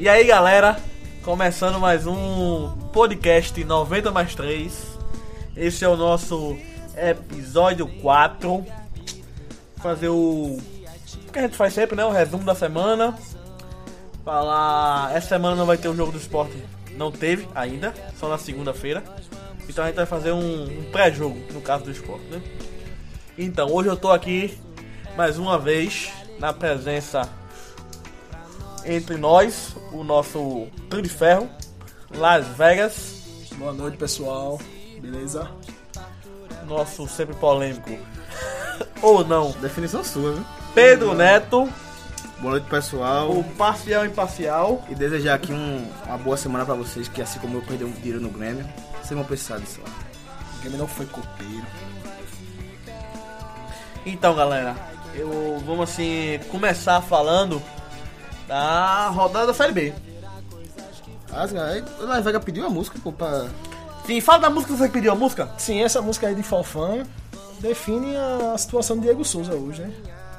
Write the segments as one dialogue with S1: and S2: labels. S1: E aí galera, começando mais um podcast 90 mais 3. Esse é o nosso episódio 4. Fazer o. o que a gente faz sempre, né? O resumo da semana. Falar. Essa semana não vai ter o jogo do esporte. Não teve ainda, só na segunda-feira. Então a gente vai fazer um, um pré-jogo, no caso do esporte, né? Então, hoje eu tô aqui mais uma vez na presença entre nós, o nosso Trio de Ferro, Las Vegas,
S2: Boa noite, pessoal. Beleza?
S1: nosso sempre polêmico, ou não,
S3: Definição sua, viu?
S1: Pedro Neto,
S3: Boa noite, pessoal.
S1: o parcial imparcial.
S3: E desejar aqui um- uma boa semana pra vocês, que assim como eu perdi um dinheiro no Grêmio, vocês vão precisar disso lá.
S2: O game não foi copeiro.
S1: Então, galera, eu vamos assim começar falando da rodada da Série B.
S3: As, aí, o Las Vegas pediu a música, pô, pra...
S1: Sim, fala da música que você pediu a música.
S2: Sim, essa música aí de Fofão define a a situação de Diego Souza hoje, né?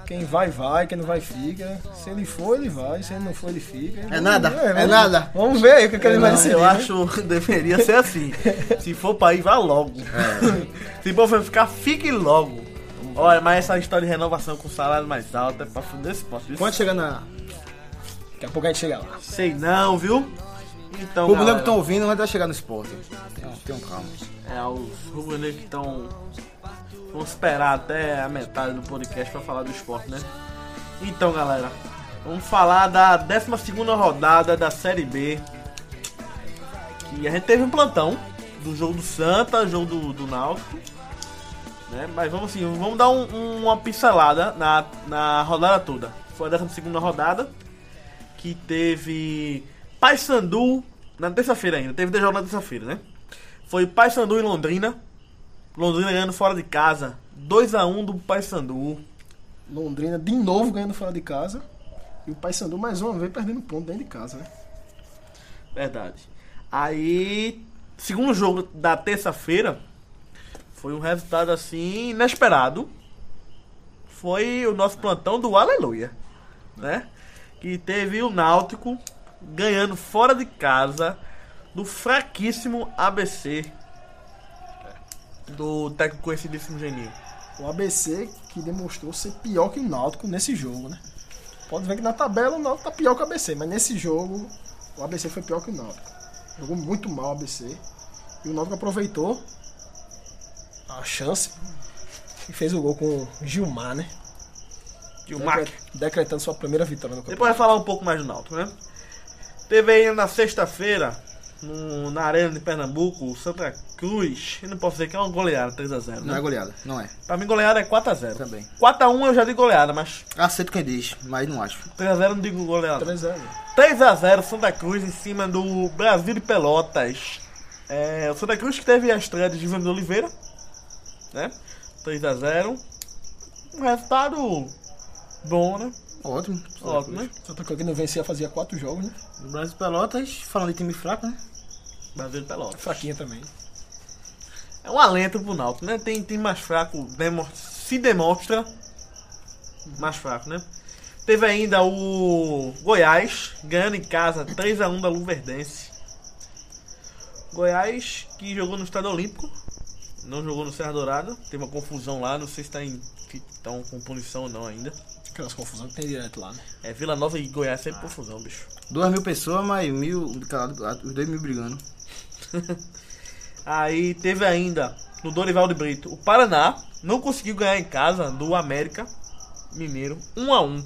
S2: Quem vai, vai, quem não vai, fica. Se ele for, ele vai. Se ele não for, ele fica. Vamos
S3: nada,
S2: ver,
S3: é
S2: vamos-
S3: nada. É
S2: Vamos ver aí o que, que ele vai
S1: Não,
S2: decidir.
S1: eu
S2: né?
S1: acho que deveria ser assim. Se for pra ir, vá logo. Se for pra ficar, fique logo. Olha, mas essa história de renovação com salário mais alto é pra fuder esse posto.
S3: Quando chegar na...
S2: Daqui a pouco a gente chega lá.
S1: Sei não, viu? Então,
S3: O público
S1: galera,
S3: que estão ouvindo mas vai chegar no esporte. Tenham, tenham calma.
S1: é, os rubro-negros que estão... Vão esperar até a metade do podcast pra falar do esporte, né? Então, galera, vamos falar da 12ª rodada da Série B. Que a gente teve um plantão do jogo do Santa, jogo do, do Náutico. Né? Mas vamos assim, vamos dar um- uma pincelada na, na rodada toda. Foi a 12ª rodada. que teve Paysandu na terça-feira ainda. Teve dois jogos na terça-feira, né? Foi Paysandu e Londrina. Londrina ganhando fora de casa. 2x1 do Paysandu.
S2: Londrina de novo ganhando fora de casa. E o Paysandu mais uma vez perdendo ponto dentro de casa, né?
S1: Verdade. Aí, segundo jogo da terça-feira, foi um resultado assim inesperado. Foi o nosso plantão do Aleluia, né? Que teve o Náutico ganhando fora de casa do fraquíssimo ABC do técnico conhecidíssimo Geninho.
S2: O ABC que demonstrou ser pior que o Náutico nesse jogo, né? Pode ver que na tabela o Náutico tá pior que o ABC, mas nesse jogo o ABC foi pior que o Náutico. Jogou muito mal o ABC. E o Náutico aproveitou a chance e fez o gol com o Gilmar, né?
S1: E o Mac.
S2: Decre- Decretando sua primeira vitória no campeonato.
S1: Depois vai falar um pouco mais do Náutico, né? Teve aí na sexta-feira, no- na Arena de Pernambuco, o Santa Cruz. Eu não posso dizer que é uma goleada 3x0,
S3: Não
S1: né?
S3: é goleada, não é.
S1: Pra mim, goleada é 4x0.
S3: Também.
S1: 4x1 eu já digo goleada, mas
S3: Aceito quem diz, mas não acho.
S1: 3x0 eu não digo goleada.
S2: 3 0
S1: 3x0 Santa Cruz em cima do Brasil de Pelotas. É, o Santa Cruz que teve a estreia de Giovanni Oliveira, né? 3x0. Um resultado bom, né?
S3: Ótimo.
S1: Ótimo, né?
S2: Só que não vencia fazia quatro jogos, né?
S3: O Brasil de Pelotas, falando de time fraco, né?
S1: Brasil de Pelotas.
S2: Fraquinha também.
S1: É um alento pro Náutico, né? Tem time mais fraco, demo- se demonstra mais fraco, né? Teve ainda o Goiás ganhando em casa 3x1 da Luverdense. Goiás que jogou no Estado Olímpico, não jogou no Serra Dourada. Teve uma confusão lá, não sei se estão com punição ou não ainda.
S2: Aquelas confusões que tem direto lá, né?
S1: É Vila Nova e Goiás sempre confusão, bicho.
S3: Duas mil pessoas, mas mil de cada lado, os dois mil brigando.
S1: Aí teve ainda no Dorival de Brito. O Paraná não conseguiu ganhar em casa do América Mineiro 1 a 1.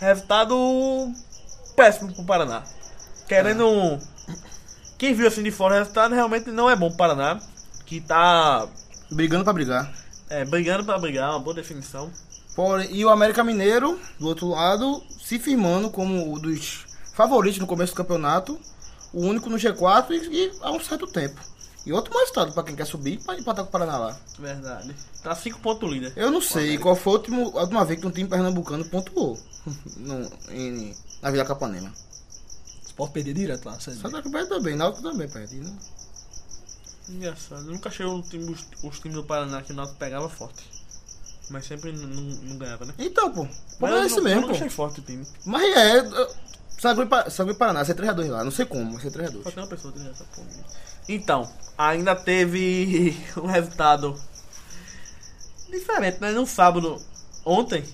S1: Resultado péssimo pro Paraná. Querendo um, Quem viu assim de fora o resultado realmente não é bom pro Paraná, que tá
S3: Brigando pra brigar.
S1: é, brigando pra brigar, uma boa definição.
S3: Porém, e o América Mineiro, do outro lado, se firmando como um dos favoritos no começo do campeonato, o único no G4 e, e há um certo tempo. E outro resultado pra quem quer subir e pra empatar com o Paraná lá.
S1: Verdade. Tá 5 pontos líder.
S3: Eu não sei qual foi a última, a última vez que um time pernambucano pontuou no, em- na Vila Capanema.
S2: Você é pode perder direto lá, vocês
S3: Santa Cruz perde também, Náutico também perde. né?
S1: Engraçado. Eu nunca achei o time- os, os times do Paraná que o Náutico pegava forte. Mas sempre não- não não ganhava, né?
S3: Então, pô. O
S1: Mas
S3: problema é
S1: eu
S3: esse
S1: não-
S3: mesmo,
S1: eu
S3: pô.
S1: não achei forte o time.
S3: Mas é. eu- Sagui Pa- Sagui Paraná, ser 3x2 lá. Não sei como, mas ser 3x2.
S1: Só tem uma pessoa que tem essa porra. Então, ainda teve um resultado diferente, né? No sábado, ontem,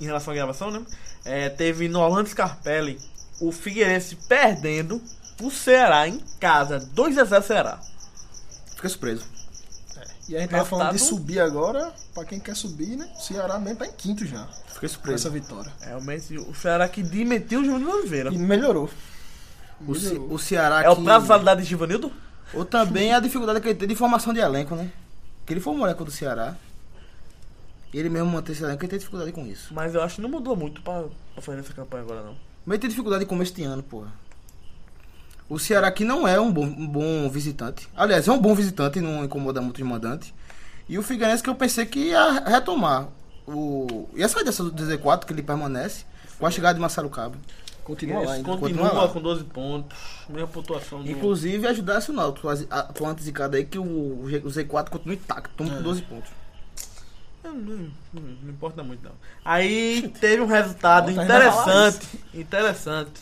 S1: em relação à gravação, né? É, teve no Orlando Scarpelli o Figueirense perdendo o Ceará em casa. 2x0 Ceará.
S3: Fiquei surpreso.
S2: E a gente tava falando de
S1: Resultado.
S2: subir agora, pra quem quer subir, né? O Ceará mesmo tá em quinto já,
S3: Fiquei
S2: com essa
S3: surpreso.
S2: vitória.
S1: Realmente, o Ceará que demitiu o Givanildo Oliveira.
S2: E melhorou.
S3: O, Ce-
S2: Melhorou.
S3: o Ceará
S1: É o
S3: que-
S1: prazo de validade de Givanildo?
S3: Ou também é a dificuldade que ele tem de formação de elenco, né? Que ele foi um moleque do Ceará. E ele mesmo mantém esse elenco, ele tem dificuldade com isso.
S1: Mas eu acho que não mudou muito pra, pra fazer essa campanha agora, não.
S3: Mas ele tem dificuldade com este ano, porra. O Ceará que não é um bom, um bom visitante. Aliás, é um bom visitante, não incomoda muito o mandante. E o Figueirense que eu pensei que ia retomar. O... Ia sair dessa do DZ4 que ele permanece com a chegada de Marcelo Cabo.
S2: Continua lá
S1: Eles
S2: ainda.
S1: continua
S3: continua lá.
S1: com 12 pontos. Mesma pontuação do...
S3: Inclusive ajudasse o Náutico a, a, com a antecicada aí que o, o Z4 continua intacto, toma
S1: É.
S3: com 12 pontos.
S1: Não, não, não, não importa muito não. Aí teve um resultado
S2: Volta ainda a falar
S1: interessante, interessante,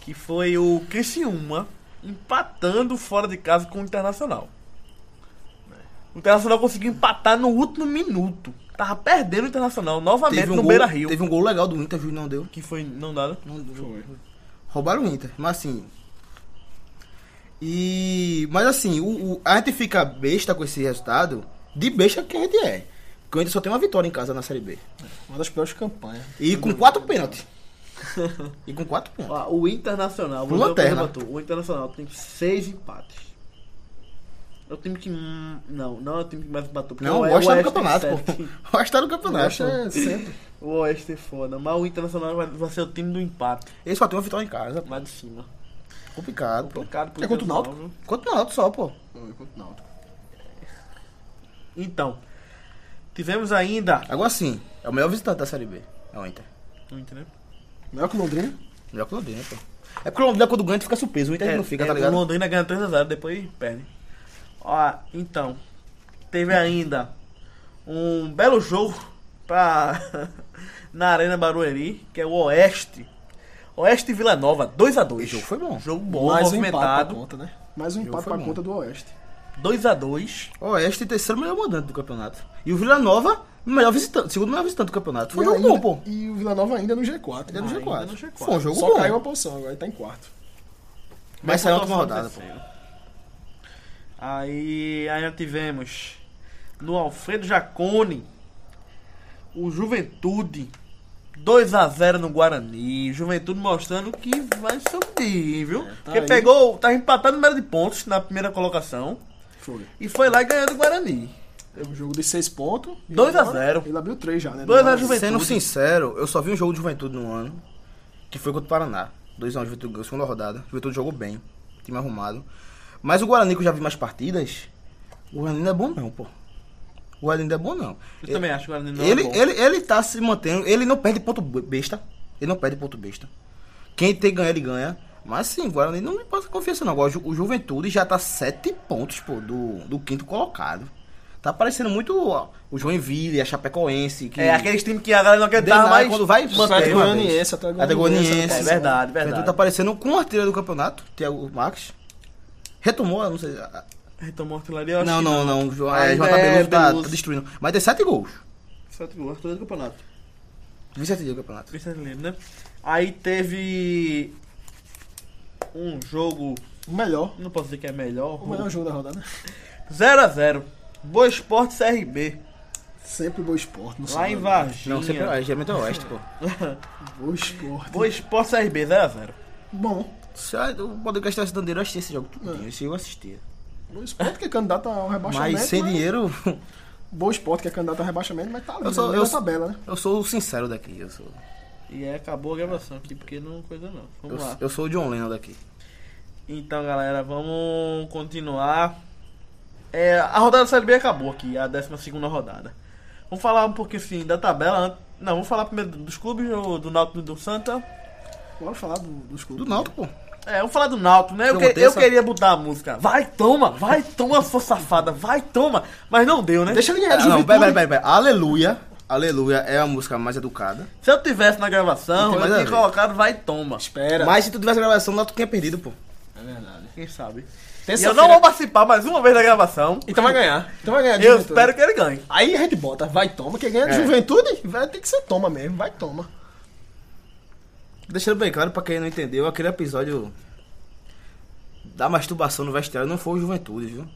S1: que foi o Criciúma empatando fora de casa com o Internacional. O Internacional conseguiu empatar no último minuto. Tava perdendo o Internacional novamente no
S3: gol,
S1: Beira Rio.
S3: teve um gol legal do Inter, o juiz não deu.
S1: Que foi não né? dado.
S3: Não deu.
S2: Foi.
S3: Roubaram o Inter, mas assim. E. Mas assim, o, o- a gente fica besta com esse resultado, de besta que a gente é. Porque o Inter só tem uma vitória em casa na Série B.
S2: Uma das piores campanhas.
S3: E com quatro pênaltis. E com quatro pênaltis.
S1: Uhum. Ó, o Internacional, vou
S3: Pula
S1: dizer o que
S3: terra.
S1: levantou. O Internacional tem seis empates. É o time que. hum, Não, não é o time que mais empatou. porque
S3: Não,
S1: o
S3: o Oeste tá no
S1: Oeste tem
S3: campeonato,
S1: sete.
S3: pô. O Oeste tá no
S2: Eu
S3: campeonato.
S2: acho é sempre.
S1: O Oeste é foda, mas o Internacional vai, vai ser o time do empate,
S3: Ele só tem uma vitória em casa.
S1: lá de cima.
S3: Complicado, pô.
S1: Complicado pro
S2: É contra o
S1: Internacional,
S2: Náutico?
S1: viu?
S3: Quanto não, só, pô.
S2: Não, eu conto Náutico.
S1: Então, tivemos ainda.
S3: Agora sim, é o melhor visitante da Série B. É o Inter.
S1: Não entendeu?
S2: Melhor que o Londrina?
S3: Melhor que o Londrina, pô. É porque o Londrina quando ganha tu fica surpreso, o Inter
S1: É,
S3: não fica, tá
S1: o
S3: ligado?
S1: Londrina ganha 3x0, depois perde. Ó, então, teve ainda um belo jogo pra, na Arena Barueri, que é o Oeste. Oeste e Vila Nova, 2x2.
S3: O jogo foi bom.
S1: Jogo bom,
S2: Mais um empate pra
S1: movimentado.
S2: conta, né? Mais um
S3: Jogo
S2: empate
S3: foi
S2: pra
S3: bom.
S2: conta do Oeste.
S1: 2x2.
S3: O Oeste terceiro melhor mandante do campeonato. E o Vila Nova, melhor visitante, segundo melhor visitante do campeonato. Foi
S2: E
S3: um jogo
S2: ainda-
S3: bom, pô.
S2: E o Vila Nova ainda é no G4.
S3: Ainda no
S1: ainda
S3: G4.
S1: no G4.
S3: Foi um jogo
S2: Só
S3: bom.
S2: caiu uma posição, agora tá em quarto.
S3: Mas saiu a última
S1: pontuação
S3: rodada,
S1: do
S3: pô.
S1: terceiro. Aí ainda tivemos no Alfredo Jacone o Juventude 2x0 no Guarani. Juventude mostrando que vai subir, viu?
S2: tá
S1: Porque
S2: aí.
S1: pegou, tá empatando o número de pontos na primeira colocação
S2: Foi.
S1: e foi lá e ganhou do Guarani.
S2: É um jogo de 6 pontos. E
S1: Dois a
S2: agora
S1: zero.
S2: Ele abriu 3 já, né?
S1: 2 a
S2: Não,
S1: Juventude.
S3: Sendo sincero, eu só vi um jogo de juventude no ano, que foi contra o Paraná. 2x1 Juventude ganhou, segunda rodada. Juventude jogou bem, time arrumado. Mas o Guarani, que eu já vi mais partidas, o Guarani não é bom não, pô. O Guarani não é bom não.
S1: Eu também acho que o Guarani não
S3: ele,
S1: é bom.
S3: ele, ele tá se mantendo, ele não perde ponto besta. Ele não perde ponto besta. Quem tem ganha, ele ganha. Mas sim, o Guarani não me passa confiança, não. Agora, o Ju- o Juventude já tá sete pontos, pô, do, do quinto colocado. Tá parecendo muito ó, o Joinville, a Chapecoense. Que
S1: É aqueles times que a galera não
S3: Denai,
S1: acreditava mais.
S3: quando vai, mantém
S2: Atlético
S3: uma
S2: Goianiense,
S3: vez.
S2: Atlético
S3: Atlético
S2: Goianiense,
S3: Goianiense.
S1: É verdade,
S3: Juventude
S1: verdade.
S3: tá parecendo com o artilheiro do campeonato, Thiago Marques. Retomou, eu não sei. a- a-
S1: Retomou a artilharia, eu acho
S3: Não,
S1: que
S3: não, não. João
S1: Ainda
S3: é, João
S1: é
S3: Beluso tá,
S1: Beluso.
S3: tá destruindo. Mas tem sete gols.
S1: Sete gols, artilheiro do campeonato.
S3: Vicente do campeonato.
S1: Brasileiro, né? Aí teve um jogo,
S2: O melhor.
S1: não posso dizer que é melhor,
S2: O melhor jogo da rodada.
S1: 0x0. Boa Esporte CRB,
S2: Sempre Boa Esporte. Não sei
S1: lá em
S2: nada.
S1: Varginha.
S3: Não, sempre é, geralmente é o Oeste, pô.
S2: Boa é. Esporte.
S1: Boa Esporte CRB, 0x0.
S2: Bom.
S3: Se a- O podcast da Cidandeira eu assisti esse jogo tudo. Eu assisti, eu assisti.
S2: Boa Esporte que é candidato ao rebaixamento.
S3: É. Mas sem
S2: né?
S3: dinheiro,
S2: Boa Esporte que é candidato ao rebaixamento, mas tá ali.
S3: Eu sou-
S2: né?
S3: eu
S2: Na
S3: sou-
S2: tabela, né?
S3: eu sou o sincero daqui. Eu sou,
S1: E aí acabou a gravação aqui, porque não é coisa não.
S3: eu,
S1: Vamos lá.
S3: eu sou o John Lennon daqui.
S1: Então, galera, vamos continuar. É, a rodada da Série B acabou aqui, a 12 rodada. Vamos falar um pouquinho assim da tabela. an- Não, vamos falar primeiro dos clubes, do do Náutico e do Santa.
S2: Bora falar do- dos
S3: Do
S2: clubes.
S3: Náutico, pô. Ah,
S1: É, vamos falar do Náutico, né? Eu,
S3: Eu
S1: que-
S3: botei
S1: eu
S3: essa-
S1: queria botar a música. Vai, toma, vai, toma, sua safada, vai, toma. Mas não deu, né?
S2: Deixa ele ganhar de
S3: Ah, não,
S2: juventude.
S3: peraí, peraí, peraí, peraí. Aleluia. Aleluia é a música mais educada.
S1: Se eu tivesse na
S3: Não
S1: gravação,
S3: tem mais
S1: eu
S3: a
S1: tinha
S3: ver.
S1: colocado vai, toma.
S2: Espera.
S3: Mas se tu tivesse a gravação, o Náutico tinha perdido, pô.
S2: É verdade.
S1: Quem sabe? E
S2: Terça-feira-
S1: eu não vou participar mais uma vez da gravação.
S2: Então vai ganhar. Então vai ganhar de
S1: Eu
S2: juventude.
S1: espero que ele ganhe.
S2: Aí a gente bota, vai toma, quem ganha de
S3: É.
S2: juventude, vai ter que ser toma mesmo, vai toma.
S3: Deixando bem claro pra quem não entendeu, aquele episódio da masturbação no vestiário não foi o Juventude, viu?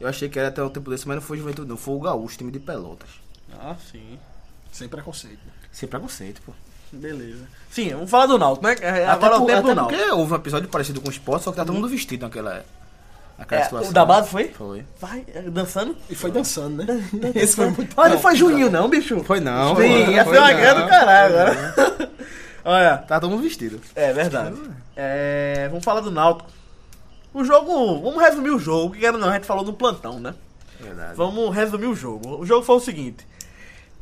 S3: Eu achei que era até o tempo desse, mas não foi o Juventude, não. Foi o Gaúcho, time de Pelotas.
S1: Ah, sim.
S2: Sem preconceito.
S3: Sem preconceito, pô.
S1: Beleza. Sim, vamos falar do Náutico, né? É, Agora é o
S3: por-
S1: tempo do
S3: até
S1: Náutico.
S3: porque houve um episódio parecido com o esporte, só que tá todo mundo vestido naquela, naquela
S1: É,
S3: situação.
S1: o da base foi?
S3: Foi.
S1: Vai, é, dançando.
S2: E foi dançando, né? Esse foi muito
S1: Olha, não foi Juninho não, bicho.
S3: Foi não,
S1: Sim,
S3: mano,
S1: ia
S3: foi
S1: ser uma
S3: não.
S1: grande do caralho agora. Olha,
S3: Tá todo mundo vestido.
S1: é verdade. É, vamos falar do Náutico. O jogo, vamos resumir o jogo, que era não, a gente falou do plantão, né?
S3: Verdade.
S1: Vamos resumir o jogo. O jogo foi o seguinte.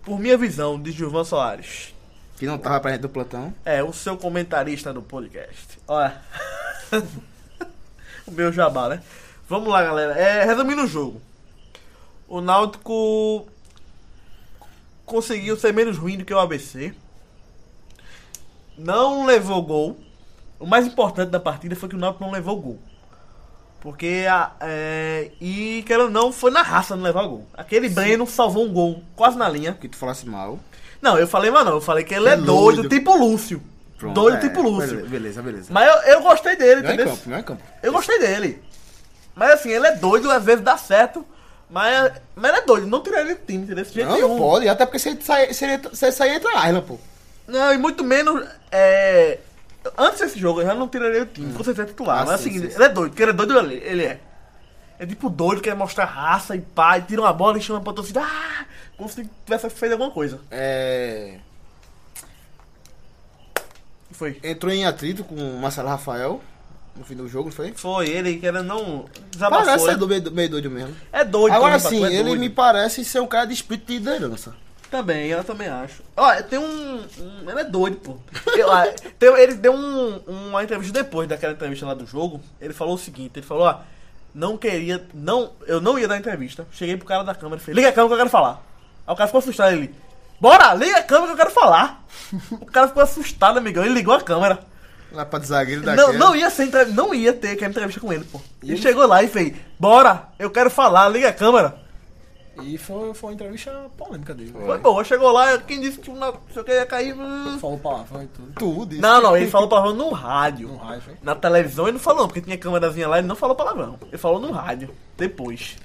S1: Por minha visão de Gilvan Soares,
S3: Que não tava pra gente do plantão.
S1: é o seu comentarista do podcast. Olha. o meu jabá, né? Vamos lá, galera. É, resumindo o jogo. O Náutico conseguiu ser menos ruim do que o ABC. Não levou gol. O mais importante da partida foi que o Náutico não levou gol. Porque a, é, e que ou não foi na raça não levar gol. Aquele Breno salvou um gol quase na linha.
S3: Que tu falasse mal.
S1: Não, eu falei, mano, eu falei que ele é,
S3: É
S1: doido,
S3: doido.
S1: tipo Lúcio.
S3: Pronto,
S1: doido
S3: é,
S1: tipo Lúcio.
S3: Beleza, beleza.
S1: Mas eu, eu gostei dele,
S3: Não é
S1: entendeu?
S3: campo, não é campo.
S1: Eu gostei dele. Mas assim, ele é doido, às vezes dá certo. Mas, mas ele é doido, não tirar ele do time, entendeu? De jeito
S3: Não,
S1: nenhum.
S3: não pode, até porque se ele sair, se ele- se ele sair entra a Ayla, pô.
S1: Não, e muito menos. É... Antes desse jogo, eu já não tiraria o time, com certeza titular.
S3: Ah,
S1: mas
S3: sim,
S1: assim,
S3: sim, sim.
S1: ele é doido, porque ele é doido, ele, ele é. É tipo doido, quer mostrar raça e pai, tira uma bola e chama pra torcida. Ah! Como se tivesse feito alguma coisa.
S3: É,
S1: E Foi.
S3: entrou em atrito com o Marcelo Rafael no fim do jogo, não foi?
S1: Foi ele que era não.
S3: Parece
S1: Desabafou.
S3: ser
S1: né?
S3: do meio, do- meio doido mesmo.
S1: É doido,
S3: Agora
S1: também,
S3: sim,
S1: Paco, é
S3: ele
S1: doido.
S3: me parece ser um cara de espírito de liderança.
S1: Também, eu também acho. Ó, tem um. um- ele é doido, pô. Eu, ah, tem- ele deu um- uma entrevista depois daquela entrevista lá do jogo. Ele falou o seguinte: ele falou, ó, não queria. Não, eu não ia dar entrevista. Cheguei pro cara da câmera e falei, liga a câmera que eu quero falar. Aí o cara ficou assustado, ele. Bora, liga a câmera que eu quero falar. O cara ficou assustado, amigão. Ele ligou a câmera.
S3: Lá pra de zagueiro
S1: Não,
S3: daquele.
S1: não ia ser entrevista, não ia ter aquela entrevista com ele, pô. Ele, chegou lá e fez, bora, eu quero falar, liga a câmera.
S2: E foi, foi uma entrevista polêmica dele. né?
S1: Foi boa, chegou lá, quem disse que não sei o que ia cair. hum,
S2: Falou palavrão e tudo.
S3: Tudo isso.
S1: Não, não, ele falou palavrão no rádio.
S2: No rádio, hein?
S1: Na televisão ele não falou, porque tinha câmerazinha lá, ele não falou palavrão. Ele falou no rádio, depois.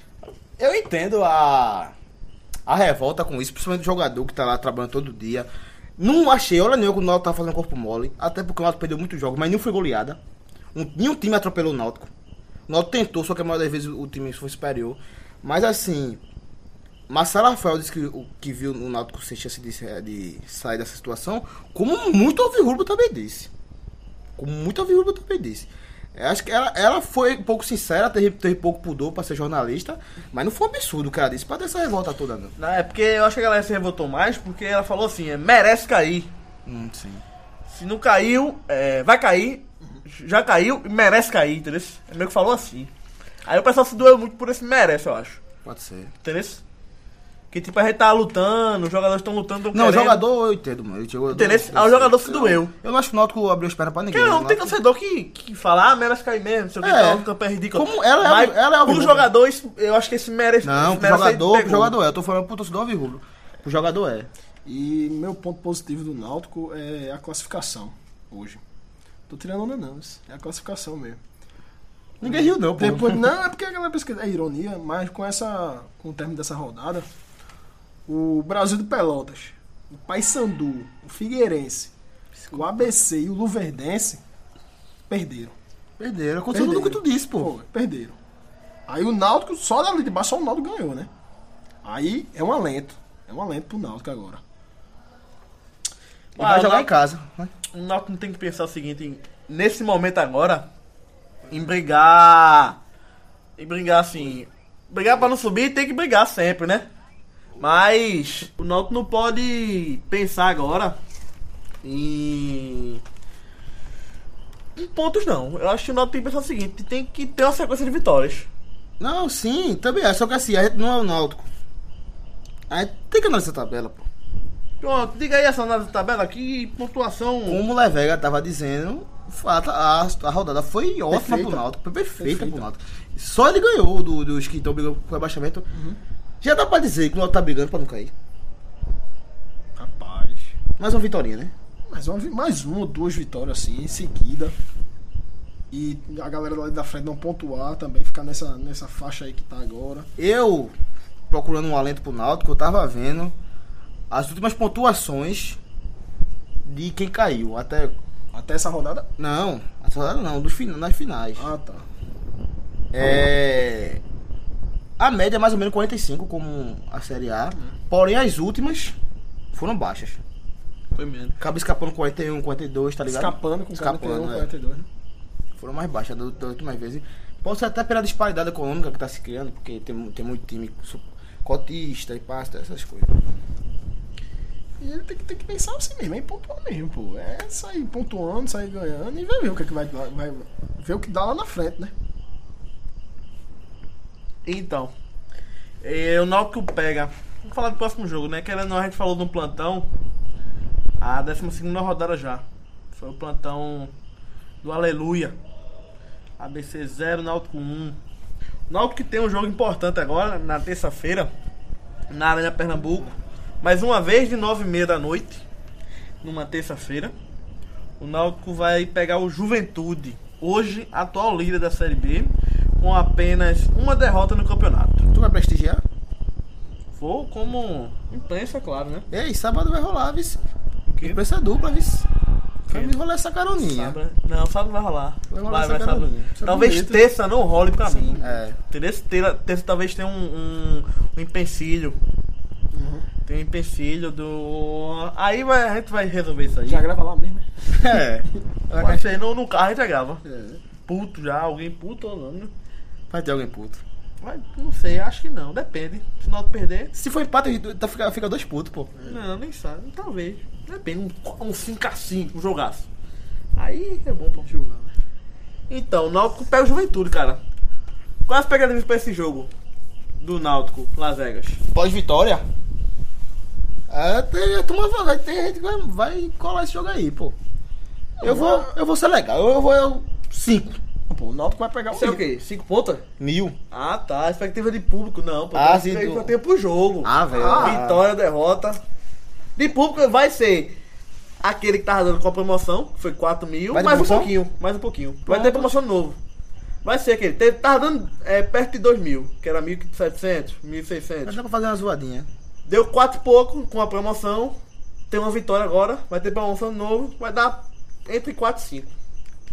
S3: Eu entendo a. A revolta com isso, principalmente o jogador que tá lá trabalhando todo dia. Não achei, olha nenhuma que o Náutico tá fazendo corpo mole. Até porque o Náutico perdeu muitos jogos, mas nenhum foi goleada. Um, nenhum time atropelou o Náutico. O Náutico tentou, só que a maioria das vezes o time foi superior. Mas assim. Marcelo Rafael disse que, o, que viu o Náutico sem chance de, sa- de sair dessa situação. Como muito ouvirrubo também disse. Como muito ouvirrubo também disse. Eu acho que ela, ela foi um pouco sincera, teve, teve pouco pudor pra ser jornalista. Mas não foi um absurdo o que ela disse. Pra ter essa revolta toda, não.
S1: Não, é porque eu acho que a galera se revoltou mais, porque ela falou assim, é, merece cair.
S3: Hum, sim.
S1: Se não caiu, é, vai cair, já caiu e merece cair, entendeu? É meio que falou assim. Aí o pessoal se doeu muito por esse merece, eu acho.
S3: Pode ser.
S1: Entendeu? Que tipo, a gente tá lutando, os jogadores estão lutando, tão
S3: Não,
S1: querendo.
S3: jogador eu entendo, mano. Eu, eu,
S1: Interesse-
S3: eu-
S1: ah, o
S3: eu-
S1: jogador se
S3: eu-
S1: doeu.
S3: Eu não acho que o Náutico abriu as pernas pra ninguém.
S1: Porque
S3: né?
S1: não tem
S3: O Náutico-
S1: torcedor que, que fala, ah, merece cair mesmo, não sei o que,
S3: É.
S1: tal, o campo é ridículo.
S3: Como ela é
S1: Mas
S3: alvi- ela é
S1: pro
S3: alvirrubra.
S1: jogador, isso- eu acho que esse merece.
S3: Não,
S1: esse
S3: pro
S1: merece aí
S3: jogador, pro
S1: pegou.
S3: jogador é. Eu tô falando pro torcedor virgulho. Pro jogador é.
S2: E meu ponto positivo do Náutico é a classificação hoje. Tô tirando onda não, isso é a classificação mesmo.
S3: Ninguém riu, não, pô.
S2: Depois, não, é porque a galera pesquisa, é ironia, mas com essa com o término dessa rodada, o Brasil de Pelotas, o Paysandu, o Figueirense, o ABC e o Luverdense perderam.
S3: Perderam. Aconteceu tudo o que tu disse, pô.
S2: Foi, perderam. Aí o Náutico, só dali de baixo, só o Náutico ganhou, né? Aí é um alento. É um alento pro Náutico agora.
S3: E
S1: Ah,
S3: vai jogar
S1: não.
S3: em casa. né?
S1: O Náutico não tem que pensar o seguinte, em- nesse momento agora, em brigar. Em brigar assim. Brigar pra não subir tem que brigar sempre, né? Mas o Náutico não pode pensar agora em. em pontos, não. Eu acho que o Náutico tem que pensar o seguinte: tem que ter uma sequência de vitórias.
S3: Não, sim, também é. Só que assim, a gente não é o Náutico. A gente tem que analisar a tabela, pô.
S1: Pronto, diga aí essa análise da tabela aqui, pontuação.
S3: Como o Levega tava dizendo, a, a- a rodada foi ótima
S2: Perfeita.
S3: pro Náutico, foi perfeita,
S2: Perfeita.
S3: pro Náutico. Só ele ganhou do, dos que estão brigando pro rebaixamento.
S2: Uhum.
S3: Já dá pra dizer que o Náutico tá brigando pra não cair.
S2: Rapaz.
S3: Mais uma vitória, né?
S2: Mais uma, vi- mais uma ou duas vitórias assim em seguida. E a galera lá da frente não pontuar também, ficar nessa, nessa faixa aí que tá agora.
S3: Eu, procurando um alento pro Náutico, eu tava vendo as últimas pontuações de quem caiu. Até.
S2: Até essa rodada.
S3: Não, essa rodada não, dos, fina- nas finais.
S2: Ah, tá.
S3: É. A média é mais ou menos 45, como a Série A.
S2: Uhum.
S3: Porém, as últimas foram baixas.
S1: Foi menos.
S3: Acaba escapando 41, 42, tá ligado?
S2: Escapando com
S3: Escapando,
S2: 41,
S3: é.
S2: 42. né?
S3: Foram mais baixas da da última vez. E Pode ser até pela disparidade econômica que tá se criando, porque tem, mu- tem muito time su- cotista e pasta, essas coisas.
S2: E ele tem que, tem que pensar assim mesmo, é em pontuar mesmo, pô. É sair pontuando, sair ganhando e ver, ver o que, é que vai, dar- vai. Ver o que dá lá na frente, né?
S1: Então, eh, o Náutico pega. Vamos falar do próximo jogo, né? Querendo ou não, a gente falou de um plantão. A 12 rodada já. Foi o plantão do Aleluia. ABC 0, Náutico 1. O Náutico que tem um jogo importante agora, na terça-feira, na Arena Pernambuco. Mais uma vez, de 9h30 da noite, numa terça-feira. O Náutico vai pegar o Juventude, hoje atual líder da Série B, com apenas uma derrota no campeonato.
S3: Tu vai prestigiar?
S1: Vou como imprensa, claro, né?
S3: Ei, sábado vai rolar, vice.
S1: Porque
S3: Imprensa dupla, vice. Vai
S1: Quê?
S3: me rolar essa caroninha.
S1: sábado, né? não, sábado vai rolar.
S3: Vai rolar
S1: Vai, vai,
S3: essa
S1: sábado.
S3: caroninha. Isso é
S1: Talvez
S3: bonito.
S1: terça não role pra mim.
S3: É.
S1: Entendeu? Se Terça, terça talvez tenha um, um, um empecilho.
S3: Uhum.
S1: Tem um empecilho do. Aí vai- a gente vai resolver isso aí.
S2: Já grava lá mesmo, né?
S3: É.
S1: Vai ser no, no carro a gente já grava.
S2: É.
S1: Puto já, alguém puto ou não, né?
S3: Vai ter alguém puto.
S1: Mas não sei, acho que não, depende. Se o Náutico perder,
S3: Se for empate, a gente tá- fica, fica dois putos, pô.
S1: Não, nem sabe. Talvez. Depende. Um, um 5x5, um jogaço. Aí é bom pra jogar, né? Então, o Náutico pega o Juventude, cara. Quais as pegadinhas pra esse jogo? Do Náutico, Las Vegas.
S3: Pós-vitória? É, tem, a turma vai, tem gente que vai, vai colar esse jogo aí, pô. Eu vou, eu vou ser legal. Eu, vou. Eu, cinco.
S2: Não, Pô, o Náutico vai pegar
S1: Isso é o quê? 5 pontas?
S3: Mil.
S1: Ah, tá. Expectativa de público, não. Pô,
S3: Ah,
S1: Tem-
S3: sim,
S1: tem-
S3: do-
S1: só tem pro jogo.
S3: Ah, velho.
S1: Vitória, derrota. De público vai ser aquele que tava dando com a promoção, que foi 4 mil,
S3: Vai de
S1: mais um
S3: promoção?
S1: pouquinho, mais um pouquinho. Vai
S3: Pronto.
S1: ter promoção de novo. Vai ser aquele. Teve, tava dando é, perto de 2 mil, que era 1.700,
S3: Mas
S1: 1.600.
S3: dá pra fazer uma zoadinha.
S1: Deu 4 e pouco com a promoção, tem uma vitória agora, vai ter promoção de novo, vai dar entre 4 e 5.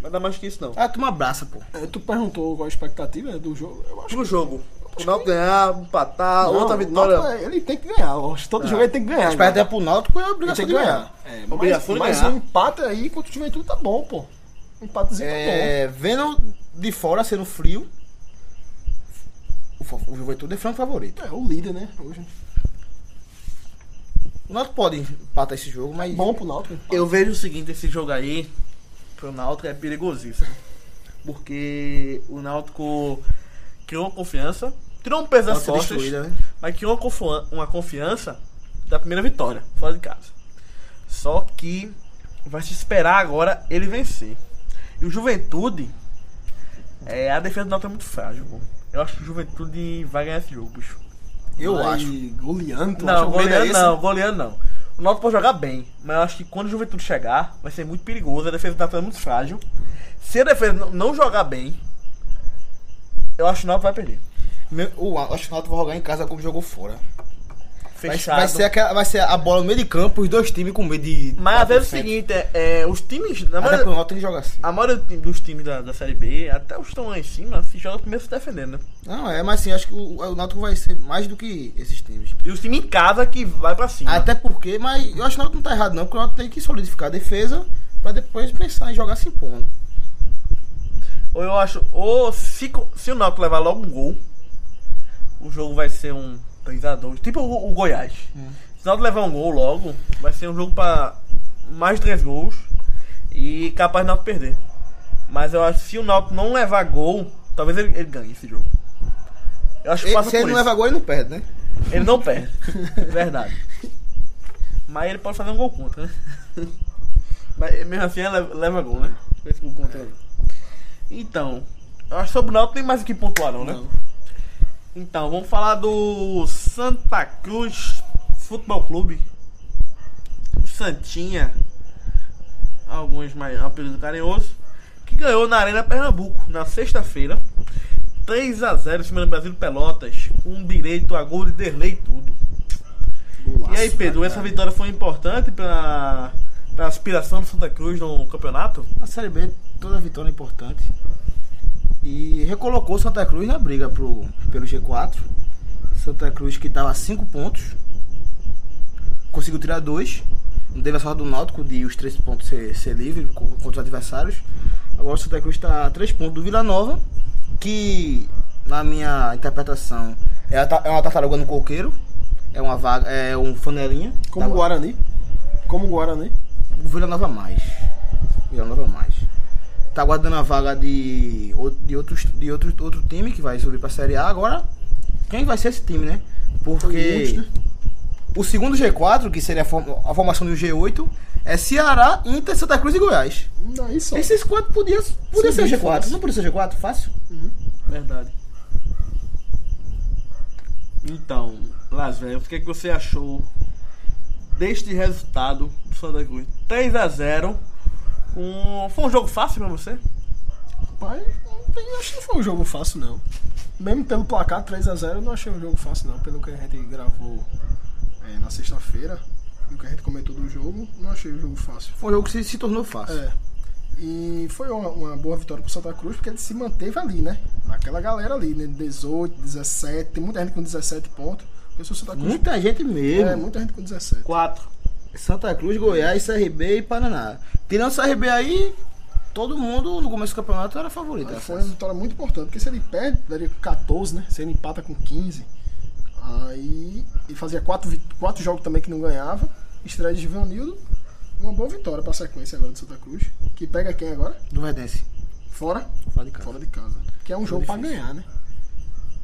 S1: Vai dar mais que isso não.
S3: Ah, turma abraça, pô.
S2: É, Tu perguntou qual a expectativa do jogo. Eu acho
S1: Pro jogo. O Náutico ganhar, empatar,
S2: Não,
S1: outra
S2: o
S1: vitória.
S2: Náutico, é, Ele tem que ganhar. ó. Todo jogo ele tem que ganhar.
S3: Mas pra
S2: né?
S3: até pro Náutico é a
S2: Ele tem
S3: obrigação
S2: que
S3: de ganhar.
S2: ganhar. É, mas-
S1: Obrigação de
S2: mas
S1: ganhar.
S2: um empate aí contra o Juventude tá bom, pô. Um empatezinho tá
S3: É, vendo de fora, sendo frio, o, fa- o Juventude é franco favorito.
S2: bom. É o líder, né? Hoje.
S3: O Náutico pode empatar esse jogo, mas...
S2: Bom pro Náutico.
S1: Eu vejo o seguinte, esse jogo aí pro Náutico é perigosíssimo. Porque o Náutico criou uma confiança, tirou um peso
S3: pode
S1: das
S3: ser
S1: costas,
S3: destruída, né?
S1: mas criou uma, confua- uma confiança da primeira vitória, fora de casa. Só que vai se esperar agora ele vencer. E o Juventude, é, a defesa do Náutico é muito frágil, pô. Eu acho que o Juventude vai ganhar esse jogo, bicho.
S3: Eu
S2: Mas
S3: acho.
S2: Goleando, tu acha
S1: Não,
S2: que o medo é
S1: goleando
S2: esse?
S1: não, goleando não. O Náutico pode jogar bem, mas eu acho que quando o Juventude chegar, vai ser muito perigoso. A defesa do Náutico é muito frágil. Se a defesa não- não jogar bem, eu acho que o Náutico vai perder.
S3: Meu- o- acho que o Náutico vai jogar em casa como jogou fora. Vai,
S1: Fechado.
S3: vai ser aquela, vai ser a bola no meio de campo, os dois times com medo de.
S1: Mas às vezes é o seguinte, é, é, os times, na
S3: Até porque o
S1: maioria,
S3: Náutico tem que jogar assim.
S1: a maioria do time- dos times da, da Série B, até os que estão lá em cima, se joga primeiro se defendendo. né?
S3: Não, é, mas assim, acho que o, o Náutico vai ser mais do que esses times.
S1: E os times em casa que vai pra cima.
S3: Até porque, mas eu acho que o Náutico não tá errado não, porque o Náutico tem que solidificar a defesa pra depois pensar em jogar se impondo.
S1: Ou eu acho, ou se, co- se o Náutico levar logo um gol, o jogo vai ser um 3x2. Tipo o, o Goiás.
S3: Hum.
S1: Se o Náutico levar um gol logo, vai ser um jogo pra mais de 3 gols e capaz do Náutico perder. Mas eu acho que se o Náutico não levar gol, talvez ele, ele ganhe esse jogo. Eu acho que
S3: Ele,
S1: passa
S3: se
S1: por
S3: ele não
S1: isso.
S3: leva gol, ele não perde, né?
S1: Ele não perde. Verdade. Mas ele pode fazer um gol contra, né? Mas mesmo assim ele leva, leva gol, né? Esse gol contra aí. Então, eu acho que sobre o Náutico tem mais o que pontuar não, né?
S2: Não.
S1: Então, vamos falar do Santa Cruz Futebol Clube. O Santinha. Alguns mais apelido carinhoso. Que ganhou na Arena Pernambuco na sexta-feira. 3 a 0 em cima do Brasil de Pelotas. Um direito a gol de Derlei e tudo.
S2: Golaço, né,
S1: E aí, Pedro,
S2: cara.
S1: essa vitória foi importante para a aspiração do Santa Cruz no campeonato?
S3: A Série B, toda vitória é importante. E recolocou o Santa Cruz na briga pro, pelo G4. Santa Cruz que estava a 5 pontos. Conseguiu tirar dois. Não teve a sorte do Náutico de os três pontos ser, ser livre co- contra os adversários. Agora o Santa Cruz está a 3 pontos do Vila Nova, que na minha interpretação é, a ta- é uma tartaruga no coqueiro. É uma vaga, é um fanelinha.
S1: Tá
S2: Como
S3: Da-
S2: o Guarani. Como o Guarani.
S3: o Vila Nova mais. Vila Nova mais. Tá guardando a vaga de, ou- de, outros, de outro, outro time que vai subir pra Série A agora. Quem vai ser esse time, né?
S2: Tem muitos,
S3: Porque
S2: né?
S3: o segundo G4, que seria a, form- a formação do G8, é Ceará, Inter, Santa Cruz e Goiás.
S2: Daí só.
S3: Esses quatro podiam podia
S2: Sim,
S3: ser o
S2: bem
S3: G4.
S2: fácil.
S3: Não podia ser o G4, fácil.
S1: Verdade. Então, Lasvel, o que, é que você achou deste resultado do Santa Cruz? 3x0. Um... Foi um jogo fácil pra você?
S2: Rapaz, não tem- acho que não foi um jogo fácil, não. Mesmo pelo placar 3x0, eu não achei um jogo fácil, não. Pelo que a gente gravou é, na sexta-feira, e o que a gente comentou do jogo, não achei um jogo fácil.
S3: Foi um jogo que se, se tornou fácil.
S2: É. E foi uma, uma boa vitória pro Santa Cruz, porque ele se manteve ali, né? Naquela galera ali, né? 18, 17, tem muita gente com 17 pontos. Eu sou Santa Cruz.
S3: Muita gente mesmo.
S2: É, muita gente com 17.
S1: 4.
S3: Santa Cruz, Goiás, CRB e Paraná. Tirando o CRB aí, todo mundo no começo do campeonato era favorito.
S2: Aí
S3: né?
S2: foi uma vitória muito importante, porque se ele perde, daria 14, né? Se ele empata com 15, aí ele fazia 4, quatro jogos também que não ganhava. Estreia de Givanildo, uma boa vitória pra sequência agora do Santa Cruz. Que pega quem agora?
S3: Do Verdense.
S2: Fora?
S3: Fora de casa.
S2: Fora de casa. Que é um jogo pra
S3: difícil.
S2: ganhar, né?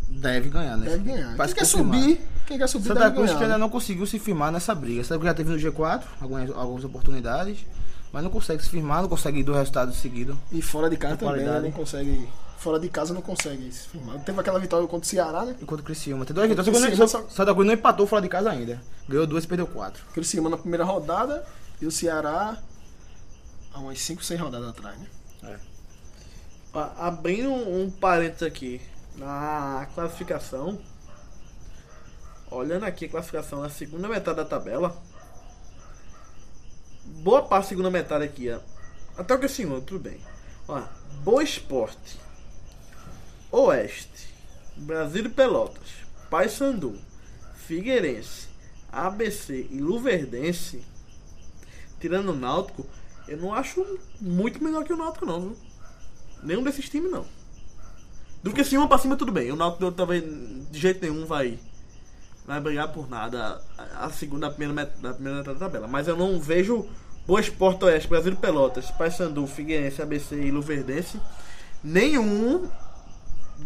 S3: Deve ganhar, né?
S2: Deve ganhar.
S3: Pra se
S2: quem quer
S3: confirmar.
S2: é subir, quem quer subir
S3: Santa
S2: deve
S3: Cruz que
S2: ganhar.
S3: ainda
S2: né?
S3: não conseguiu se firmar nessa briga. Santa Cruz já teve no G4, algumas, algumas oportunidades, mas não consegue se firmar, não consegue ir dois resultados seguidos.
S2: E fora de casa também, né?
S3: qualidade.
S2: não consegue. Fora de casa não consegue se firmar. Teve aquela vitória contra o Ceará, né?
S3: Enquanto o Criciúma. Tem dois vitórias.
S2: Criciúma
S3: Santa Cruz-
S2: só-
S3: Santa Cruz não empatou fora de casa ainda. Ganhou duas e perdeu quatro.
S2: Aquele Cima na primeira rodada e o Ceará há umas 5, 6 rodadas atrás, né?
S1: Abrindo um, um parênteses aqui na classificação. Olhando aqui a classificação na segunda metade da tabela. Boa parte da segunda metade aqui, ó. Até o que senhor, tudo bem. Ó, Boa Esporte. Oeste. Brasil e Pelotas. Paysandu. Figueirense. ABC e Luverdense. Tirando o Náutico, eu não acho muito melhor que o Náutico, não, viu? Nenhum desses times, não. Do que assim, uma pra cima, tudo bem. O Náutico também, de jeito nenhum, vai vai brigar por nada. A, a segunda, a primeira, met- da primeira metade da tabela. Mas eu não vejo Boa Esporte Oeste, Brasil e Pelotas, Paysandu, Figueirense, ABC e Luverdense, nenhum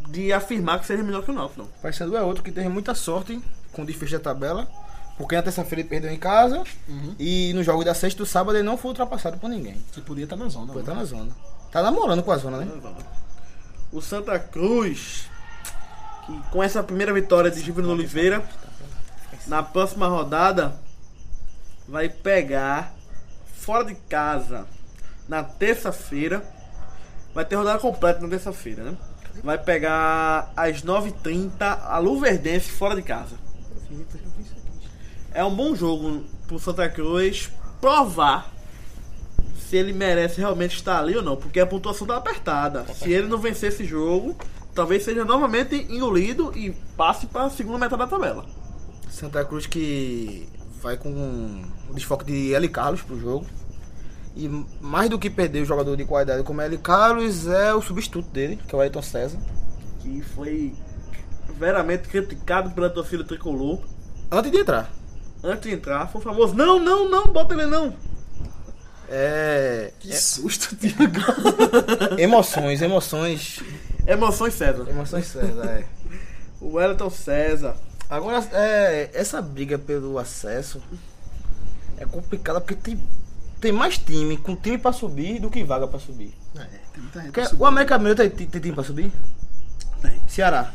S1: de afirmar que seja melhor que o Náutico, não.
S3: Paysandu é outro que teve muita sorte hein, com o desfecho da tabela, porque na terça-feira ele perdeu em casa e no jogo da sexta e do sábado ele não foi ultrapassado por ninguém.
S2: Que podia estar na zona.
S3: Foi
S2: né?
S3: tá na zona. Tá namorando com a zona, né?
S1: O Santa Cruz, que com essa primeira vitória de Gibrino Oliveira, na próxima rodada vai pegar fora de casa na terça-feira. Vai ter rodada completa na terça-feira, né? Vai pegar às 9h30 a Luverdense fora de casa. É um bom jogo pro Santa Cruz provar se ele merece realmente estar ali ou não, porque a pontuação tá apertada. Se ele não vencer esse jogo, talvez seja novamente engolido e passe para a segunda metade da tabela.
S3: Santa Cruz que vai com o desfoque de Eli Carlos pro jogo. E mais do que perder o jogador de qualidade como Eli Carlos é o substituto dele, que é o Ayrton César.
S1: Que foi veramente criticado pela torcida tricolor.
S3: Antes de entrar.
S1: Antes de entrar, foi o famoso: não, não, não, bota ele não.
S3: É,
S2: Que susto, Diego.
S3: emoções, emoções.
S1: Emoções César.
S3: Emoções sérias, é.
S1: O Wellington César.
S3: Agora, é, essa briga pelo acesso é complicada porque tem, tem mais time com time pra subir do que vaga pra subir.
S2: É, tem muita gente.
S3: Porque
S2: pra subir.
S3: o América Mineiro tem, tem- tem time pra subir?
S2: Tem.
S3: Ceará,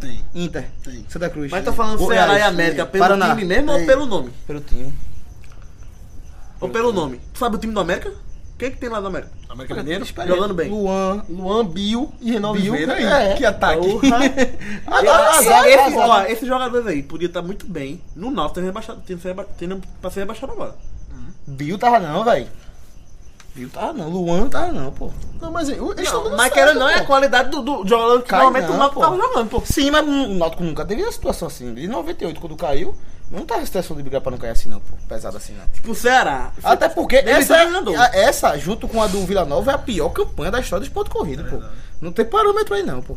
S2: Tem.
S3: Inter,
S2: Tem.
S3: Santa Cruz.
S1: Mas tá falando
S3: Goiás,
S1: Ceará e América pelo
S3: Paraná.
S1: time mesmo ou
S2: Ei.
S1: pelo nome?
S3: Pelo time.
S1: Ou pelo nome? Tu sabe o time do América? Quem é que tem lá do América?
S2: América Mineiro?
S1: Jogando bem.
S3: Luan.
S2: Luan, Bill e Renan
S3: Bill,
S2: Oliveira.
S3: é.
S2: Que
S1: Tá
S2: ataque.
S1: Ah,
S3: Eu-
S1: ah,
S3: esse-
S1: ah,
S3: esse-
S1: esse- ó, esses jogadores aí podia estar muito bem no Náutico tendo rebaixado, tendo, ser reba- tendo pra ser rebaixado agora.
S3: Bill tava não, velho. Bill tava não. Luan tava não, pô.
S2: Não, mas assim, eles estão dando
S1: mas
S2: certo,
S1: querendo ou não,
S2: pô.
S1: é a qualidade do, do jogador que
S3: Cai
S1: normalmente
S3: não,
S1: o Náutico
S3: pô.
S1: tava jogando, pô.
S3: Sim, mas o Náutico nunca teve uma situação assim. Em 98, quando caiu, não tava situação de brigar pra não cair assim, não, pô. Pesado assim, não.
S1: Tipo, o Ceará.
S3: Até porque
S1: Deve
S3: essa,
S1: ser treinador.
S3: a- essa, junto com a do Vila Nova, é a pior campanha da história dos pontos corridos, pô. Não tem parâmetro aí, não, pô.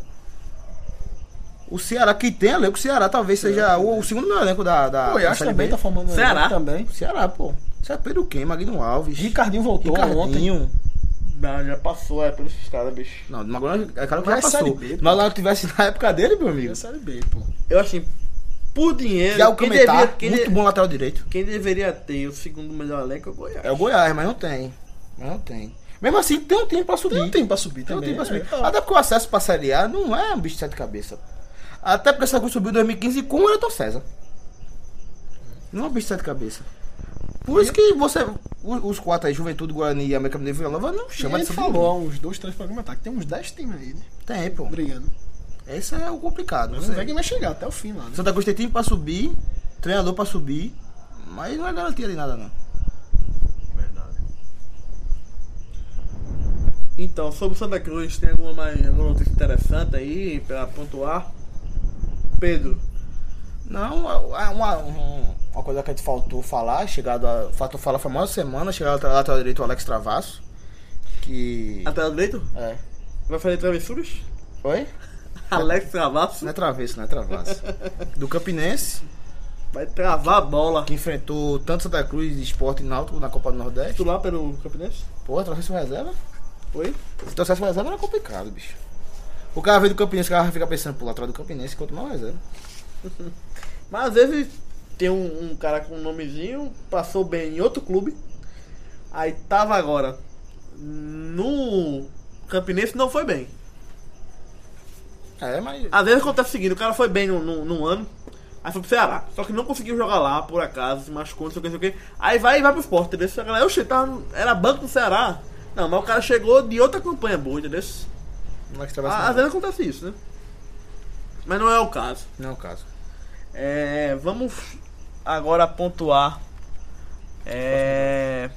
S3: O Ceará, que tem elenco, o Ceará talvez seja o, o segundo melhor elenco da. da da
S2: Goiás
S3: Série
S2: também
S3: B.
S2: tá formando um
S1: Será?
S2: elenco também.
S3: O Ceará, pô. Isso é Pedro quem? Magno Alves.
S2: Ricardinho voltou ontem.
S3: Ricardinho.
S1: Não, já passou, é pelos caras, bicho.
S3: Não, mas agora é claro que
S2: Mas
S3: já
S2: é Série
S3: passou.
S2: B, pô.
S3: mas lá tivesse na época dele, meu amigo.
S2: É Série B, pô.
S1: Eu achei, por dinheiro,
S3: Já o
S1: quem,
S3: Cametá,
S1: devia- quem,
S3: muito
S1: de-
S3: bom lateral direito.
S1: quem deveria ter o segundo melhor elenco é o Goiás.
S3: É o Goiás, mas não tem. Mas não tem. Mesmo assim, tem um tempo pra subir.
S2: Tem um tempo pra subir
S3: Tem um
S2: também.
S3: tempo pra subir.
S2: É, tá.
S3: Até porque o acesso pra Série A não é um bicho de sete cabeças. Até porque o Santa Cruz subiu em 2015 com o Ayrton César. Não é um bicho de sete cabeças. Por isso que você. o- Os quatro aí, Juventude, Guarani e América Mineiro e Vila Nova, não chama
S2: Chama
S3: de
S2: ele
S3: subir.
S2: falou há uns dois, três programas tá, que tem uns 10 times aí, né?
S3: Tem, pô.
S2: Brigando.
S3: Esse é o complicado.
S2: Vamos
S3: Você-
S2: ver quem vai chegar até o fim lá, né?
S3: Santa Cruz tem time pra subir, treinador pra subir, mas não é garantia de nada, não.
S1: Verdade. Então, sobre o Santa Cruz, tem alguma, mais, alguma notícia interessante aí pra pontuar? Pedro,
S3: Não, a- a- uma, um- uma coisa que a gente faltou falar, chegado a. Faltou falar foi a maior semana, chegado a lateral direito o Alex Travasso. Que.
S1: lateral direito?
S3: É.
S1: Vai fazer travessuras?
S3: Oi?
S1: Alex Travasso
S3: Não é travesso, não é travasso. Do Campinense,
S1: vai travar a bola.
S3: que enfrentou tanto Santa Cruz, Esporte e Náutico na Copa do Nordeste.
S1: Titular pelo Campinense?
S3: Pô, trouxe reserva?
S1: Oi?
S3: Se trouxesse reserva era complicado, bicho. O cara veio do Campinense, o cara fica pensando, pô, lateral do Campinense, quanto mais reserva.
S1: Mas às vezes tem um, um cara com um nomezinho, passou bem em outro clube, aí tava agora no Campinense não foi bem.
S3: É, mas.
S1: Às vezes acontece o seguinte, o cara foi bem num, num- num ano, aí foi pro Ceará, só que não conseguiu jogar lá, por acaso, se machucou, não sei o que, não sei o que. Aí vai e vai pro Sport, entendeu? Essa galera, oxe, tava no- era banco do Ceará. Não, mas o cara chegou de outra campanha boa, entendeu?
S3: O Alex Travasso
S1: Ah, Às
S3: não.
S1: vezes acontece isso, né? Mas não é o caso.
S3: não é o caso.
S1: É, vamos agora pontuar é,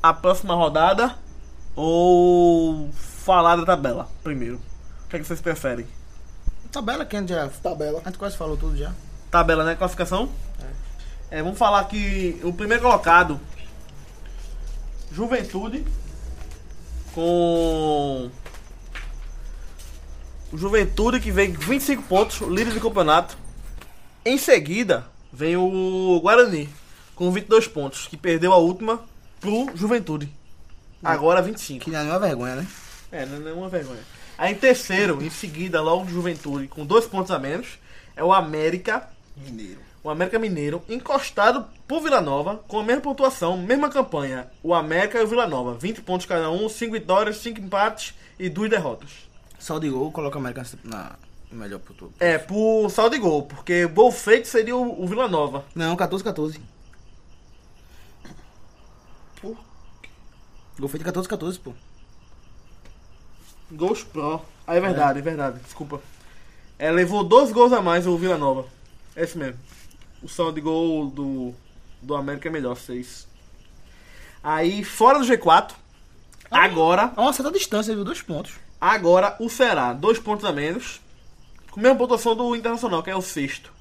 S1: a próxima rodada ou falar da tabela primeiro. O que, é que vocês preferem?
S3: Tabela, quem já.
S2: Tabela.
S3: A gente quase falou tudo já.
S1: Tabela, né? Classificação? É, vamos falar que o primeiro colocado, Juventude, com. o Juventude que vem com 25 pontos, líder do campeonato. Em seguida, vem o Guarani, com 22 pontos, que perdeu a última pro Juventude. Agora 25.
S3: Que não é nenhuma vergonha, né?
S1: É, não é nenhuma vergonha. Aí em terceiro, em seguida, logo Juventude, com dois pontos a menos, é o América,
S2: Mineiro.
S1: o Um América Mineiro, encostado por Vila Nova, com a mesma pontuação, mesma campanha. O América e o Vila Nova, 20 pontos cada um, 5 vitórias, 5 empates e 2 derrotas.
S3: Só de gol coloca o América na melhor pro todo.
S1: É, por saldo de gol, porque gol feito seria o, o Vila Nova.
S3: Não, 14, 14. Pô. Gol feito 14, 14, pô.
S1: Gols pró. Ah, é verdade, é, verdade, desculpa. É, levou 12 gols a mais o Vila Nova. É isso mesmo. O saldo de gol do, do América é melhor, 6. Aí, fora do G4, agora...
S3: A uma certa distância, viu? Dois pontos.
S1: Agora o Ceará, dois pontos a menos. Com a mesma pontuação do Internacional, que é o sexto.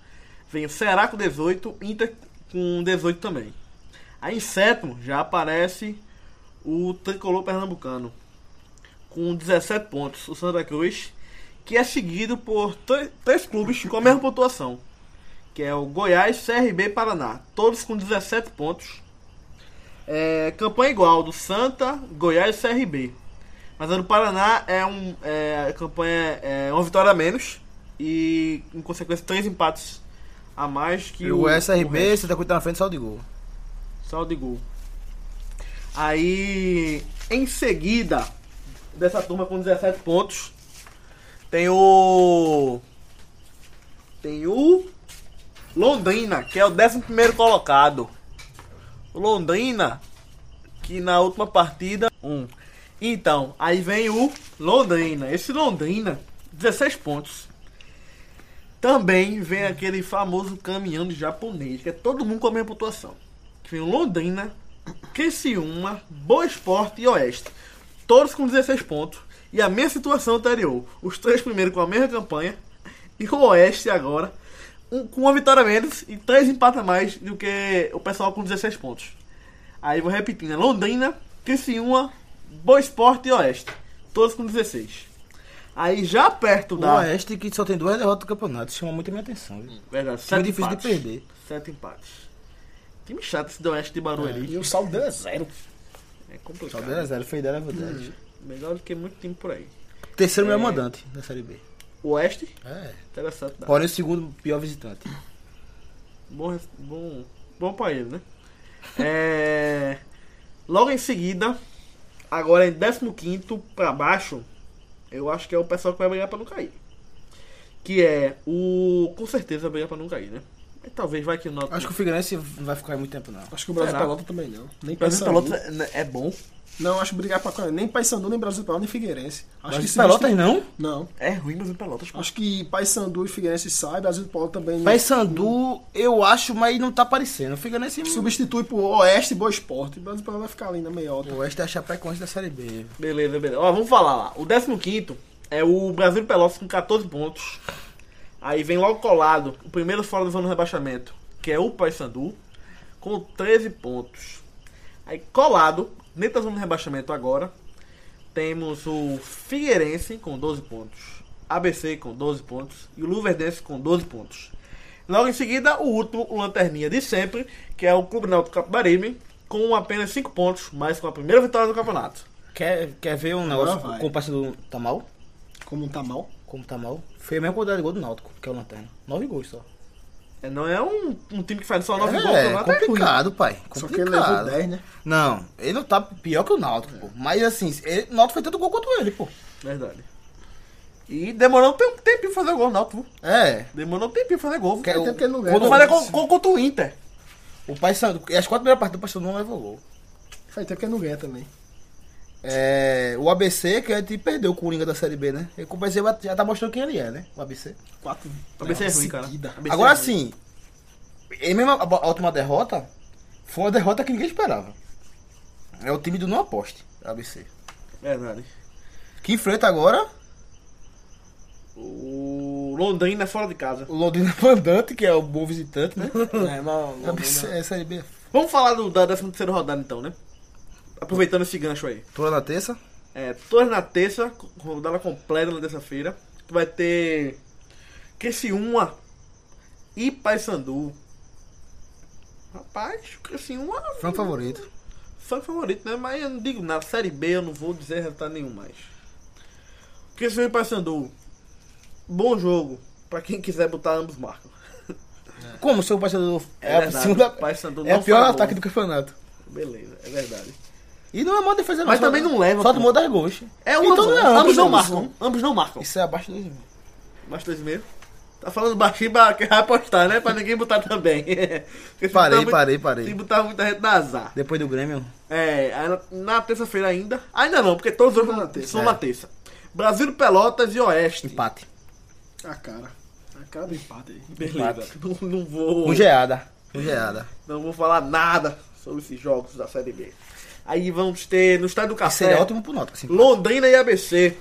S1: Vem o Ceará com 18, Inter com 18 também. Aí em sétimo já aparece o Tricolor Pernambucano. Com 17 pontos, o Santa Cruz, que é seguido por tre- três clubes com a mesma pontuação. Que é o Goiás, CRB e Paraná. Todos com 17 pontos. É, campanha igual do Santa, Goiás e CRB. Mas a do Paraná é, um, é a campanha é uma vitória a menos e, em consequência, três empates a mais que
S3: o SRB,
S1: resto.
S3: você tá cuidando na frente só de gol.
S1: Saldo de gol. Aí, em seguida, dessa turma com 17 pontos, tem o. Tem o. Londrina, que é o 11 colocado. O Londrina, que na última partida. Um. Então, aí vem o Londrina. Esse Londrina, 16 pontos. Também vem aquele famoso caminhão de japonês, que é todo mundo com a mesma pontuação. Que vem o Londrina, Criciúma, Boa Esporte e Oeste. Todos com 16 pontos. E a mesma situação anterior. Os três primeiros com a mesma campanha. E o Oeste agora. um- com uma vitória a menos e três empates a mais do que o pessoal com 16 pontos. Aí vou repetindo: é Londrina, Criciúma, Boa Esporte e Oeste. Todos com 16. Aí já perto
S3: O
S1: da.
S3: Oeste, que só tem duas derrotas do campeonato, chama muito a minha atenção. viu?
S1: Verdade,
S3: Time
S1: sete
S3: difícil
S1: empates.
S3: de perder.
S1: Sete empates. Time chato esse do Oeste de Barueri.
S2: E o saldo dele é zero.
S1: É,
S3: um Só
S1: complicado.
S3: 0 a 0 foi ideia, é verdade.
S1: Melhor do que muito time por aí.
S3: Terceiro melhor
S1: É.
S3: mandante da Série B.
S1: O Oeste,
S3: É.
S1: interessante. Dá.
S3: Porém, o segundo pior visitante.
S1: Bom, res- bom, bom pra ele, né? É, logo em seguida, agora em 15 pra baixo, eu acho que é o pessoal que vai brigar pra não cair. Que é o. Com certeza vai brigar pra não cair, né? Mas talvez vai que o Náutico.
S3: Acho que o Figueirense não vai ficar muito tempo, não.
S2: Acho que o Brasil
S1: Será?
S2: Pelota também não. Nem
S1: o Brasil
S2: Paysandu.
S1: Pelotas é, é bom,
S2: Não, acho brigar pra é? nem Paysandu, nem Brasil Pelota, nem Figueirense. Acho
S3: Mas
S2: que se
S3: Pelotas
S2: vestir-
S3: não?
S2: Não.
S1: é ruim, mas o Pelotas. pô.
S2: Acho que Paysandu e Figueirense sai, Brasil Pelota também não.
S3: Paysandu, eu acho, mas não tá aparecendo. O Figueirense...
S2: substitui por Oeste e Boa Esporte. O Brasil Pelota vai ficar ali na meiota.
S3: O Oeste é a Chapecoense da Série B.
S1: Beleza, beleza. Ó, vamos falar lá. O 15 é o Brasil Pelotas com 14 pontos. Aí vem logo colado o primeiro fora da zona de rebaixamento, que é o Paysandu, com 13 pontos. Aí colado, dentro da zona de rebaixamento agora, temos o Figueirense com 12 pontos, ABC com 12 pontos e o Luverdense com 12 pontos. Logo em seguida, o último, o Lanterninha de sempre, que é o Clube Náutico Capibaribe, com apenas 5 pontos, mas com a primeira vitória do campeonato.
S3: Quer, quer ver um negócio
S2: vai.
S3: como o Paysandu tá mal?
S2: Como tá mal.
S3: Como tá mal? Foi a mesma quantidade de gol do Náutico, que é o Lanterna. Nove gols só.
S1: É, não é um, um time que faz só 9
S3: é,
S1: gols, não é
S3: complicado, pai.
S2: Só que ele levou
S3: Complicado.
S2: 10, né?
S3: Não, ele não tá pior que o Náutico, pô. Mas assim, ele, o Náutico fez tanto gol quanto ele, pô.
S1: Verdade. E demorou um tempo- tempinho pra fazer gol, não, pô.
S3: É.
S1: Demorou um tempinho pra fazer gol.
S3: Que-
S1: Quer...
S2: Tem tempo que ele não ganha. né?
S1: Quando
S3: Quando
S1: fazer gol, gol contra o Inter.
S3: O Paysandu, as quatro primeiras partidas do Paysandu não levou gol.
S2: Faz tempo que ele não ganha também.
S3: É, o ABC, que a gente perdeu o Coringa da Série B, né? E o ABC já tá mostrando quem ele é, né? O ABC.
S2: Quatro.
S1: ABC é ruim, cara.
S2: seguida.
S1: ABC é
S3: Agora
S1: ruim.
S3: sim, e mesmo a, a última derrota foi uma derrota que ninguém esperava. É o time do não aposte, ABC.
S1: Verdade.
S3: Que enfrenta agora
S1: O Londrina é fora de casa.
S3: o Londrina Mandante, que é o bom visitante, né?
S2: É, mas-
S3: ABC, é Série B.
S1: Vamos falar do, da 13 rodada então, né? Aproveitando esse gancho aí.
S3: Tua na terça.
S1: É, todas na terça, com- rodada completa na terça-feira. Vai ter Criciúma e Paysandu. Rapaz, o Criciúma
S3: Franco favorito.
S1: foi favorito, né? Mas eu não digo na Série B, eu não vou dizer resultado nenhum mais. Criciúma e Paysandu. Bom jogo. Pra quem quiser botar ambos marcam.
S3: Como o seu Paysandu é,
S1: É
S3: a
S1: verdade,
S3: segunda.
S1: o Paysandu
S3: é
S1: não
S3: o pior
S1: faz gol.
S3: ataque do campeonato.
S1: Beleza, é verdade.
S3: E não é mó defesa, não.
S1: Mas
S3: Só-
S1: também não leva,
S3: Só
S1: pô.
S3: tomou 10 gols.
S1: É uma
S3: Então
S1: boa.
S3: não é
S1: ambos
S3: ambos,
S1: não
S3: né?
S1: marcam. Ambos não marcam.
S3: Isso é abaixo do.
S1: Mais dois e meio. Tá falando baixinho pra quem vai apostar, né? Pra ninguém botar também. Porque se botar
S3: Parei,
S1: muito-
S3: parei, parei.
S1: Se botar muita gente, dá azar.
S3: Depois do Grêmio.
S1: É, aí na- na terça-feira ainda. Ainda não, porque todos os
S2: Na
S1: jogos
S2: terça,
S1: são
S3: é.
S1: na terça. Brasil, Pelotas e Oeste.
S3: Empate.
S2: A cara. A cara do empate aí.
S1: Beleza. Não, não vou.
S3: Um geada. Um geada.
S1: Não vou falar nada sobre esses jogos da Série B. Aí vamos ter no Estádio do Café.
S3: Seria ótimo pro Náutico. assim.
S1: Londrina e ABC.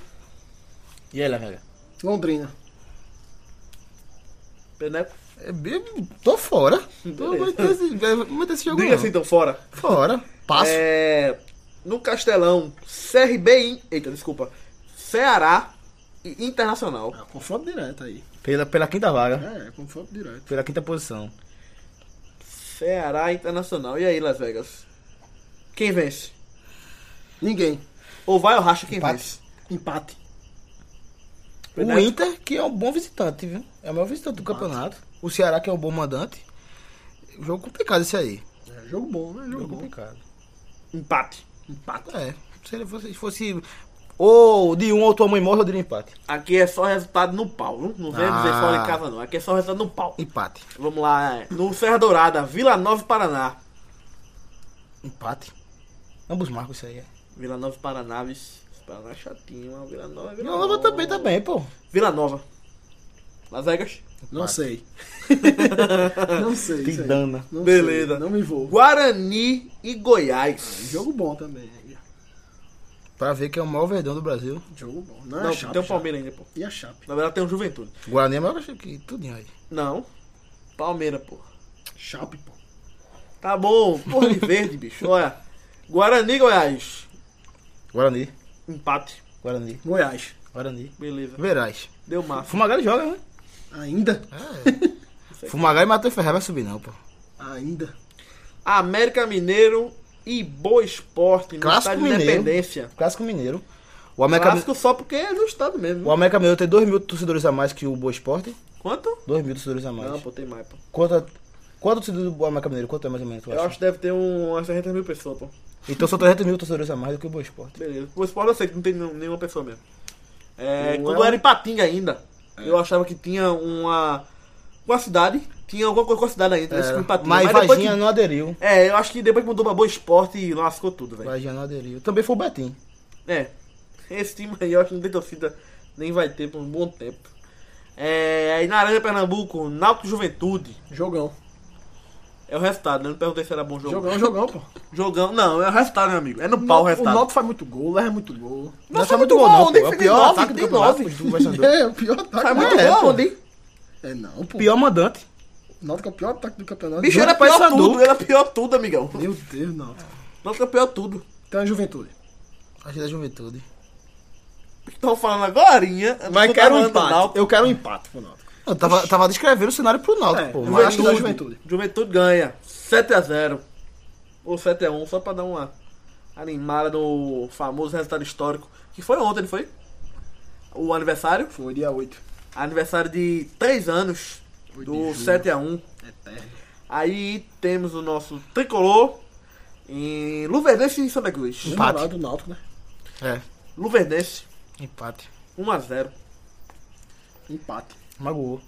S3: E aí, velho?
S2: Londrina.
S1: Peneco.
S3: É, bem- tô fora. Tô
S1: Beleza.
S3: muito esse, é, muito esse jogo
S1: Diga
S3: não.
S1: assim, então, fora.
S3: Fora. Passo.
S1: É, no Castelão, CRB, e- eita, desculpa, Ceará e Internacional.
S2: Ah, confronto direto aí.
S3: Pela, pela quinta vaga.
S2: É, confronto direto.
S3: Pela quinta posição.
S1: Ceará e Internacional. E aí, Las Vegas? Quem vence?
S2: Ninguém.
S1: Ou vai ou racha quem
S3: Empate. Um,
S1: vence?
S2: Empate.
S3: O Inter, que é um bom visitante, viu? É o maior visitante do campeonato. O Ceará, que é um bom mandante. Jogo complicado esse aí.
S2: É, jogo bom, né? Jogo
S3: Jogo
S2: bom.
S3: complicado.
S1: Empate. Empate.
S3: É, se ele fosse, se fosse ou de um ou tua mãe morre, eu diria empate.
S1: Aqui é só resultado no pau, viu? Não vem dizer
S3: Ah.
S1: fora de casa, não. Aqui é só resultado no pau.
S3: Empate.
S1: Vamos lá, é. no Serra Dourada, Vila Nova e Paraná.
S3: Empate. Ambos marcam isso aí. É.
S1: Vila Nova e Paraná, vixe. Esse Paraná é chatinho, mas Vila Nova é Vila
S3: Vila Nova também tá bem, pô.
S1: Vila Nova. Las Vegas.
S2: Não sei. não sei. isso aí.
S3: Tidana.
S2: Não
S1: Beleza.
S2: sei, Não me envolvo.
S1: Guarani e Goiás.
S2: Jogo bom também.
S3: Pra ver que é o maior verdão do Brasil.
S2: Jogo bom. Não, é
S3: tá
S1: Não,
S2: a Chape,
S1: tem o Palmeiras ainda, pô.
S2: Chape. E a Chape.
S1: Na verdade tem o Juventude.
S3: Guarani é maior que tudinho aí.
S1: Não. Palmeiras, pô.
S2: Chape, pô.
S1: Tá bom, porra de verde, bicho. Olha. Guarani e Goiás.
S3: Guarani.
S1: Empate.
S3: Guarani.
S2: Goiás.
S3: Guarani.
S1: Beleza.
S3: Verás.
S1: Deu massa.
S3: Fumagalli joga, né?
S2: Ainda?
S3: Fumagalli e Matheus Ferreira vai subir, não, pô.
S2: Ainda.
S1: América Mineiro e Boa Esporte no
S3: Clássico
S1: estádio
S3: Mineiro.
S1: Independência.
S3: Clássico Mineiro. O América,
S1: Clássico só porque é no estado mesmo.
S3: o América Mineiro tem 2 mil torcedores a mais que o Boa Esporte.
S1: Quanto?
S3: 2 mil torcedores a mais.
S1: Não, pô, tem mais, pô.
S3: Quanto, quanto torcedor do América Mineiro? Quanto é mais ou menos, tu
S1: Eu
S3: acha?
S1: acho que deve ter um, umas 300 mil pessoas, pô.
S3: Então são 300 mil torcedores a mais do que o Boa Esporte.
S1: Beleza. O esporte eu sei que não tem nenhum- nenhuma pessoa mesmo. É,
S2: Não
S1: quando
S2: é um- É.
S1: eu era em Patinga ainda, eu achava que tinha uma. Uma cidade. Tinha alguma coisa com a cidade
S2: É,
S1: ainda. nesse
S3: Era.
S1: Patinga.
S3: Mas,
S1: depois
S3: Varginha
S1: que,
S3: não aderiu.
S1: É, eu acho que depois que mudou pra Boa Esporte e lascou tudo, velho.
S3: Varginha não aderiu. Também foi o Betim.
S1: É. Esse time aí eu acho que não tem torcida, nem vai ter por um bom tempo. É, aí na Arena Pernambuco, Náutico e Juventude.
S2: Jogão.
S1: É o resultado, né? Eu não perguntei se era bom jogo.
S2: Jogão, jogão, pô.
S1: Jogão. Não, é o resultado, meu amigo. É no pau o
S2: o
S1: resultado.
S2: Náutico faz muito gol, leva muito gol.
S1: Não
S3: Nossa,
S1: foi
S3: é muito
S1: muito
S3: bom,
S1: bom,
S3: não, pô.
S1: nem
S3: É o
S1: fez
S3: pior
S1: nove,
S3: ataque do
S1: tem
S3: campeonato.
S1: nove.
S3: os do Conversador.
S2: É, o pior ataque.
S1: Faz
S2: né?
S1: muito
S3: é,
S1: gol,
S3: pô.
S1: hein?
S2: É não, pô.
S3: Pior mandante.
S2: O Náutico é o pior ataque do campeonato.
S1: Bicho,
S3: Jogo
S1: era
S3: pra
S1: pior
S3: Sandu.
S1: tudo, era pior tudo, amigão.
S2: Meu Deus, Náutico.
S1: Nossa, é pior tudo.
S2: Então é juventude.
S3: Acho da juventude.
S1: O que estão falando agora?
S2: Mas quero um empate. Eu quero um empate pro Náutico.
S3: Eu tava, tava descrevendo o cenário pro Náutico,
S2: É,
S3: pô.
S2: eu
S3: Mas
S2: acho que
S1: Juventude.
S2: dá Juventude.
S1: Juventude ganha. 7x0. Ou 7x1, só pra dar uma animada no famoso resultado histórico. Que foi ontem, não foi? O aniversário.
S2: Foi dia 8.
S1: Aniversário de 3 anos
S2: Oito
S1: do
S2: de julho.
S1: 7x1.
S2: Eterno.
S1: Aí temos o nosso tricolor em Luverdense e Santa Cruz.
S3: Empate.
S2: Empate. do Náutico, né?
S3: É,
S1: Luverdense,
S3: empate.
S1: 1x0.
S2: Empate.
S3: Magoou.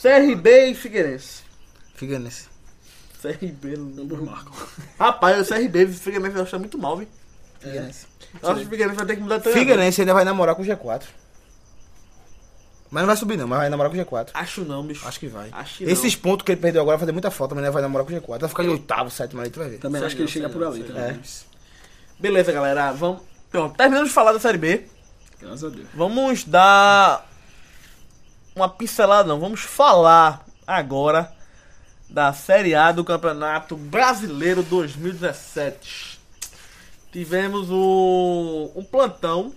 S1: CRB e Figueirense.
S3: Fica nesse.
S1: CRB, não
S2: Ambos marcam.
S1: Rapaz, o CRB e o Figueirense eu acho muito mal, viu?
S2: É.
S3: Figueirense.
S1: Eu acho que o Figueirense vai ter que mudar de treinador.
S3: Figueirense ainda vai namorar com o G4. Mas não vai subir, não. Mas vai namorar com o G4.
S1: Acho não, bicho.
S3: Acho que vai.
S1: Acho que não.
S3: Esses pontos que ele perdeu agora vai fazer muita falta, mas ele vai namorar com o G4. Vai ficar em oitavo, sétimo ali, tu vai ver.
S2: Também
S1: Sei
S2: acho que ele
S1: não,
S2: chega
S1: sei
S2: por
S1: não,
S2: ali.
S1: sei
S2: tá ligado?
S1: Beleza, galera. Vamos. Pronto, terminamos de falar da Série B.
S2: Graças a Deus.
S1: Vamos dar uma pincelada, não. Vamos falar agora da Série A do Campeonato Brasileiro 2017. Tivemos o, um plantão.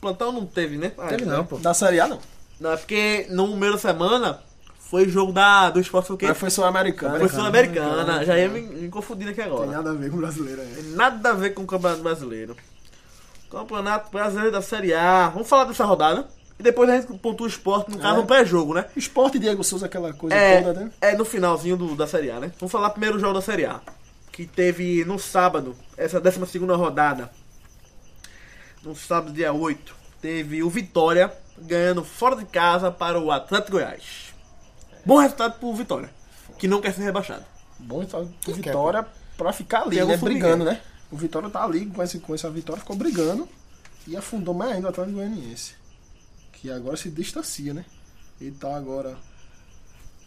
S1: Plantão não teve, né? Ah,
S3: Teve não, pô.
S2: Da Série A, não.
S1: Não, é porque no primeiro semana foi jogo da, do esporte foi o quê?
S2: Mas foi Sul-Americano.
S1: Foi Sul-Americana. Já ia me, me confundindo aqui agora.
S2: Tem nada a ver com brasileiro,
S1: Tem
S2: é.
S1: nada a ver com o Campeonato Brasileiro. Campeonato Brasileiro da Série A. Vamos falar dessa rodada. E depois a gente pontua o esporte, no caso,
S2: É.
S1: no pré-jogo, né?
S2: Esporte Diego Souza, aquela coisa
S1: É,
S2: toda, né?
S1: é no finalzinho do- da Série A, né? Vamos falar primeiro o jogo da Série A. Que teve no sábado, essa 12 rodada. No sábado, dia 8. Teve o Vitória ganhando fora de casa para o Atlético Goiás. Bom resultado pro Vitória, que não quer ser rebaixado.
S2: Bom, tá, o
S3: quer,
S2: Vitória pra ficar ali,
S1: Diego
S2: né?
S1: Formiga.
S2: Brigando, né? O Vitória tá ali com, esse, com essa vitória, ficou brigando e afundou mais ainda o Atlético Goianiense. Que agora se distancia, né? Ele tá agora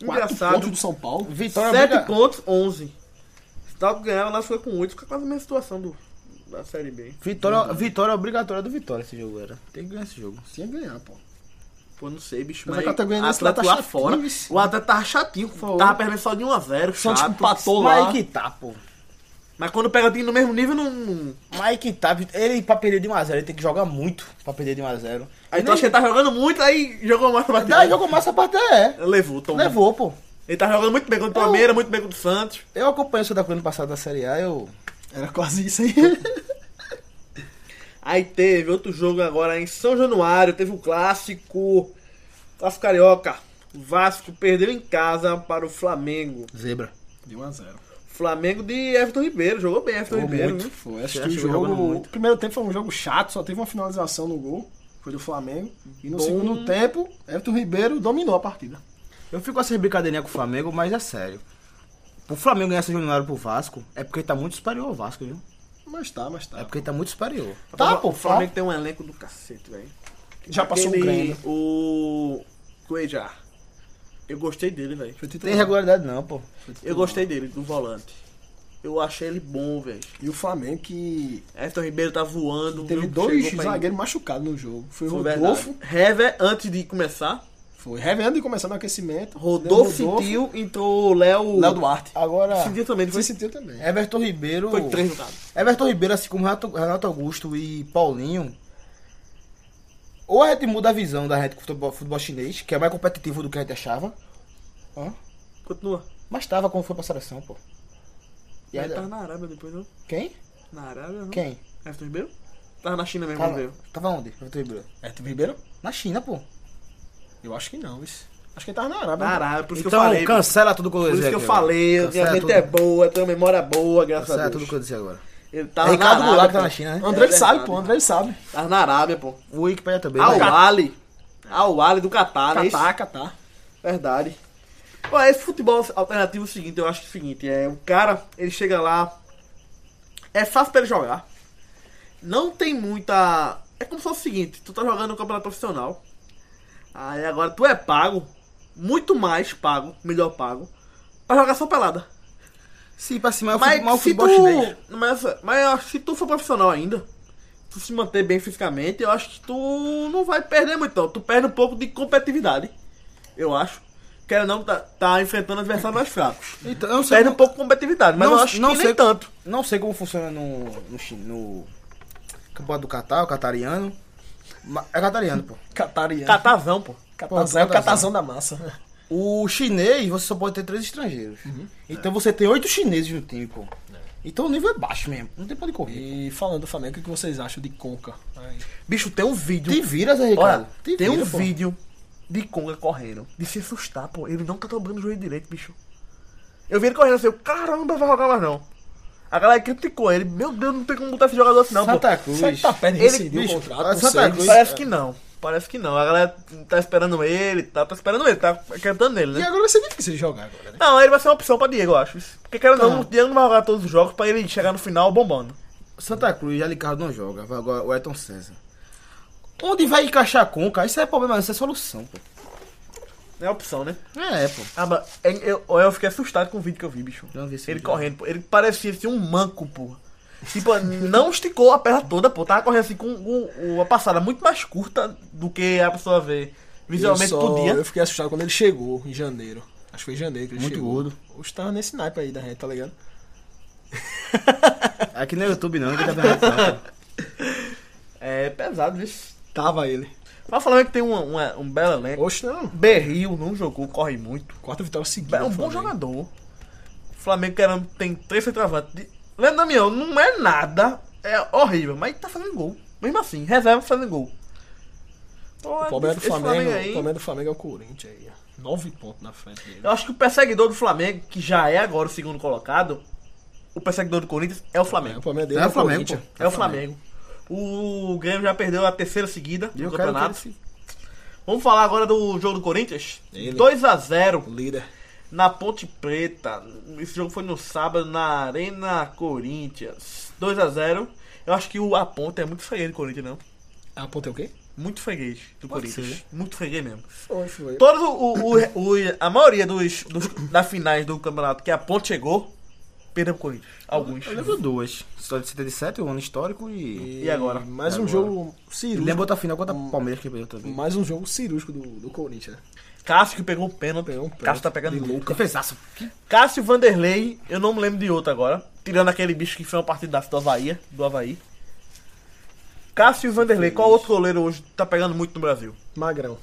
S2: quatro pontos
S1: Engraçado.
S2: do São Paulo.
S3: Vitória
S1: 7
S3: briga-
S1: pontos, 11. Se o Náutico ganhar, o Náutico fica com 8. Fica quase a mesma situação do, da Série B.
S3: Vitória, vitória obrigatória do Vitória esse jogo, era. Tem que ganhar esse jogo.
S2: Tinha que ganhar, pô.
S1: Pô, não sei, bicho.
S2: Mas
S1: Mas
S2: a categoria
S1: o
S2: nesse lá
S1: Atlético
S2: tá
S1: lá
S2: chatinho,
S1: fora.
S2: viu?
S1: O Atlético tava chatinho.
S2: Foi.
S1: Tava perdendo só de 1 a 0
S2: Santos
S1: chato.
S2: empatou lá.
S1: Mas,
S3: Mas aí que tá, pô.
S1: mas quando pega time no mesmo nível, não- não...
S3: Mas aí que tá. Ele pra perder de 1x0, ele tem que jogar muito pra perder de 1x0.
S1: tá Aí tu acha que ele tá jogando muito, aí jogou mais pra
S3: Daí
S1: bater.
S3: jogou massa pra até é.
S1: Levou, tomou.
S3: Levou, pô.
S1: Ele tá jogando muito bem contra o Palmeiras, muito bem contra o Santos.
S3: Eu acompanho o Santa Cruz no passado da Série A, eu.
S2: Era quase isso aí.
S1: Aí teve outro jogo agora em São Januário, teve o clássico. Clássico Carioca. O Vasco perdeu em casa para o Flamengo.
S3: Zebra.
S2: De 1 a 0
S1: Flamengo de Everton Ribeiro, jogou bem Everton
S3: Jogou
S1: Ribeiro.
S3: muito.
S1: né?
S2: Foi, acho
S1: Você
S2: que o
S1: acha que jogando
S2: jogo.
S1: muito?
S2: O primeiro tempo foi um jogo chato, só teve uma finalização no gol. Foi do Flamengo. E no
S1: Bom.
S2: segundo tempo, Everton Ribeiro dominou a partida.
S3: Eu fico com essa brincadeirinha com o Flamengo, mas é sério. O Flamengo ganhar essa jornada pro Vasco é porque ele tá muito superior ao Vasco, viu?
S2: Mas tá, mas tá.
S3: É porque ele tá muito superior.
S2: Tá,
S1: O
S2: pô,
S1: Flamengo tem um elenco do cacete, velho.
S2: Já passou um o
S1: Aquele-
S2: Grêmio.
S1: um O. Cuejar. Eu gostei dele, velho.
S2: Foi titular.
S3: Tem regularidade não, pô.
S1: Eu gostei dele, do volante. Eu achei ele bom, velho.
S2: E o Flamengo que
S1: Everton Ribeiro tá voando.
S2: teve
S1: viu?
S2: dois
S1: Chegou pra-
S2: zagueiros machucados no jogo. Foi o
S1: Foi
S2: Rodolfo.
S1: verdade. Hever, antes de começar.
S2: Foi revendo e começando o aquecimento.
S1: Rodolfo,
S2: Deu
S1: sentiu, entrou o Léo.
S2: Léo Duarte.
S3: Agora,
S1: Sentiu também, não
S2: Você
S1: foi?
S2: sentiu também.
S3: Everton Ribeiro.
S1: Foi três no caso.
S3: Everton Ribeiro, assim como Renato, Renato Augusto e Paulinho, ou a gente muda a visão da gente com o futebol, futebol chinês, que é mais competitivo do que a gente achava, Hã?
S1: Continua.
S3: mas tava quando foi pra seleção, pô. E
S1: E aí
S3: ainda-
S1: tava na Arábia depois, não?
S3: Quem?
S1: Na Arábia, não?
S3: Quem?
S1: Everton Ribeiro? Tava na China mesmo, não
S3: Tava,
S1: veio.
S3: tava onde? Everton Ribeiro.
S2: Everton Ribeiro?
S3: Na China, pô.
S2: Eu acho que não, isso. Acho que ele tava na Arábia. né?
S1: Na Arábia, por isso que eu
S3: Então
S1: falei.
S3: cancela tudo que eu
S1: Por
S3: disse
S1: isso que eu
S3: aqui,
S1: falei,
S3: Cancela
S1: minha mente
S3: tudo.
S1: é boa, tenho uma memória boa, graças a
S3: Cancela
S1: Deus.
S3: tudo que eu disse agora.
S1: Ele
S3: É
S1: tava
S3: Ricardo
S1: na Arábia,
S3: Goulart que tá na
S1: pô.
S3: China, né?
S2: André
S1: É
S2: sabe,
S1: verdade.
S2: pô. André sabe.
S1: Tava na Arábia, pô.
S3: O Wikipedia também.
S1: Ao
S3: né?
S1: Ali. Ao Ali do Catar, né?
S2: Catar, catar.
S1: Verdade. Ó, esse futebol alternativo é o seguinte, eu acho que é o seguinte, é, o cara, ele chega lá, é fácil pra ele jogar, não tem muita... É como se fosse o seguinte, tu tá jogando no campeonato profissional, aí agora tu é pago, muito mais pago, melhor pago, pra jogar só pelada.
S3: Sim, pra cima é o
S1: Mas,
S3: futebol, mas o
S1: se
S3: futebol
S1: tu,
S3: chinês.
S1: mas, assim, mas eu acho que se tu for profissional ainda, tu se manter bem fisicamente, eu acho que tu não vai perder muito, não. Tu perde um pouco de competitividade, eu acho. Quero não, tá, tá enfrentando adversários mais fracos.
S3: Então, eu não sei
S1: Perde um pouco de competitividade, mas
S3: Não-
S1: eu acho
S3: não
S1: que
S3: sei-
S1: nem tanto.
S3: Não sei como funciona no, no, chi- no campeonato do Catar, o catariano. Ma- É catariano, pô.
S2: Catariano.
S1: Catazão, pô.
S2: Catazão é o catazão
S3: Catazão.
S2: da massa.
S3: O chinês, você só pode ter três estrangeiros. Então você tem oito chineses no time, pô. Então o nível é baixo mesmo. Não tem pra onde correr.
S2: E falando do Flamengo, o que vocês acham de Conca? Aí.
S1: Bicho, tem um vídeo.
S3: Te vira, Zé Ricardo.
S1: Olha,
S3: Te
S1: tem um
S3: vira, pô.
S1: vídeo de Conga correndo. De se assustar, pô. Ele não tá dobrando o joelho direito, bicho. Eu vi ele correndo assim, eu, caramba, vai jogar mais não. A galera criticou ele. Meu Deus, não tem como botar esse jogador assim não, pô.
S3: Santa Cruz.
S2: Será que tá perto de
S1: Ele-
S2: rescindir o
S3: bicho,
S2: contrato? com
S3: Santa
S2: o
S3: Cruz.
S2: Seis?
S1: Parece que não. Parece que não. A galera tá esperando ele, tá, tá esperando ele, tá cantando
S2: E
S1: nele, né?
S2: agora vai ser difícil de jogar agora, né?
S1: Não, ele vai ser uma opção pra Diego, eu acho. Porque querendo ou não,
S3: Tá.
S1: o Diego não vai jogar todos os jogos pra ele chegar no final bombando.
S3: Santa Cruz, já Ricardo não joga. Vai agora o Ayrton César. Onde vai encaixar a Conca? Isso é problema, isso é solução, pô.
S1: É opção, né?
S3: É, pô.
S1: Ah, mas eu, eu- eu fiquei assustado com o vídeo que eu vi, bicho.
S3: Eu não vi esse
S1: ele
S3: vídeo.
S1: correndo, pô. Ele parecia assim, um manco, porra. Tipo, não esticou a perna toda, pô. Tava correndo assim com o- uma passada muito mais curta do que a pessoa vê visualmente
S2: eu só-
S1: podia.
S2: Eu fiquei assustado quando ele chegou em janeiro. Acho que foi em janeiro que ele
S3: Muito
S2: chegou.
S3: gordo.
S2: Hoje tava nesse naipe aí da gente, tá ligado?
S3: Aqui no YouTube não, ninguém tá vendo não, pô.
S1: É pesado isso.
S2: Tava ele.
S1: Mas o Flamengo tem uma- uma- um belo elenco.
S2: Oxe, não.
S1: Berril não jogou, corre muito.
S2: Quarta vitória seguida.
S1: É
S2: do
S1: um bom
S2: Flamengo.
S1: jogador. O Flamengo querendo, tem três centroavantes. De- Leandro Damião não é nada, é horrível, mas tá fazendo gol. Mesmo assim, reserva fazendo gol. Então,
S2: O problema do
S1: esse
S2: Flamengo,
S1: aí-
S2: o problema do Flamengo é o Corinthians aí. ó. Nove pontos na frente dele.
S1: Eu acho que o perseguidor do Flamengo, que já é agora o segundo colocado, o perseguidor do Corinthians é o
S2: É, o
S1: Flamengo.
S2: problema dele
S3: É
S2: é,
S3: o Flamengo,
S2: Corinthians.
S1: É o Flamengo. O Grêmio já perdeu a terceira seguida
S3: E
S1: do
S3: eu quero que ele
S1: campeonato.
S3: se...
S1: Vamos falar agora do jogo do Corinthians.
S2: Ele.
S1: 2 a 0
S2: O líder.
S1: na Ponte Preta. Esse jogo foi no sábado na Arena Corinthians. 2 a 0 Eu acho que o a Ponte é muito freguês do Corinthians, não?
S2: Ah, ponta é o quê?
S1: Muito freguês do
S2: Pode
S1: Corinthians.
S2: ser.
S1: Muito freguês mesmo.
S2: Foi, foi.
S1: Todos o, o- o- a maioria dos, dos das finais do campeonato que a Ponte chegou, perdeu pro Corinthians. Alguns.
S3: Eu lembro duas. História de 77, um ano histórico e.
S1: E agora?
S2: Mais
S3: E
S2: um
S3: agora?
S2: jogo cirúrgico.
S3: Lembra outra final contra o Palmeiras que perdeu também.
S2: Mais um jogo cirúrgico do, do Corinthians. né?
S1: Cássio que pegou o pênalti.
S2: Pegou um pênalti.
S1: Cássio tá pegando louco.
S3: Defesaço.
S1: Cássio Vanderlei, eu não me lembro de outro agora. Tirando aquele bicho que foi uma partida do Havaí. Do Havaí. Cássio e Vanderlei, qual outro goleiro hoje tá pegando muito no Brasil?
S2: Magrão.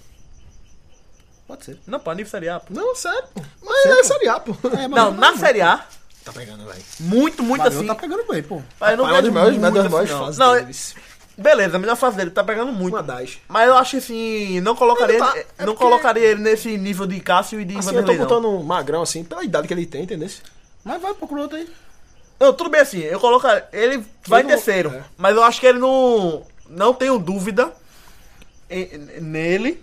S3: Pode ser.
S1: Não, pô, nível Série A, pô.
S2: Não, sério. pô. Mas é Série A, pô.
S3: É,
S1: Não,
S3: mas
S1: na
S3: tá pegando.
S1: Série A,
S2: Tá pegando, velho.
S1: muito, muito
S3: Barão
S1: assim.
S3: tá pegando bem, pô.
S1: Mas eu não
S2: Rafael
S1: vejo
S2: dos maiores- é uma
S1: muito
S2: das maiores
S1: assim, não.
S2: fases
S1: Não,
S2: deles.
S1: Beleza, a melhor fase dele, tá pegando muito.
S2: Uma das.
S1: Mas eu acho que assim, não colocaria
S2: Ele
S1: ele,
S2: tá- é
S1: não
S2: porque-
S1: colocaria ele nesse nível de Cássio e de
S2: Assim, eu tô
S1: Vanderlei, não.
S2: botando um magrão assim, pela idade que ele tem, entendeu?
S3: Mas vai, procura outro aí.
S1: Não, tudo bem assim, eu colocaria. Ele vai em
S2: não-
S1: terceiro.
S2: é.
S1: Mas eu acho que ele não. Não tenho dúvida em- nele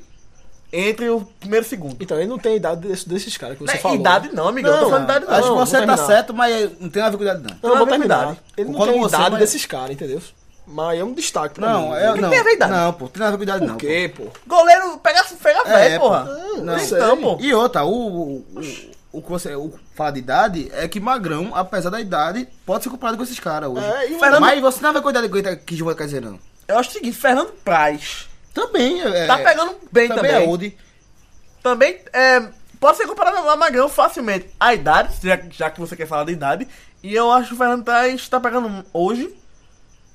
S1: entre o primeiro e o segundo.
S2: Então ele não tem a idade desse- desses caras que você
S1: Não é
S2: falou. é.
S1: idade não, amigão. eu tô falando idade não.
S3: Acho que
S2: vou
S3: você tá
S2: terminar.
S3: certo, mas não tem nada a ver com idade, não.
S2: Não, eu vou
S1: Não é
S2: terminar.
S1: verdade.
S2: Ele não
S3: Concordo
S2: tem
S3: com você,
S2: idade
S3: mas-
S2: desses caras, entendeu? Mas é um destaque pra mim.
S3: Não, é,
S1: Ele
S3: não.
S1: tem a ver idade.
S3: Não, pô, tem nada a ver com idade, não.
S2: Por quê, pô?
S1: Goleiro pega, pega
S3: É,
S1: velho,
S3: é,
S1: porra.
S3: pô.
S2: Não,
S1: então,
S2: sei.
S1: pô.
S3: E outra, o, o, o que você o, fala de idade é que Magrão, apesar da idade, pode ser comparado com esses caras hoje.
S2: É, e o-
S1: Fernando-
S3: Mas você não vai cuidar de coisa que Gilvan quer dizer, não.
S1: Eu acho o seguinte, Fernando Praz.
S3: Também é.
S1: Tá pegando bem também.
S3: é old.
S1: Também é, pode ser comparado ao Magrão facilmente. A idade, já, já que você quer falar da idade. E eu acho que o Fernando Traz tá pegando hoje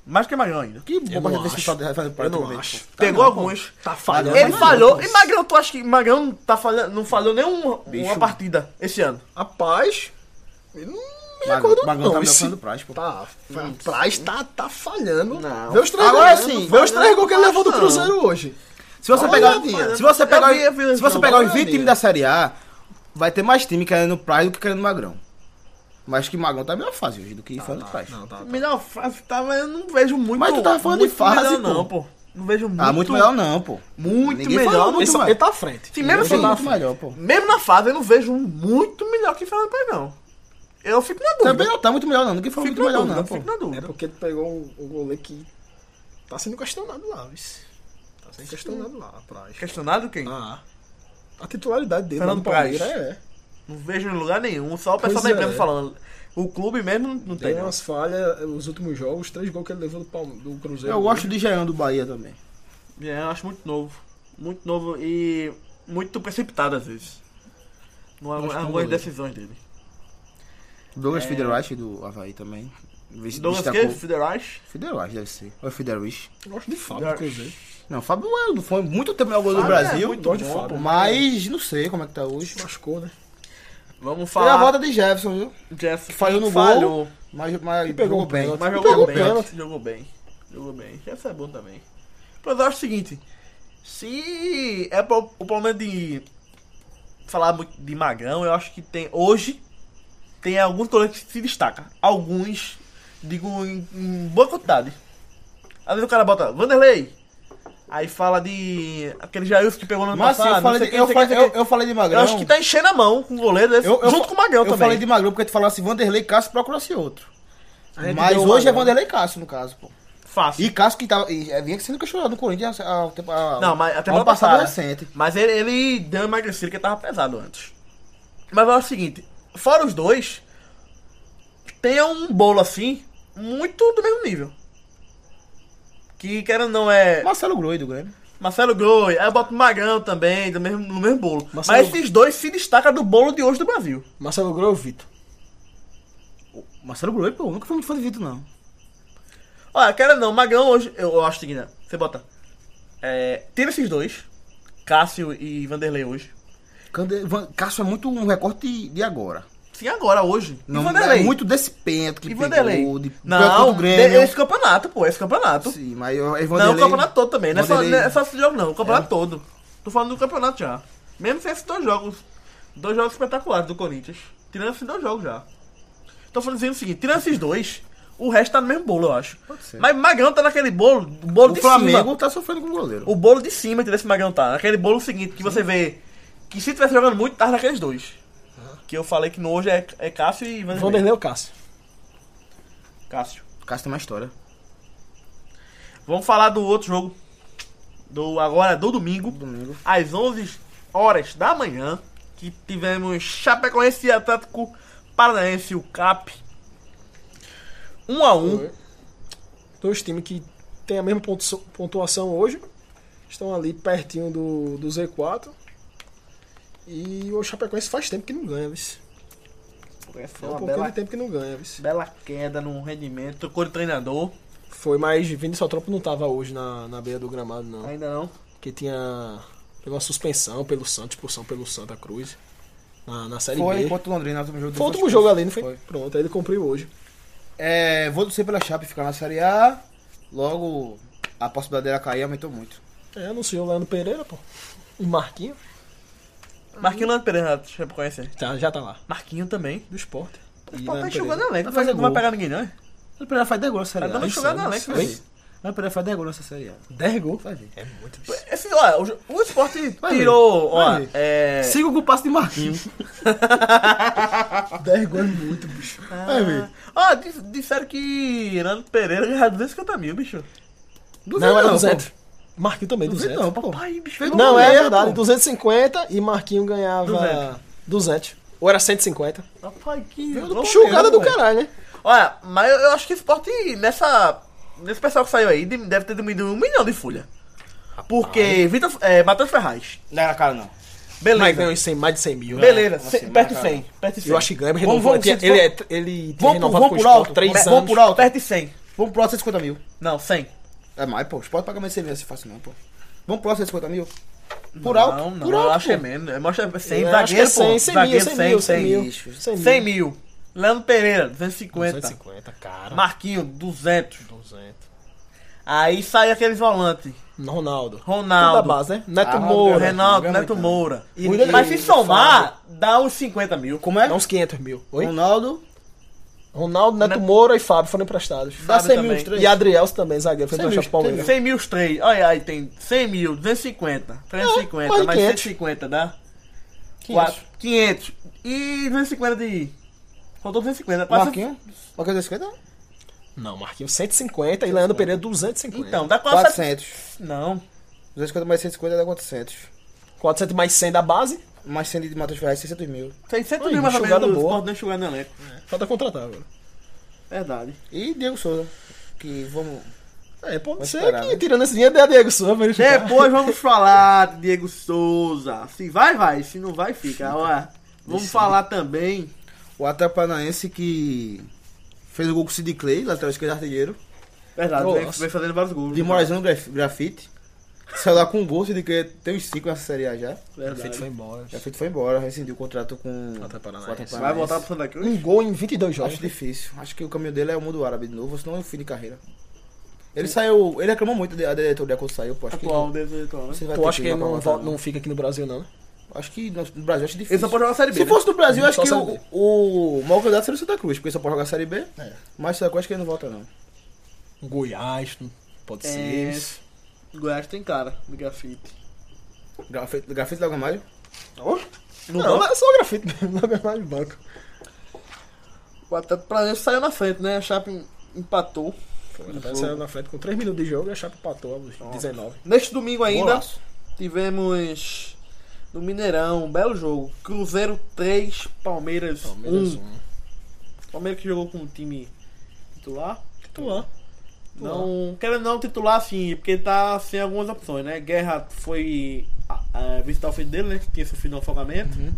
S1: mais que o Magrão ainda.
S3: Que bom
S2: Eu
S3: pra
S2: não
S3: gente ter
S2: acho.
S3: escutado de Rafael Prado
S2: Eu não
S3: também,
S2: acho.
S3: pô.
S1: Pegou alguns.
S2: Tá falhando.
S1: Ele
S3: Magrão,
S1: falhou.
S2: pô.
S1: E Magrão, tu acha que Magrão tá falhando, não falhou nenhuma uma
S2: Bicho.
S1: partida esse ano?
S2: Rapaz, ele não me
S3: Magrão-
S2: recordo
S3: Magrão
S2: não.
S3: tá
S2: esse-
S3: melhorando o Praz, pô.
S2: Tá, o Praz tá, tá falhando.
S1: Não.
S2: Vê os três
S3: Agora
S2: gols,
S3: sim,
S2: Vê os
S1: falhando
S2: três gols que ele
S1: não
S2: levou do
S1: acho,
S2: Cruzeiro hoje.
S3: Se você
S2: Olha
S3: pegar,
S2: a linha.
S3: se você
S1: Eu
S3: pegar,
S1: vi, eu vi,
S3: se você
S1: não,
S3: pegar
S2: olha
S3: os
S2: a
S3: 20 times
S2: linha.
S3: da Série A, vai ter mais time querendo Prado do que querendo Magrão. Mas que Magrão tá em melhor fase hoje do que Fernando Praz.
S2: tá.
S1: Melhor fase tava, eu não vejo muito.
S3: Mas tu tava falando de
S1: muito
S3: fase,
S1: melhor, não, pô. Não vejo muito.
S3: Ah, muito melhor não, pô.
S1: Muito
S3: Ninguém
S1: melhor,
S3: falou
S1: muito
S2: Ele,
S3: muito
S2: só-
S3: mais.
S2: ele tá à frente.
S1: Sim, mesmo
S3: Ele
S1: assim,
S3: tá muito melhor, pô.
S1: Mesmo na fase, eu não vejo um muito melhor que Fernando Praz, não. Eu fico na dúvida.
S3: Também não tá muito melhor não, ninguém falou
S1: fico
S3: muito
S1: na
S3: melhor
S1: dúvida,
S3: não, pô.
S1: fico na
S2: É
S1: dúvida.
S2: porque ele pegou um, um goleiro que tá sendo questionado lá, vice. Tá sendo questionado lá, Praz.
S1: Questionado quem?
S2: Ah, a titularidade dele
S1: Fernando
S2: lá no Palmeiras
S1: Praz.
S2: é.
S1: Não vejo em lugar nenhum, só o pessoal
S2: Pois
S1: da imprensa
S2: é.
S1: falando. O clube mesmo não, não tem.
S2: Tem
S1: não.
S2: umas falhas, os últimos jogos, três gols que ele levou do, Palme- do Cruzeiro.
S3: Eu gosto de Jean do Bahia também.
S1: É, eu acho muito novo. Muito novo e muito precipitado às vezes. Não
S2: Acho que é um
S1: algumas
S2: goleiro.
S1: decisões dele.
S3: Douglas Fiderich do Havaí também. Vice-
S1: É. Douglas
S3: destacou.
S1: Cage, Federais.
S3: Fiderich deve ser. Ou é Fiderich.
S2: Eu gosto de Fábio do Cruzeiro.
S3: Não, Fábio é- foi muito tempo melhor goleiro do
S1: Fábio é
S3: Brasil.
S1: muito
S2: Gosto de
S1: bom,
S2: Fábio.
S3: Mas não sei como é que tá hoje.
S2: Se machucou, né?
S1: Vamos
S3: Foi a
S1: falar.
S3: volta de Jefferson, viu?
S1: Jeff,
S3: falhou no
S1: falhou,
S3: Mas, mas
S2: E pegou
S3: jogou
S2: um
S3: bem.
S2: pênalti.
S1: Mas
S2: E
S1: jogou
S2: pegou
S1: bem.
S2: pênalti.
S1: Jogou bem. Jogou bem. Jeff é bom também. Mas eu acho o seguinte. Se é pro- o problema de falar muito de Magrão, eu acho que tem hoje tem alguns torneios que se destaca. Alguns, digo, em, em boa quantidade. Às vezes o cara bota Vanderlei. Aí fala de aquele Jailson que pegou no ano
S3: Mas assim,
S1: passado.
S3: eu
S1: não
S3: falei,
S1: sei
S3: de,
S1: quem,
S3: eu,
S1: não sei
S3: falei,
S1: quem,
S3: eu,
S1: não sei
S3: eu falei de
S1: quem.
S3: Magrão.
S1: Eu acho que tá enchendo a mão com o goleiro desse,
S3: Eu- eu
S1: junto
S3: fa-
S1: com o Magrão
S3: Eu
S1: também.
S3: falei de Magrão porque tu falou assim, Vanderlei Cássio procura-se outro.
S2: A gente
S3: Mas
S2: deu
S3: hoje é
S2: Magrão.
S3: Vanderlei Cássio, no caso, pô.
S1: Fácil.
S3: E Cássio que tava, e, é, vinha sendo questionado no Corinthians há um tempo. há-
S1: Não, mas até né?
S3: há um
S1: ano
S3: passado
S1: passado.
S3: recente.
S1: Mas ele, ele deu uma emagrecida que tava pesado antes. Mas é o seguinte, fora os dois, tem um bolo assim, muito do mesmo nível. Que querendo não é.
S3: Marcelo Groi do Grêmio.
S1: Marcelo Groi, aí eu boto Magrão também, do mesmo, no mesmo bolo.
S2: Marcelo-
S1: Mas esses dois se destacam do bolo de hoje do Brasil.
S2: Marcelo Grou e o Vitor.
S3: Marcelo Groi, pô, nunca foi muito fã de Vitor, não.
S1: Olha, querendo não, Magrão hoje, eu, eu acho que né, você bota. É, tira esses dois, Cássio e Vanderlei hoje.
S3: Cande- Van- Cássio é muito um recorte de agora.
S1: Sim, agora, hoje.
S3: Não
S1: e
S3: é
S1: Vanderlei.
S3: muito desse pênalti que
S1: E
S3: pegou,
S1: Vanderlei?
S3: de
S1: não,
S3: do Grêmio.
S1: de- esse campeonato, pô, esse campeonato.
S3: Sim, mas eu, eu
S1: Não,
S3: Vanderlei...
S1: o campeonato todo também, não é, só, não
S3: Vanderlei-
S1: é só esse jogo não, o campeonato todo. Tô falando do campeonato já. Mesmo sem esses dois jogos, dois jogos espetaculares do Corinthians. Tirando esses dois jogos já. Tô falando dizendo o seguinte, tirando esses dois, o resto tá no mesmo bolo, eu acho.
S3: Pode ser.
S1: Mas Magrão tá naquele bolo, o bolo
S3: O
S1: de
S3: Flamengo
S1: cima.
S3: tá sofrendo com o goleiro.
S1: O bolo de cima, entendeu? Esse Magrão tá. Naquele bolo seguinte, que você vê que se tivesse jogando muito, tava naqueles dois. Que eu falei que no hoje é, é Cássio e Vanderlei.
S2: Vanderlei ou Cássio?
S1: Cássio.
S3: O Cássio tem uma história.
S1: Vamos falar do outro jogo. Do agora do domingo,
S3: Domingo.
S1: às 11 horas da manhã, que tivemos Chapecoense e Atlético Paranaense, o CAP. 1 a 1.
S2: Foi. Dois times que têm a mesma pontu- pontuação hoje. Estão ali pertinho do, do Z4. E o Chapecoense faz tempo que não ganha, vice.
S1: Foi
S2: Faz um
S1: uma
S2: pouquinho
S1: bela,
S2: de tempo que não ganha, vice.
S1: bela queda no rendimento, trocou de treinador.
S3: É.
S2: Foi, mas Vini Saltrampo não tava hoje na, na beira do gramado, não.
S1: Uhum. Ainda não.
S2: Porque tinha Pela suspensão, pelo Santos, expulsão pelo Santa Cruz. Na, na Série
S3: Foi
S2: B. Foi
S3: contra o Londrina, no último jogo. dele,
S2: o último jogo ali, não foi?
S3: Foi.
S2: Pronto, aí ele cumpriu hoje.
S3: É, vou torcer pela Chape ficar na Série A. Logo, a possibilidade dela cair aumentou muito.
S2: É, anunciou o Leandro Pereira, pô. E Marquinho.
S1: Marquinhos Leandro Pereira, já conhece.
S2: Tá, já tá lá.
S1: Marquinho também.
S2: Do esporte.
S1: O
S2: E
S1: Sport tá
S2: Leandro
S1: enxugando
S2: Pereira.
S1: o elenco,
S3: Vai
S1: não vai-
S3: fazer
S1: não vai
S3: gol.
S1: pegar ninguém, não. é?
S3: O Pereira faz 10 gols na
S1: Tá
S3: Série A.
S1: dando uma
S3: Isso,
S1: enxugada na
S3: isso,
S1: Alex,
S3: isso. O Pereira faz 10 gols nessa Série A.
S2: 10 gols.
S3: Faz isso.
S2: É muito absurdo.
S1: Esse, ó, o, jo- o esporte
S3: Vai ver.
S1: tirou,
S3: Vai
S1: ó,
S3: ver.
S1: é...
S3: 5 gols passe de Marquinhos.
S2: 10 gols é muito, bicho.
S3: Vai ver.
S1: Ó, dis- disseram que Leandro Pereira ganhava 250 mil, bicho.
S2: Não, é era
S3: pô.
S2: 200. Marquinho também, 200.
S3: 200 não, É, pô.
S1: Pai, bicho, fez
S3: Fez gol.
S2: Não, é
S3: Mulher,
S2: verdade.
S3: pô.
S2: 250 e Marquinho ganhava 200. Ou era 150.
S1: Rapaz, que
S3: Veio
S1: louco.
S2: Chugada do
S3: velho.
S2: caralho, né?
S1: Olha, mas eu, eu acho que o esporte nessa. Nesse pessoal que saiu aí de- deve ter diminuído um milhão de folha. Porque Vitor, é, Matheus Ferraz.
S3: Não
S2: é
S3: era caro, não.
S2: Mas ganhou
S1: Beleza.
S2: em 100, mais de 100 mil.
S1: Beleza,
S3: Não,
S1: cem-
S3: assim,
S1: perto de
S3: mas,
S1: 100. Perto de 100.
S2: Eu acho que ganha, mas
S3: Vamos-
S2: renovou.
S3: vamos-
S2: Ele,
S3: vamos-
S2: tinha- ele, é- ele tinha
S3: vamos-
S2: renovado
S3: vamos
S2: com o
S3: por
S2: Sport
S3: alto,
S2: 3
S3: vamos-
S2: anos.
S1: vamos por alto. Perto de 100.
S3: Vamos pro alto 150 mil.
S1: Não, 100.
S3: É mais, pô. O Sport paga mais serviço se fácil, não, pô. Vamos pro alto 150 mil? Por alto?
S1: Não, não,
S3: por
S1: eu
S3: alto,
S1: acho que é
S3: pô.
S1: menos. Eu acho que é 100.
S2: Eu acho que é
S1: Zagueiro,
S2: 100,
S1: pô.
S2: 100 mil, 100
S1: Zagueiro, 100,
S2: mil, 100
S1: 100 mil.
S2: mil. 100 mil.
S1: 100 mil. Leandro Pereira, 250.
S2: 250,
S3: Tá.
S2: cara.
S1: Marquinho, 200.
S2: 200.
S1: Aí sai aquele volante.
S2: Ronaldo. Tudo da
S1: Ronaldo.
S2: base, né? Neto
S3: Ah,
S2: Moura.
S3: Ronaldo, Renan-
S1: Reinaldo,
S3: Ganha
S1: Neto
S3: muito.
S1: Moura.
S3: E-
S1: Mas
S3: e-
S1: se somar, dá uns 50 mil.
S3: Como é?
S2: Dá uns 500 mil. Oi?
S3: Ronaldo.
S2: Ronaldo, Neto
S1: Neto-
S2: Moura e Fábio foram emprestados.
S3: Dá
S1: Fábio
S3: 100 mil
S1: também.
S3: os três.
S2: E Adrielso também, zagueiro, foi
S3: 100 mil,
S2: emprestado pro Palmeiras.
S1: 100 mil, os três. Olha aí, tem 100 mil, 250, 350,
S3: É,
S2: mais de
S1: mais
S2: 500.
S1: 150 dá?
S3: 500.
S1: 4, 500. E 250 de. Faltou 250. quase-
S3: Marquinhos? Marquinhos 250?
S2: Não, Marquinhos 150 e Leandro Pereira 250.
S1: Então, dá quase.
S3: 400.
S1: Não.
S3: 250 mais 150 dá 400.
S2: 400 mais 100 da base,
S3: Mais 100 de Matheus Ferraz, 600 mil.
S1: 600
S2: Aí,
S1: mil mais ou menos
S2: enxugada
S1: do
S2: boa.
S1: esporte não enxugar no elenco.
S2: falta contratar agora.
S1: Verdade.
S3: E Diego Souza. Que vamos.
S2: É, pode
S3: Vamos
S2: ser
S3: esperar,
S2: que
S3: né?
S2: tirando esse dinheiro dê a Diego Souza pra ele ficar.
S1: Depois vamos falar de Diego Souza. Se vai, vai. Se não vai, fica. Olha, vamos falar também.
S3: O Atlético Paranaense que fez o gol com o Sid Clay, lateral esquerdo artilheiro.
S1: Verdade, vem,
S2: Nossa.
S1: vem fazendo vários gols. né?
S3: De né? Moraizão graf grafite. Saiu lá com um gol, o Sid Clay tem uns 5 nessa série A já.
S1: Verdade.
S2: Perfeito, foi embora.
S3: Grafite foi embora, rescindiu o contrato com o
S2: Atlético Paranaense.
S1: Vai voltar pro Santa Cruz?
S2: Um gol em 22 jogos.
S3: Acho difícil. Acho que o caminho dele é o mundo árabe de novo, senão é o fim de carreira. Ele saiu. Ele reclamou muito da diretoria quando saiu, pô. Acho que.
S1: Atual, deve atual, né?
S3: você vai
S2: Tu
S3: ter
S2: acha que ele
S3: ir lá pra
S2: não,
S3: voltar,
S2: volta- não fica aqui no Brasil, não? né?
S3: Acho que no no Brasil acho
S1: Ele
S3: difícil.
S1: só pode jogar Série B.
S3: Se
S1: né?
S3: fosse do Brasil, acho
S2: Só
S3: que
S2: Série
S3: o, o maior candidato seria o Santa Cruz, porque só pode jogar Série B.
S2: É.
S3: Mas Santa Cruz acho que ele não volta, não.
S2: Um Goiás, não pode
S1: É.
S2: ser.
S1: Goiás tem cara de grafite.
S3: Grafite, grafite da Gamalho.
S1: No
S2: Não,
S1: banco,
S2: é só o grafite mesmo, logo é mais de banco.
S1: o Atlético Paranaense saiu na frente, né? A Chape empatou.
S2: Ele saiu na frente com 3 minutos de jogo e a Chape empatou aos 19.
S1: Neste domingo ainda,
S3: Golaço.
S1: tivemos no Mineirão, um belo jogo. Cruzeiro 3, Palmeiras 1.
S2: Palmeiras 1.
S1: Palmeiras que jogou com o time titular.
S2: Titular.
S1: Não, querendo não titular assim, porque tá sem algumas opções, né? Guerra foi ah, ah, visitar o filho dele, né? Que tinha sofrido um afogamento.
S2: Uhum.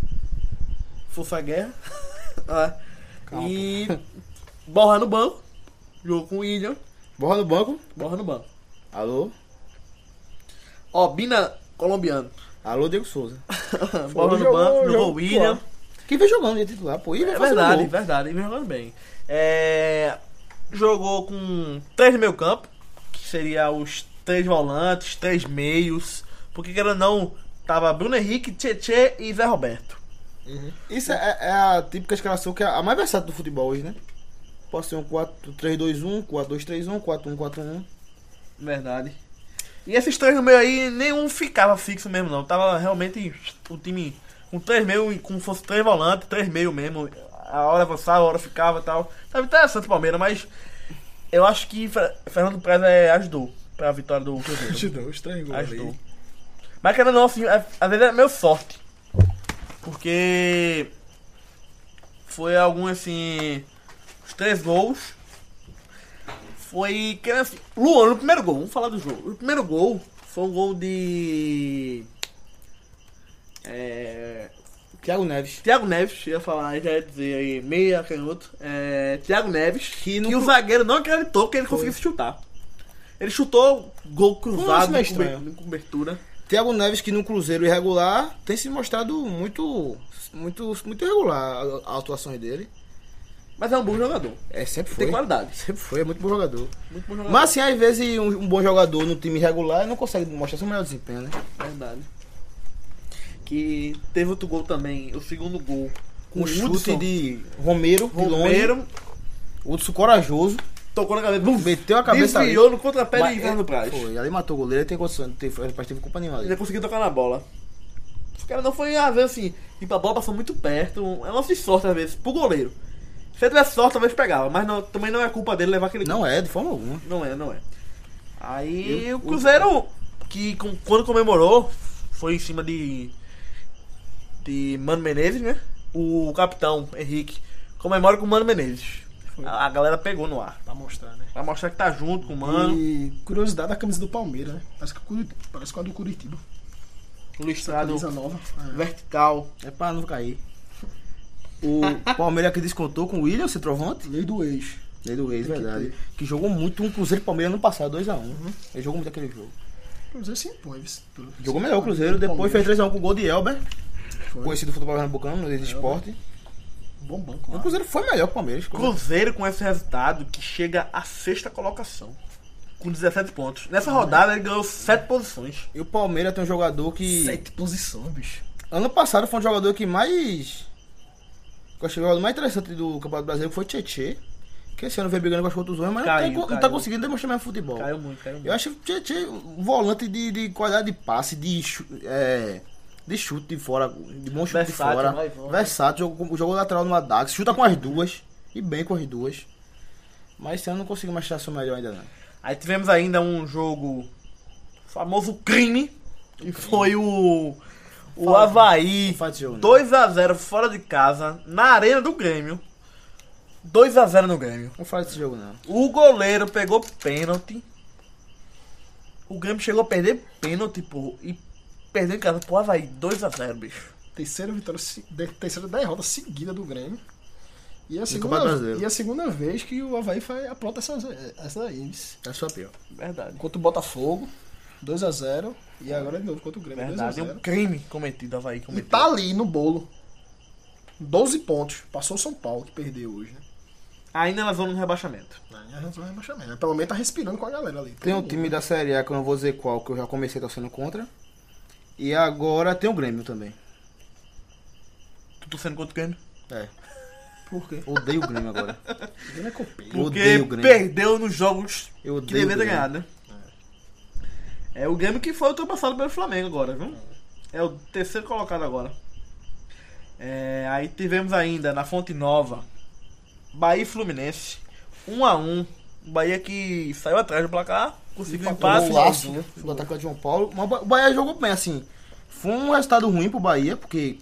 S1: Força Guerra. Ah, e Borra no banco. Jogo com o William.
S3: Borra no banco.
S1: Borra no banco.
S3: Alô?
S1: Ó, Bina colombiano.
S3: Alô, Diego Souza.
S1: Borra no
S2: jogou,
S1: banco, jogou
S2: jogou,
S1: o William.
S2: pô.
S3: Que vem jogando de titular, pô. E vem
S1: É
S3: fazendo
S1: verdade,
S3: um gol.
S1: verdade, e vem jogando bem. É, jogou com três no meio campo, que seria os três volantes, três meios, porque querendo ou não, tava Bruno Henrique, Tietê e Zé Roberto.
S2: Uhum.
S3: Isso é, é a típica escalação que é a mais versátil do futebol hoje, né? Pode ser um 4-3-2-1, 4-2-3-1, 4-1-4-1.
S1: Verdade. E esses três no meio aí, nenhum ficava fixo mesmo, não. Tava realmente o time com três meio, como se fosse três volantes, três meio mesmo. A hora avançava, a hora ficava e tal. Tava interessante o Palmeiras, mas eu acho que Fer- Fernando Preza ajudou pra vitória do Cruzeiro.
S2: Ajudou, os três gols.
S1: Ajudou.
S2: ali.
S1: Mas querendo ou não, assim, a- às vezes é meio sorte. Porque foi algum assim. Os três gols. Foi. querendo Assim, Luan, no primeiro gol, vamos falar do jogo. O primeiro gol foi um gol de. É.
S3: Thiago Neves.
S1: Thiago Neves, eu ia falar, já ia dizer aí, meia canhoto. É, Thiago Neves, que,
S3: Que não-
S1: o zagueiro não acreditou que ele
S3: Foi. um
S1: conseguiu conseguisse chutar. Ele chutou gol cruzado,
S3: meio
S1: em cobe-
S3: estranho.
S1: em cobertura.
S3: Thiago Neves, que no Cruzeiro irregular, tem se mostrado muito, muito, muito irregular a, a atuações dele.
S1: Mas é um bom jogador.
S3: É, sempre foi.
S1: Tem qualidade.
S3: Sempre foi, é muito bom jogador.
S1: Muito bom jogador.
S3: Mas assim, às vezes um, um bom jogador no time irregular não consegue mostrar seu melhor desempenho, né?
S1: É Verdade. Que teve outro gol também, o segundo gol.
S3: Com um chute
S1: Hudson.
S3: de Romero, de
S1: Romero,
S3: longe. Hudson corajoso,
S1: tocou na cabeça, bum,
S3: meteu a cabeça ali.
S1: desviou no contrapé
S3: Mas- é,
S1: e entrou no Braz.
S3: Foi, ali matou o goleiro, ele tem condição, tem, o rapaz teve culpa nenhuma ali.
S1: Ainda conseguiu tocar na bola. Os caras não foi, às vezes, assim, e a bola passou muito perto. É lance de sorte, às vezes, pro goleiro. Se ele tivesse sorte, talvez pegava, mas não- também não é culpa dele levar aquele
S3: Não é, de forma alguma.
S1: Não é, não é. Aí
S3: Eu-
S1: o Cruzeiro, que com- quando comemorou, foi em cima de. de Mano Menezes, né? O capitão Henrique comemora com o Mano Menezes.
S2: Foi.
S1: A, a galera pegou no ar.
S2: Pra mostrar, né?
S1: Pra mostrar que tá junto com o Mano.
S2: E curiosidade da camisa do Palmeiras, né? Parece que, o Curit- parece com a do Curitiba.
S1: Lustrado
S2: Camisa nova. É.
S1: vertical.
S3: É pra não cair. O Palmeiras que descontou com o William, centroavante.
S2: Lei do ex.
S3: Lei do ex,
S2: Tem que
S3: verdade. Que, jogou muito um Cruzeiro e Palmeiras no passado, 2x1. né? Ele jogou muito aquele jogo.
S2: O Cruzeiro se impõe. vice- pelo-
S3: Jogou melhor o Cruzeiro, depois fez
S2: Palmeiras.
S3: 3x1 com o gol de Elber,
S2: Foi.
S3: conhecido do futebol pernambucano, no esporte.
S2: Bom banco.
S3: O
S2: lá.
S3: Cruzeiro foi melhor que o Palmeiras. como-
S1: Cruzeiro com esse resultado que chega à sexta colocação. Com 17 pontos. Nessa rodada ele ganhou 7 posições.
S3: E o Palmeiras tem um jogador que.
S2: Sete posições, bicho.
S3: Ano passado foi um jogador que mais. Que eu achei o jogador mais interessante do Campeonato Brasileiro foi Tietê. Que esse ano veio brigando com as outros mas não tá-
S1: Caiu,
S3: não, tá,
S1: caiu.
S3: conseguindo demonstrar mais futebol.
S1: Caiu muito, caiu muito.
S3: Eu acho que Tietê, um volante de, de qualidade de passe, de, chu- é, de chute de fora, de bom chute
S1: Versátil,
S3: de fora.
S1: vai e volta.
S3: Versátil, jogou, com- jogou lateral no Adax, chuta com as duas, e bem com as duas. Mas esse ano não conseguiu mostrar seu melhor ainda não.
S1: Aí tivemos ainda um jogo famoso crime, que foi o o
S3: Fala.
S1: Havaí
S3: Faz esse jogo, não.
S1: 2 a 0 fora de casa na arena do Grêmio. 2 a 0 no Grêmio.
S3: Não fala desse jogo não.
S1: O goleiro pegou pênalti. O Grêmio chegou a perder pênalti, pô, e perdeu em casa pro Havaí 2 a 0, bicho.
S2: Terceira vitória, se- de- terceira derrota seguida do Grêmio. E a,
S3: Campeonato
S2: segunda,
S3: Brasileiro.
S2: e a segunda vez que o Havaí faz, aplota essa, essa daí. vice.
S3: É só pior.
S1: Verdade.
S2: Contra o Botafogo, 2x0. E agora de novo contra o Grêmio,
S1: Verdade, é um
S2: 2x0.
S1: crime cometido Havaí
S2: E
S1: cometido.
S2: tá ali no bolo. 12 pontos. Passou o São Paulo, que perdeu hoje, né?
S1: Ainda na zona do rebaixamento.
S2: Pelo menos tá respirando com a galera ali.
S3: Tem um
S2: Todo mundo.
S3: time da Série A que eu não vou dizer qual, que eu já comecei torcendo contra. E agora tem o Grêmio também.
S1: Tu torcendo contra o Grêmio?
S3: É.
S2: Por quê?
S3: Odeio o Grêmio agora.
S2: O Grêmio é copeiro.
S3: Eu
S1: Porque
S3: odeio o Grêmio.
S1: perdeu nos jogos
S3: Eu
S1: que
S3: odeio. o
S1: deveria ter
S3: Grêmio.
S1: ganhado, né? É o Grêmio que foi ultrapassado pelo Flamengo agora, viu? É o terceiro colocado agora. É, aí tivemos ainda na Fonte Nova, Bahia e Fluminense. 1 a 1 O Bahia que saiu atrás do placar, conseguiu um
S3: Empatou
S1: empate.
S3: o laço do atacante João Paulo. Mas o Bahia jogou bem, assim. Foi um resultado ruim pro Bahia, porque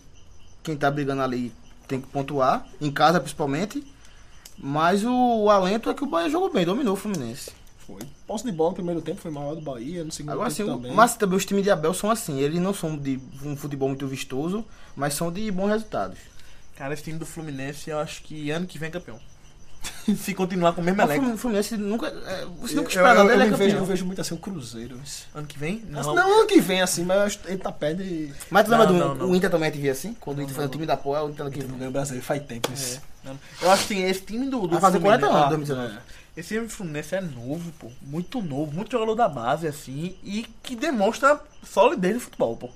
S3: quem tá brigando ali tem que pontuar, em casa principalmente. Mas o alento é que o Bahia jogou bem, dominou o Fluminense.
S2: Foi. Posse de bola no primeiro tempo foi maior do Bahia, no segundo
S3: Agora sim,
S2: tempo
S3: o-
S2: também.
S3: mas também os times de Abel são assim, eles não são de um futebol muito vistoso, mas são de bons resultados.
S1: Cara, esse time do Fluminense, eu acho que ano que vem é campeão. Se continuar com o mesmo
S3: Mas
S1: elenco.
S3: o Fluminense nunca. é, você
S2: Eu,
S3: nunca espera
S2: eu-
S3: nada,
S2: eu
S3: ele é
S2: vejo,
S3: campeão.
S2: eu vejo muito assim o Cruzeiro. isso.
S1: Ano que vem?
S2: Mas
S1: Não.
S2: Não, ano que vem, assim, mas eu acho que ele tá pé de.
S3: Mas tu lembra
S1: Não,
S3: do
S1: não, não.
S3: o Inter também vivia assim? Quando o Inter foi o time da porra, o Inter que
S2: Ele não ganha o Brasileiro faz tempo isso.
S1: não. Eu acho que assim, esse time do, do
S3: Vai fazer 40 anos, né?
S1: ah,
S3: 2019.
S1: Esse time do Fluminense é novo, pô. Muito novo, muito jogador da base, assim, e que demonstra solidez no futebol, pô.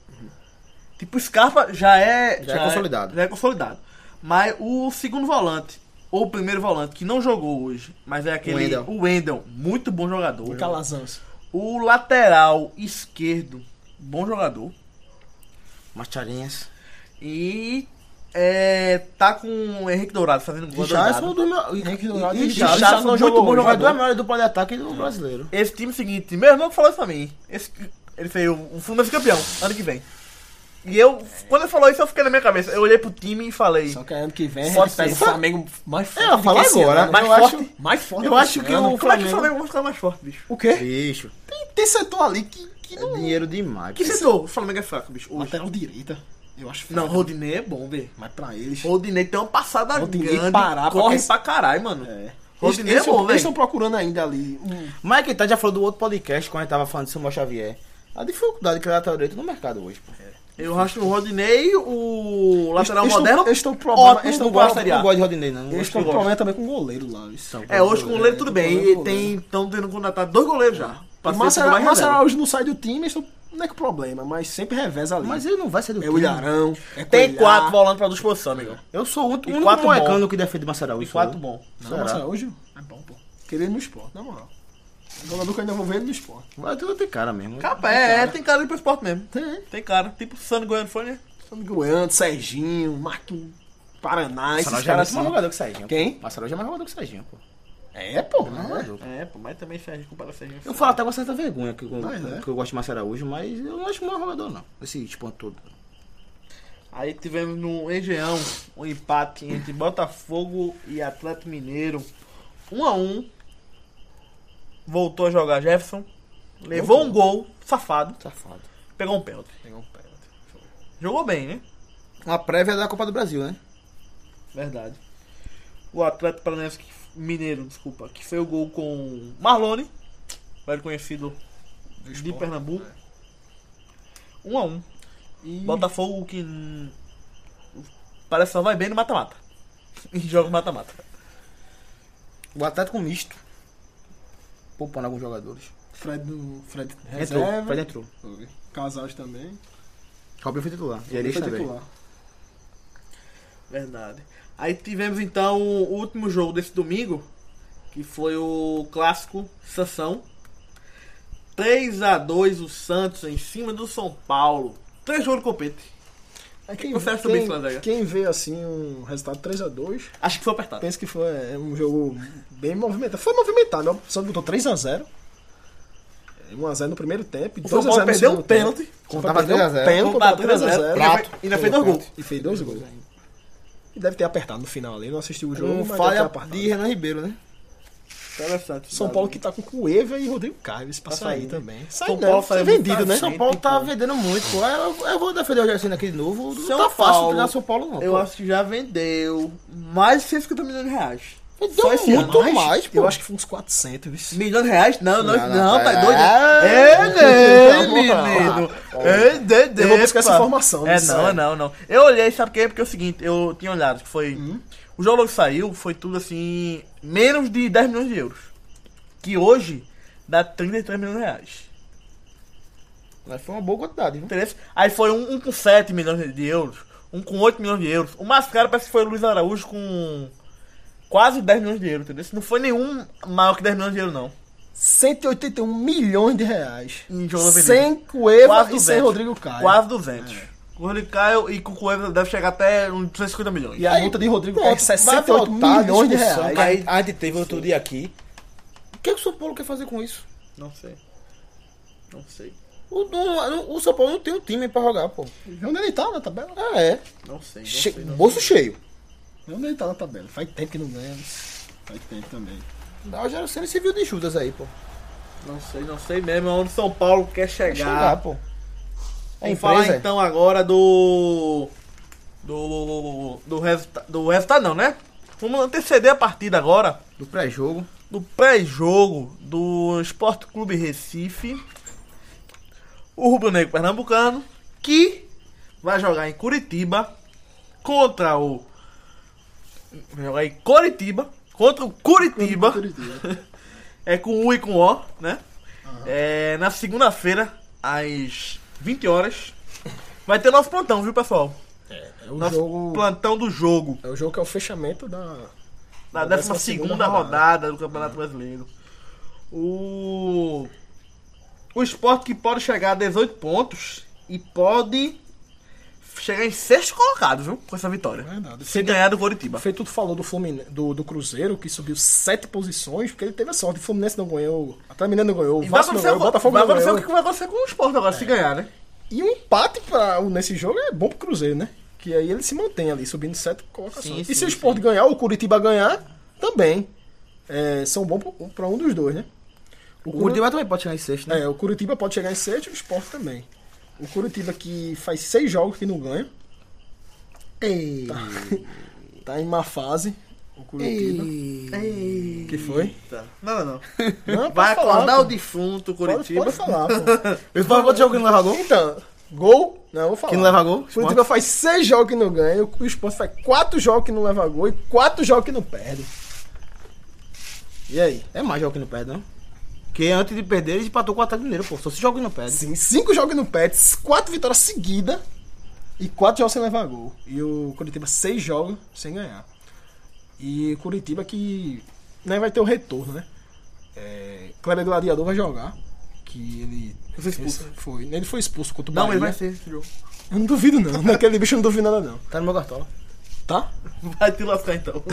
S1: Tipo, o Scarpa já é.
S3: Já é consolidado.
S1: já é consolidado. Mas o segundo volante, ou o primeiro volante, que não jogou hoje, mas é aquele.
S3: Wendel.
S1: O Wendel, muito bom jogador.
S2: O Calazans.
S1: O lateral esquerdo, bom jogador.
S3: Macharinhas.
S1: E. É, tá com o Henrique Dourado fazendo gol
S3: Richardson
S1: dourado.
S3: do meu.
S2: Henrique Dourado e
S1: Richardson,
S3: Richardson
S1: muito
S3: jogou
S1: bom
S3: bom jogador.
S1: jogador.
S3: É melhor dupla de ataque do brasileiro.
S1: Esse time seguinte, meu irmão falou isso pra mim. Esse, ele fez um, o o Fluminense campeão, ano que vem. E eu, quando ele falou isso, eu fiquei na minha cabeça. Eu olhei pro time e falei.
S2: Só que ano É, que vem
S1: Pode
S2: ele pega o
S1: ser.
S2: Flamengo mais forte.
S3: eu ia falar
S2: que esse
S3: agora.
S2: ano, né?
S1: Mais
S3: eu
S1: forte.
S3: acho-
S2: Mais forte.
S3: eu acho que
S2: ano.
S3: o
S1: Como é que o
S3: Flamengo-
S1: Flamengo vai ficar mais forte, bicho?
S2: O quê?
S3: Bicho,
S2: Tem setor ali que, que
S3: é
S2: não.
S3: dinheiro demais.
S1: Que setor? O Flamengo é fraco, bicho. Hoje.
S2: Lateral direita. Eu acho fraco.
S1: Não, Rodinei é bom, velho.
S2: Mas pra eles.
S1: Rodinei tem uma passada
S2: Rodinei
S1: grande.
S2: parar pra
S1: corre
S2: quem-
S1: pra caralho, mano.
S2: É.
S1: Rodinei
S2: Eles
S1: é bom, velho.
S2: estão procurando ainda ali. um-
S3: Mike tá já falou do outro podcast quando a gente tava falando de Samuel Xavier. A dificuldade que o lateral direito no mercado hoje, pô.
S1: Eu acho o Rodinei, o lateral
S2: Eles- eles
S1: moderno.
S2: tão- eles tão problema-
S1: ótimo
S2: eles tão
S1: do
S2: pro-
S3: Não
S1: Guarda
S3: gosto-
S1: Série A.
S3: não gosto um de Rodinei, né? não. não
S2: Eles
S3: gosto.
S2: estão
S1: eu
S2: com problema também com o goleiro lá. Isso.
S1: É, hoje com o goleiro tudo bem.
S2: né? Goleiro,
S1: E tem, estão tendo contratado dois goleiros já. Pra
S2: O
S1: ser
S2: Márcio
S1: mais
S2: Márcio
S1: reserva.
S2: Araújo não sai do time, isso não é que o problema, mas sempre reveza ali.
S3: Mas ele não vai ser do
S2: é
S3: time.
S2: o Ilharão, é
S1: Tem
S2: Coelhar.
S1: quatro volando pra disposição, amigo.
S3: Eu sou o único,
S1: E
S3: único
S1: quatro
S3: moecano
S1: bom.
S3: que defende Massarau.
S1: E quatro bom.
S2: Não,
S3: Será?
S2: Márcio Araújo é bom, pô. Queria ele no esporte, na moral. O jogador que eu ainda vou ver ele no esporte.
S3: Vai ter outro cara mesmo.
S1: Capa, é, é, tem cara ali pro esporte mesmo.
S2: Tem.
S1: Tem cara. Tipo o Sano Goiano foi, né?
S2: Sandro Goiano, Serginho, Marquinhos, Paraná, esses
S3: Massarau já é
S2: caras
S3: mais
S2: são...
S3: jogador que o Serginho.
S2: Quem?
S3: Massarau já é mais jogador que o Serginho, pô.
S2: É, pô.
S3: É mais
S2: né?
S3: jogador.
S1: É, pô, mas também Sérgio compara Sérgio.
S3: Eu falo até com certa vergonha que, eu-
S2: Mas é.
S3: que eu gosto de Márcio Araújo, mas eu não acho um bom jogador, não. Esse espanto todo.
S1: Aí tivemos no Engenhão um empate entre Botafogo e Atlético Mineiro. Um a um. Voltou a jogar Jefferson. Levou um gol, safado.
S3: Safado.
S1: Tá. Pegou um pênalti.
S2: Pegou um pênalti.
S1: Jogou bem, né?
S3: Uma prévia da Copa do Brasil, né?
S1: Verdade. O Atlético Paranaense que- Mineiro, desculpa, que fez o gol com Marlone, velho conhecido
S2: Do
S1: de
S2: esporte.
S1: Pernambuco. Um a um.
S2: E...
S1: Botafogo que hum, parece que só vai bem no mata-mata. Em jogo mata-mata.
S3: O Atlético misto. Poupando alguns jogadores.
S2: Fred, do- Fred
S3: É, Entrou.
S2: reserva.
S3: Fred entrou.
S2: Casais também.
S3: Robin foi titular. é E
S2: Foi
S3: Elis também.
S2: titular.
S1: Verdade. Aí tivemos então o último jogo desse domingo, que foi o clássico Sansão. 3 a 2 o Santos em cima do São Paulo. Três jogos de compete.
S2: É, quem,
S1: Confesso
S2: quem-
S1: bem, Flandega.
S2: quem vê assim um resultado 3x2,
S1: Acho que foi apertado.
S2: pensa que foi é, um jogo bem movimentado. Foi movimentado, né? O Santos botou 3x0. 1x0 no primeiro tempo. e
S1: O São
S2: 2 a 0
S1: Paulo
S2: no
S1: perdeu
S2: segundo
S1: um pênalti.
S2: tempo.
S3: Contava
S2: Perdeu
S3: 3x0.
S2: Um pênalti,
S1: Contava
S2: contava 3x0.
S1: 3x0.
S2: E
S3: Prato.
S1: ainda fez dois gols.
S2: e fez dois gols ainda. E deve ter apertado no final ali. Não assisti o jogo,
S3: Um
S2: mas deve ter
S3: falha
S2: apertado.
S3: de Renan Ribeiro, né?
S1: Interessante.
S2: São Paulo que tá com Cueva e Rodrigo Carlos pra
S1: Tá
S2: sair
S1: saindo.
S2: também. Sai
S1: São
S2: não,
S1: Paulo
S2: foi
S1: saiu
S2: vendido,
S1: muito
S2: né?
S1: tarde.
S3: São Paulo tá vendendo muito, É pô. Eu, eu vou defender o Jairzinho aqui de novo. Não
S1: São
S3: tá fácil
S1: Paulo,
S3: treinar São Paulo, não.
S1: Eu
S3: pô.
S1: acho que já vendeu mais de 150 milhões de reais.
S3: Vendeu
S1: Só esse
S3: muito
S1: ano.
S3: mais, pô.
S2: Eu acho que foi uns 400, viu?
S1: Milhões de reais? Não, não,
S3: Não,
S1: não,
S3: não,
S1: tá
S3: é.
S1: doido.
S2: É,
S1: menino. É,
S2: Eu vou buscar essa informação.
S1: É,
S2: disso,
S1: não,
S2: é.
S1: não, não. Eu olhei, sabe por quê? Porque é o seguinte, eu tinha olhado que foi...
S2: Hum?
S1: O jogo que saiu foi tudo assim, menos de 10 milhões de euros. Que hoje dá 33 milhões de reais.
S3: Mas foi uma boa quantidade, viu?
S1: Interesse. Aí foi um, um com 7 milhões de euros, um com 8 milhões de euros. O mais caro parece que foi o Luiz Araújo com quase 10 milhões de euros, entendeu? Não foi nenhum maior que 10 milhões de euros, não.
S2: 181 milhões de reais.
S1: Em jogo da
S2: Sem Cueva
S1: Quase
S2: e sem
S1: 200.
S2: Rodrigo Caio.
S1: Quase 200.
S4: É.
S1: Com o Rodrigo Caio e com o Coelho deve chegar até uns 250 milhões.
S2: E a
S3: Aí,
S2: multa de Rodrigo
S3: pronto,
S2: Caio é 68
S3: vai voltar a
S2: milhões de
S3: discussão,
S2: reais.
S3: cara.
S4: Aí, a gente teve outro dia aqui.
S3: O que, que o São Paulo quer fazer com isso?
S1: Não sei. Não sei.
S3: O, o- o São Paulo não tem um time pra jogar, pô.
S2: Vê Onde ele tá na tabela?
S3: Ah, é.
S1: Não sei. Não
S3: Che-
S1: sei, não
S3: bolso cheio.
S2: Vê Onde ele tá na tabela? Faz tempo que não ganha. né? Faz tempo também.
S3: Dá o Jairzinho se viu de Judas aí, pô.
S1: sei. Não sei, não sei mesmo. É onde o São Paulo quer chegar.
S3: Vai chegar, pô. É
S1: Vamos
S3: empresa,
S1: falar
S3: é?
S1: então agora do. Do. Do resultado. Do resultado não, né? Vamos anteceder a partida agora
S3: Do pré-jogo.
S1: do pré-jogo do Esporte Clube Recife. O Rubro Negro Pernambucano, que vai jogar em Curitiba contra o. Vai jogar em Curitiba. Contra o Curitiba. É com U e com O, né? É, na segunda-feira, às 20 horas. Vai ter nosso plantão, viu, pessoal?
S2: É o
S1: Nosso
S2: jogo.
S1: plantão do jogo.
S2: É o jogo que é o fechamento da.
S1: Na
S2: Da
S1: 12
S2: segunda
S1: segunda
S2: rodada.
S1: rodada do Campeonato Brasileiro. O. O esporte que pode chegar a 18 pontos e pode chegar em sexto colocado, viu? Com essa vitória.
S2: Verdade.
S1: Sem ganhar do Coritiba.
S2: O Feito falou do, Flumin... do, do Cruzeiro, que subiu sete posições, porque ele teve a sorte. O Fluminense não ganhou, até Mineiro não ganhou, o
S1: E vai
S2: Vasco não
S1: acontecer,
S2: ganhou, o Botafogo
S1: vai
S2: não
S1: acontecer o
S2: ganhou. É.
S1: que vai acontecer com o esporte agora, se ganhar, né?
S2: E um empate pra, nesse jogo é bom pro Cruzeiro, né? Que aí ele se mantém ali, subindo sete colocações.
S1: Sim,
S2: e
S1: sim,
S2: se o Sport ganhar, ou o Curitiba ganhar, também. É, são bons pro- pra um dos dois, né?
S3: O Curitiba também pode chegar em sexto, né?
S2: É, o Curitiba pode chegar em sete e o Sport também. O Curitiba que faz seis jogos que não ganha,
S3: Ei.
S2: tá em tá má fase. o Curitiba.
S3: Que foi?
S1: Tá. Não, não.
S2: Não,
S1: Vai
S2: pode falar,
S1: acordar
S2: pô.
S1: o defunto,
S2: Pode,
S1: Curitiba.
S2: pode falar, pô.
S3: Eu falo quantos jogos que não leva gol?
S2: Então, gol? Não, eu vou falar.
S3: Que não leva gol?
S2: O Curitiba faz seis jogos que não ganha, o Sport faz quatro jogos que não leva gol e quatro jogos que não perde. E aí?
S3: É mais jogo que não perde, não? Porque antes de perder, ele empatou com o Atlético Mineiro, pô. Só se jogo que não perde.
S2: Sim, cinco jogos que não perde, quatro vitórias seguidas e quatro jogos sem levar gol. E o Curitiba seis jogos sem ganhar. E Curitiba que né, vai ter o retorno, né? É, Kleber Gladiador vai jogar. Que ele.
S1: Ele foi expulso.
S2: Esse Foi, ele foi expulso contra o
S1: Não,
S2: Bahia.
S1: ele vai né? ser esse jogo.
S2: Eu não duvido, não. Daquele bicho eu não duvido nada, não.
S3: Tá no meu cartola.
S2: Tá?
S1: Vai te lascar então.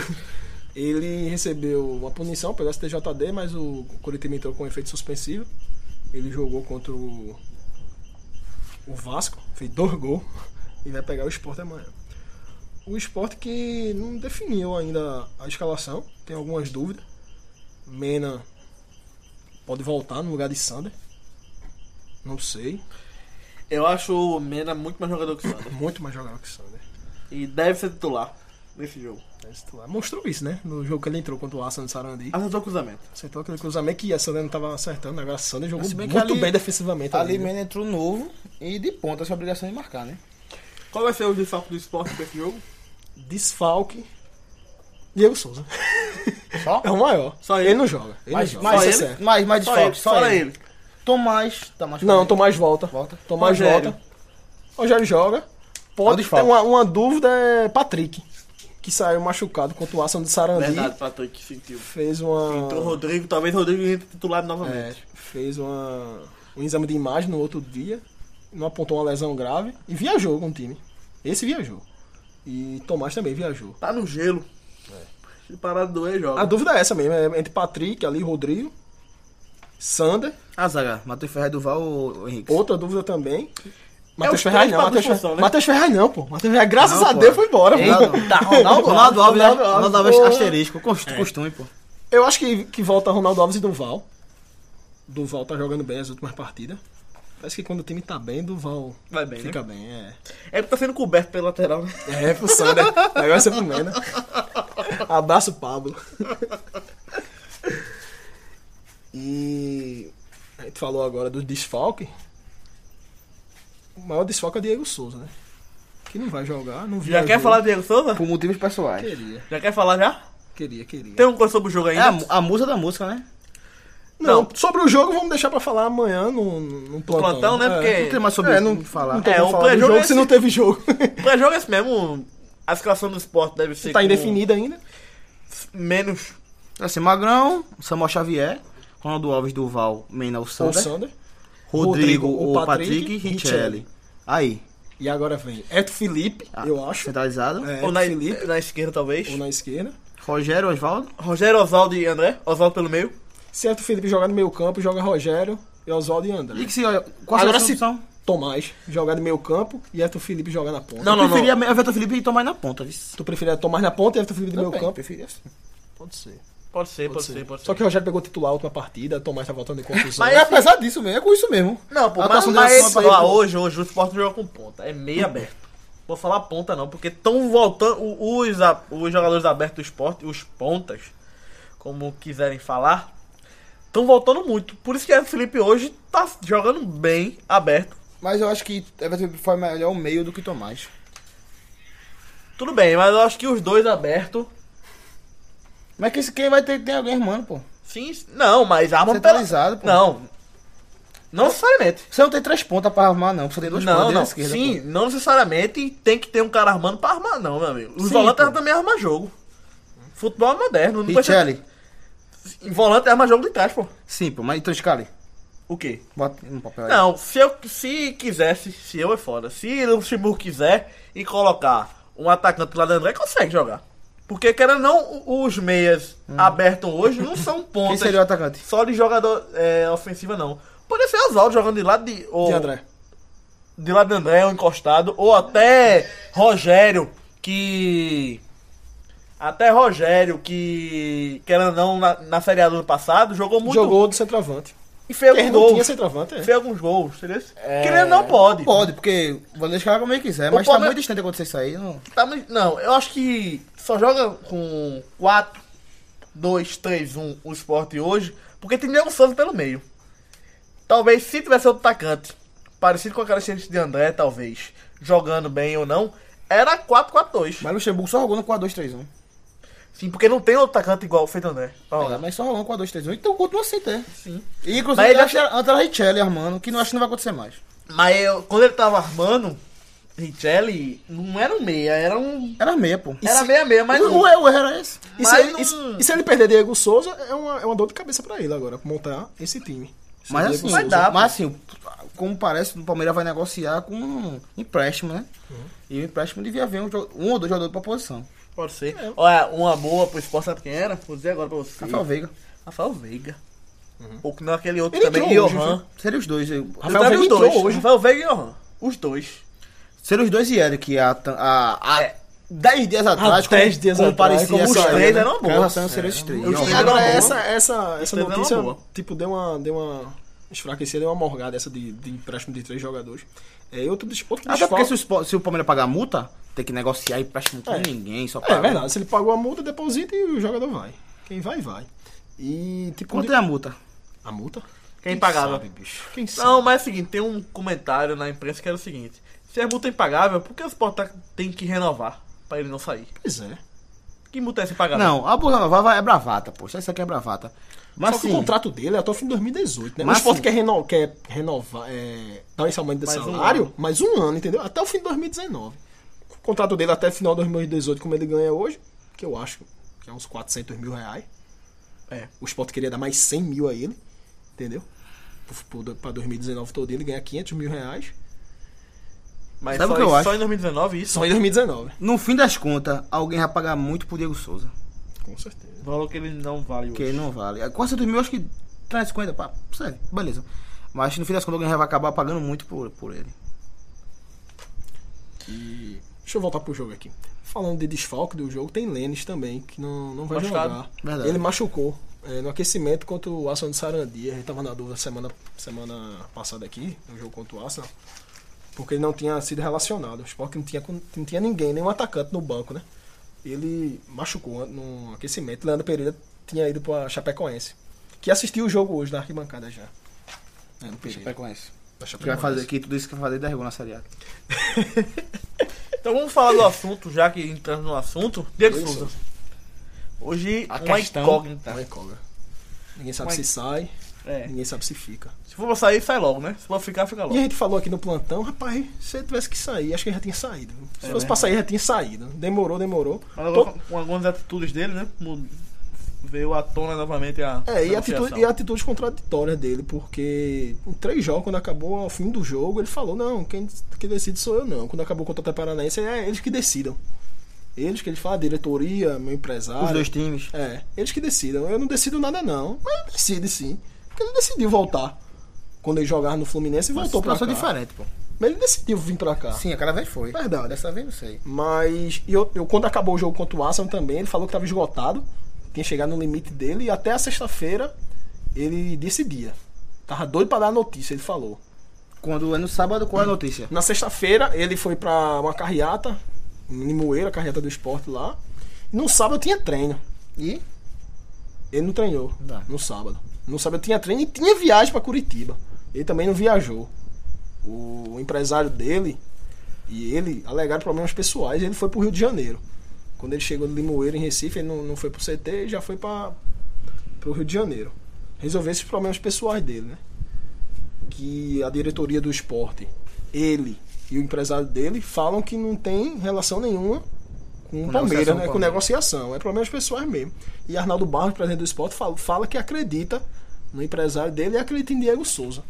S2: Ele recebeu uma punição pelo STJD, mas o Corinthians entrou com efeito suspensivo. Ele jogou contra o, o Vasco, fez dois gols e vai pegar o Sport amanhã. O Sport que não definiu ainda a escalação, tem algumas dúvidas. Mena pode voltar no lugar de Sander. Não sei,
S1: Eu acho o Mena muito mais jogador que o Sander.
S2: muito mais jogador que Sander.
S1: E deve ser titular nesse jogo.
S2: Mas, sei lá, Mostrou isso, né? No jogo que ele entrou contra o Assan de Sarandi.
S1: Acertou o cruzamento.
S2: Acertou aquele cruzamento que a Sander não tava acertando, agora a Sander jogou
S3: Se bem que
S2: muito
S3: ali-
S2: bem defensivamente ali.
S3: Tá Ali
S2: né?
S3: mesmo entrou novo e de ponta essa obrigação de marcar, né?
S1: Qual vai ser o desfalque do esporte pra esse jogo?
S2: Desfalque. Diego Souza.
S3: Só?
S2: É o maior.
S1: Só ele.
S2: ele não joga. Ele
S3: Mas,
S2: não joga. é.
S3: mas,
S1: Só
S3: só
S1: ele?
S3: ele? mas, mas desfalque, só,
S1: fala
S3: ele.
S1: ele.
S3: Tomás, tá mais
S2: Não, Tomás volta.
S3: Volta.
S2: Tomás
S1: Rogério.
S2: volta. Rogério joga. Pode ter
S3: desfalque.
S2: uma, uma dúvida é Patrick, que saiu machucado contra o Assan de Sarandi.
S1: Verdade, Patrick, que sentiu.
S2: Fez uma.
S1: Então o Rodrigo, talvez o Rodrigo entre titular
S2: É,
S1: novamente.
S2: fez uma, um exame de imagem no outro dia, não apontou uma lesão grave e viajou com o time. Esse viajou. E Tomás também viajou.
S1: Tá no gelo.
S2: É.
S1: Se parar de doer, joga.
S2: A dúvida é essa mesmo, é entre Patrick, ali, Rodrigo, Sander,
S3: Ah, Zaga, Matheus Ferreira Duval ou Henrique?
S2: outra dúvida também. Matheus
S1: É os
S2: Ferraz
S1: três
S2: não,
S1: pra
S2: Matheus
S1: disfunção,
S2: Ferraz,
S1: né? É,
S2: Matheus Ferraz não, pô. Matheus Ferraz, graças
S3: Não,
S2: a
S3: pô.
S2: Deus, foi embora, pô.
S3: Eita, Ronaldo, Ronaldo Alves, né?
S2: Ronaldo Alves,
S3: Ronaldo Alves
S2: pô.
S3: asterisco, cost- costume, pô.
S2: Eu acho que, que volta Ronaldo Alves e Duval. Duval tá jogando bem as últimas partidas. Parece que quando o time tá bem, Duval
S1: Vai bem, né?
S2: fica bem, é.
S1: É que tá sendo coberto pela lateral, né?
S2: É, pro Sander. O negócio é pro Mena. Abraço, Pablo. E a gente falou agora do desfalque. O maior desfalque é Diego Souza, né? Que não vai jogar, não viu.
S1: Já quer falar de Diego Souza?
S3: Por motivos pessoais.
S2: Queria,
S1: Já quer falar já?
S2: queria, queria.
S1: Tem um coisa sobre o jogo
S3: É a,
S1: ainda?
S3: mu- a musa da música, né?
S2: Não,
S1: não.
S2: sobre o jogo vamos deixar pra falar amanhã no, no plantão.
S1: Plantão, né?
S2: É.
S1: Porque-
S3: Não tem mais sobre
S2: É,
S3: isso
S2: não-
S3: pra falar.
S2: Não tem
S1: É,
S2: como
S1: o
S2: falar do
S1: pré-jogo
S2: jogo
S1: é
S2: se
S1: esse.
S2: não teve jogo.
S1: Pra jogo é esse mesmo. A escalação do esporte deve ser.
S2: tá
S1: com
S2: indefinida ainda.
S1: Menos.
S3: Assim, Magrão, Samuel Xavier, Ronaldo Alves, Duval, Mena, o
S2: Ou
S3: Sander,
S2: Sander. Rodrigo,
S3: Rodrigo, o
S2: o
S3: Patrick,
S2: Patrick,
S3: Richelli.
S2: Richelli.
S3: Aí,
S2: E agora vem Eto Felipe, eu acho.
S3: centralizado.
S2: É,
S1: ou na,
S2: Eto Felipe.
S1: na esquerda, talvez.
S2: Ou na esquerda.
S3: Rogério, Osvaldo.
S1: Rogério, Oswaldo e André. Oswaldo pelo meio.
S2: Se Arthur Felipe jogar no meio campo, joga Rogério e Oswaldo e André.
S3: E que se olha, qual
S2: Agora
S3: a
S2: se-
S3: seleção?
S2: Tomás jogar no meio campo e Arthur Felipe jogar na ponta.
S1: Não,
S3: Eu preferia a Vitor Felipe e tomar na ponta, viu?
S2: Tu preferia Tomás na ponta e Arthur Felipe no meio
S3: Também,
S2: campo?
S3: preferia assim.
S2: Pode ser.
S1: Pode ser, pode, ser, pode ser.
S2: Só que o Rogério pegou o titular a última partida, Tomás tá voltando de confusão.
S3: Mas apesar disso mesmo, é com isso mesmo.
S1: Não, pô,
S3: A
S1: mas,
S3: atuação
S1: mas
S3: dele é
S1: esse-
S3: só-
S1: ó, hoje, hoje o Sport joga com ponta. É meio aberto. Vou falar ponta não, porque estão voltando. o- Os, a- os jogadores abertos do esporte, os pontas, como quiserem falar, estão voltando muito. Por isso que o Felipe hoje tá jogando bem aberto.
S3: Mas eu acho que Everton Felipe foi melhor o meio do que Tomás.
S1: Tudo bem, mas eu acho que os dois abertos.
S3: Mas é que esse quem vai ter tem alguém irmão, pô.
S1: Sim, não, mas arma
S3: Centralizado, pô.
S1: Não. Não necessariamente.
S3: Você não tem três pontas pra armar, não. Você tem dois
S1: Não,
S3: pontas na
S1: não.
S3: esquerda.
S1: Sim, não necessariamente tem que ter um cara armando pra armar, não, meu amigo. Os
S3: Sim,
S1: volantes
S3: pô.
S1: também armam jogo. Futebol é moderno. Não
S3: pô. Richelli.
S1: precisa... Volante arma jogo de trás, pô.
S3: Sim, pô. Mas então escale.
S1: O quê?
S3: Bota no papel aí.
S1: Não, se eu se quisesse, se eu é foda. Se o Luxemburgo quiser e colocar um atacante lá dentro, ele consegue jogar. Porque, querendo ou não, os meias abertos hoje não são
S3: Hum. Quem
S1: pontas
S3: seria o atacante?
S1: só de jogador é, ofensiva, não. Poderia ser Oswaldo jogando de lado de... Ou,
S2: De André.
S1: de lado de André, ou encostado, ou até Rogério, que. Até Rogério, que, querendo ou não, na, na Série A do ano passado, jogou muito.
S2: Jogou do centroavante.
S1: E fez alguns
S2: Ele não tinha
S1: gols.
S2: centroavante, é.
S1: Fez alguns gols, entendeu? Querendo não pode.
S3: Pode, porque vai deixar como ele quiser,
S1: O
S3: mas tá
S1: Palmeiras-
S3: muito distante acontecer isso aí. Não...
S1: Tá, mas- não, eu acho que só joga com 4, 2, 3, 1 o esporte hoje, porque tem Diego Souza pelo meio. Talvez se tivesse outro atacante, parecido com a característica de André, talvez, jogando bem ou não, era 4-4-2.
S3: Mas Luxemburgo só jogou no 4-2-3-1.
S1: Sim, porque não tem outro atacante igual feito André. Ó,
S3: Tá, Mas só jogou no 4-2-3-1, então continua assim, ter.
S1: sim.
S3: E inclusive
S1: Mas ele
S3: ele acha antes era Richelli armando, que não acho que não vai acontecer mais.
S1: Mas eu- quando ele tava armando, Richelli não era um meia, era um.
S3: Era meia, pô.
S1: Era meia-meia, mas
S3: o,
S1: não.
S3: o erro era esse.
S2: E se,
S1: Mas
S2: ele, e se-
S1: não-
S2: e se ele perder Diego Souza, é uma, é uma dor de cabeça pra ele agora, montar esse time. Sem
S3: Mas
S2: Diego
S3: assim,
S1: vai dar,
S3: mas assim, como parece, o Palmeiras vai negociar com um empréstimo, né?
S1: Uhum.
S3: E o empréstimo devia haver um, jo- um ou dois jogadores pra posição.
S1: Pode ser. Olha, uma boa pro esporte, sabe quem era? Vou dizer agora pra você.
S3: É. Rafael Veiga. Uhum.
S1: Rafael Veiga. Ou que não aquele outro
S2: Ele
S1: também,
S2: entrou hoje,
S1: Johan.
S3: Seria os dois. eu-
S1: Eu
S3: Rafael
S1: tava
S3: Veiga
S1: os
S3: entrou
S1: dois.
S3: hoje.
S1: Rafael Veiga e Johan. Os dois.
S3: Seriam os dois e Eric há 10 dias atrás, como,
S2: 10 É. dias
S3: como
S2: atrás,
S3: parecia
S2: como os
S3: essa
S1: três,
S3: era, né?
S1: era uma boa.
S3: A relação seria os três.
S1: Eu
S3: Não,
S2: E
S1: É, Não,
S2: agora
S1: não, não.
S2: essa, essa, essa
S1: Isso aí não é
S2: notícia,
S1: uma boa.
S2: tipo, deu uma, deu uma enfraquecida, deu uma morgada essa de, de empréstimo de três jogadores. É, e outro, des- outro
S3: Até Ah, porque
S2: desfalque...
S3: se o, Spo- se o Palmeiras pagar a multa, tem que negociar empréstimo com
S2: É.
S3: ninguém, só
S2: É
S3: pagar.
S2: verdade, se ele pagou a multa, deposita e o jogador vai. Quem vai, vai. E, tipo...
S3: Quanto é a multa?
S2: A multa?
S1: Quem, pagava?
S2: sabe, bicho? Quem sabe?
S1: Não, mas é o seguinte, tem um comentário na imprensa que era o seguinte. Se é multa impagável, por que o Sport tá- tem que renovar pra ele não sair?
S2: Pois é.
S1: Que multa é essa impagável?
S3: Não, a Burra Nova é bravata, poxa. Isso aqui é bravata. Mas
S2: Só que
S3: assim,
S2: o contrato dele é até o fim de 2018, né?
S3: Mas
S2: o esporte
S3: sim.
S2: quer, reno... quer renovar, é... dar esse aumento de
S1: Mais um
S2: salário,
S1: ano.
S2: mais um ano, entendeu? Até o fim de 2019. O contrato dele é até final de 2018, como ele ganha hoje, que eu acho que é uns 400 mil reais.
S1: É.
S2: O esporte queria dar mais 100 mil a ele, entendeu? Pro- pro- Pra 2019 todo ele ganha 500 mil reais.
S1: Mas
S3: Sabe
S1: só,
S3: o que eu
S1: isso-
S3: acho?
S1: só em 2019 isso?
S2: Só em 2019.
S3: no fim das contas, alguém vai pagar muito pro Diego Souza.
S2: Com certeza.
S1: Valor que ele não vale
S3: Porque
S1: hoje.
S3: ele não vale. A 400 mil, acho que 350, pá. Sério, beleza. Mas no fim das contas, alguém vai acabar pagando muito por, por ele.
S2: E deixa eu voltar pro jogo aqui. Falando de desfalque do jogo, tem Lênis também, que não, não vai
S1: Machucado.
S2: jogar.
S3: Verdade.
S2: Ele machucou é, no aquecimento contra o Arsenal de Sarandia. A gente tava na dúvida semana, semana passada aqui, no jogo contra o Arsenal, porque ele não tinha sido relacionado. O Sport não tinha, com- não tinha ninguém, nenhum atacante no banco, né? Ele machucou no aquecimento. Leandro Pereira tinha ido pra Chapecoense, que assistiu o jogo hoje na arquibancada já. Leandro Pereira.
S3: Chapecoense.
S2: da
S3: Que vai
S2: Chapecoense.
S3: fazer que tudo isso que vai fazer derrubou na Série A.
S1: Então vamos falar do assunto, já que entramos no assunto. Diego
S2: Diego
S1: Souza.
S2: Souza.
S1: Hoje,
S3: A
S1: uma
S3: questão-
S1: incógnita.
S2: Não é tá. cobra. Ninguém sabe
S1: Mas-
S2: se sai,
S1: É.
S2: ninguém sabe se fica.
S1: Se for pra sair, sai logo, né? Se for pra ficar,
S2: E
S1: fica
S2: a
S1: logo.
S2: gente falou aqui no plantão, rapaz, se ele tivesse que sair, acho que ele já tinha saído. Se
S1: É,
S2: fosse
S1: né?
S2: pra sair, já tinha saído. Demorou, demorou.
S1: Mas agora,
S2: Todo-
S1: com- com algumas atitudes dele, né? Mu- Veio à tona novamente a.
S2: É, e,
S1: a
S2: atitude,
S1: negociação.
S2: e atitudes contraditórias dele, porque em três jogos, quando acabou o fim do jogo, ele falou, não, quem que decide sou eu não. Quando acabou contra o Atlético Paranaense, é eles que decidam. Eles que ele fala, diretoria, meu empresário.
S3: Os dois times.
S2: É, eles que decidam. Eu não decido nada, não. Mas ele decide sim. Porque ele decidiu voltar. Quando ele jogava no Fluminense,
S3: Mas tá,
S2: voltou pra cá.
S3: situação diferente, pô.
S2: Mas ele decidiu vir pra cá.
S3: Sim, aquela vez foi.
S2: Verdade.
S3: Dessa vez não sei.
S2: Mas e eu, eu- quando acabou o jogo contra o Arsenal também, ele falou que estava esgotado, tinha chegado no limite dele e até a sexta-feira ele decidia. Tava doido pra dar a notícia, ele falou.
S3: Quando é no sábado, qual é a notícia?
S2: Na sexta-feira ele foi pra uma carreata, em Limoeiro, a carreata do esporte lá. E no sábado tinha treino.
S3: E?
S2: Ele não treinou
S3: Tá.
S2: no sábado. No sábado tinha treino e tinha viagem pra Curitiba. Ele também não viajou. O empresário dele e ele alegaram problemas pessoais. Ele foi pro Rio de Janeiro. Quando ele chegou de Limoeiro, em Recife, ele não, não foi pro CT e já foi para pro Rio de Janeiro. Resolver esses problemas pessoais dele, né? Que a diretoria do esporte, ele e o empresário dele falam que não tem relação nenhuma com o
S3: Com
S2: Palmeiras, né?
S3: negociação com o
S2: Com
S3: Palmeiras.
S2: negociação. É problemas pessoais mesmo. E Arnaldo Barros, presidente do esporte, fala, fala que acredita no empresário dele e acredita em Diego Souza.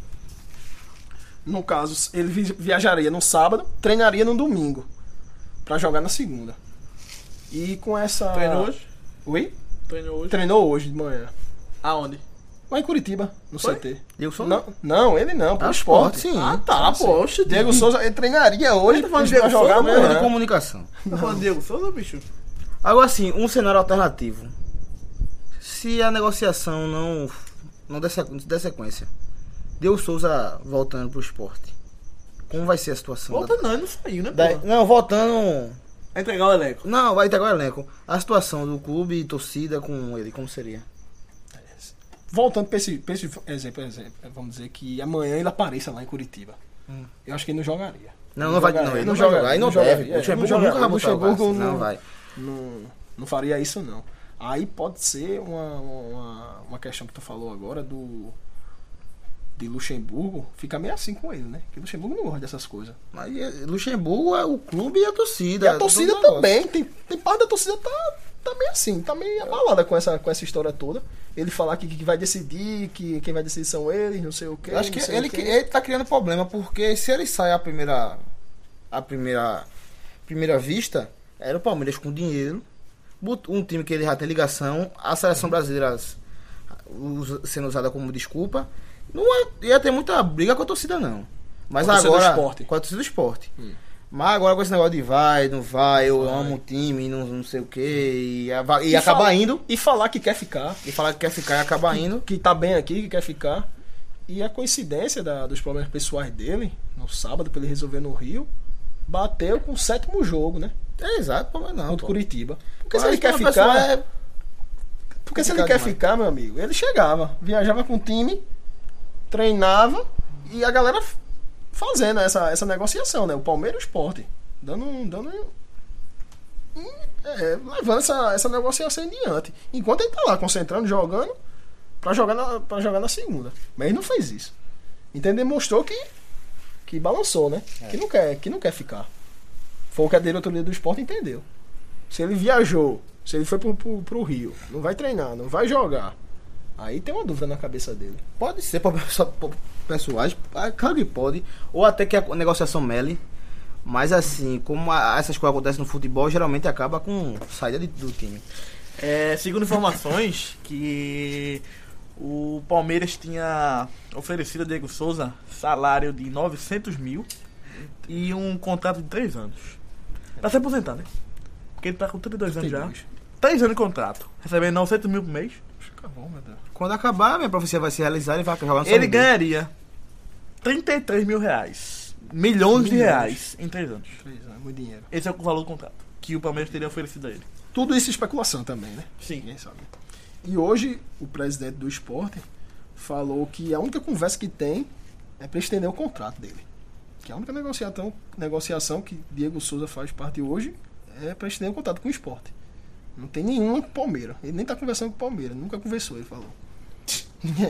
S2: No caso, ele vi- viajaria no sábado, treinaria no domingo, Pra jogar na segunda. E com essa.
S1: Treinou hoje?
S2: Oi?
S1: Treinou hoje.
S2: Treinou hoje de manhã.
S1: Aonde?
S2: Lá em Curitiba, no
S1: Foi?
S2: CT.
S3: Diego Souza?
S2: Não, não, ele não, pro
S3: Ah,
S2: Tá esporte.
S3: esporte, sim.
S2: Ah, tá,
S3: Sim,
S2: pô. Oxe, Diego Souza ele tá treinaria hoje pra
S3: Diego
S2: jogar jogar
S3: Souza, porra de
S2: amanhã.
S3: comunicação.
S1: Tá falando Diego Souza, bicho?
S3: Agora assim, um cenário alternativo. Se a negociação não, não der, sequ- der sequência, Deus Souza voltando pro esporte. Como vai ser a situação?
S1: Volta não, ele não saiu, né?
S3: da- da-
S1: porra?
S3: Não, voltando.
S1: Vai entregar o elenco.
S3: Não, vai integrar o elenco. A situação do clube e torcida com ele, como seria?
S2: Voltando para esse, pra esse exemplo, exemplo, vamos dizer que amanhã ele apareça lá em Curitiba. Eu acho que ele não jogaria.
S3: Não, não, vai.
S2: jogaria,
S3: Não, ele
S2: não
S3: não vai jogar.
S2: jogaria,
S3: E não
S2: não jogaria,
S3: deve.
S2: é,
S3: O Luxemburgo
S2: não
S3: nunca vai
S2: jogaria,
S3: botar o
S2: Luxemburgo
S3: Vasco. Não
S2: não-
S3: vai.
S2: Não, não faria isso, não. Aí pode ser uma, uma, uma questão que tu falou agora do. De Luxemburgo, fica meio assim com ele, né? Que Luxemburgo não gosta dessas coisas.
S3: Mas é, Luxemburgo é o clube e a torcida.
S2: E
S3: é
S2: a
S3: todo
S2: torcida
S3: negócio.
S2: também, tem, tem parte da torcida tá, tá meio assim, tá meio abalada com essa, com essa história toda. Ele falar que, que vai decidir, que quem vai decidir são eles, não sei o quê.
S3: Eu acho que
S2: não sei o
S3: ele,
S2: quê.
S3: que- ele tá criando problema, porque se ele sair a primeira. a primeira. primeira vista, era o Palmeiras com dinheiro. bot- Um time que ele já tem ligação, a seleção brasileira s- us- sendo usada como desculpa. Não é- ia ter muita briga com a torcida, não. Mas
S2: Com a torcida do
S3: agora.
S2: esporte. Hum.
S3: Com a torcida do esporte. Mas agora com esse negócio de vai, não vai, eu amo o time, não, não sei o quê. E, ava- e,
S2: E
S3: acabar
S2: fala-
S3: indo.
S2: E falar que quer ficar,
S3: E falar que quer ficar e acabar indo.
S2: que tá bem aqui, que quer ficar. E a coincidência da- dos problemas pessoais dele, no sábado, pra ele resolver no Rio, bateu com o sétimo jogo, né?
S3: É exato, Palmeiras não.
S2: Contra o
S3: pô.
S2: Curitiba. Porque
S3: Mas
S2: se ele quer
S3: uma pessoa
S2: ficar.
S3: é-
S2: Porque se ele quer
S3: complicado demais.
S2: ficar, meu amigo, ele chegava, viajava com o time, treinava e a galera f- fazendo essa, essa negociação, né? O Palmeiras e o Sport. Dando um. Dando um um- é, levando essa, essa negociação em diante. Enquanto ele tá lá concentrando, jogando, pra jogar na, pra jogar na segunda. Mas ele não fez isso. Então ele demonstrou que, que balançou, né?
S3: É.
S2: Que, não quer, que não quer ficar. Foi o que a diretoria do esporte entendeu. Se ele viajou, se ele foi pro, pro, pro Rio, não vai treinar, não vai jogar. Aí tem uma dúvida na cabeça dele.
S3: Pode ser problemas só po- pessoais, ah, claro que pode. Ou até que a negociação mele. Mas assim, como a- essas coisas acontecem no futebol, geralmente acaba com saída de- do time.
S1: É, segundo informações, que o Palmeiras tinha oferecido a Diego Souza salário de 900 mil e um contrato de 3 anos. Pra se aposentar, né? Porque ele tá com 32 anos já. 3 anos de contrato. Recebendo 900 mil por mês.
S2: Fica bom, meu Deus.
S3: Quando acabar, minha profecia vai se realizar e vai um jogar no São
S1: Ele
S3: Miguel.
S1: ganharia 33 mil reais. Milhões de
S2: Milhões.
S1: reais em 3 anos.
S2: Três anos, muito dinheiro.
S1: Esse é o valor do contrato que o Palmeiras teria oferecido a ele.
S2: Tudo isso é especulação também, né?
S1: Sim.
S2: Ninguém sabe. E hoje, o presidente do esporte falou que a única conversa que tem é pra estender o contrato dele. Que a única negociação, negociação que Diego Souza faz parte hoje é pra estender o contrato com o esporte. Não tem nenhuma com o Palmeiras. Ele nem tá conversando com o Palmeiras. Nunca conversou, ele falou.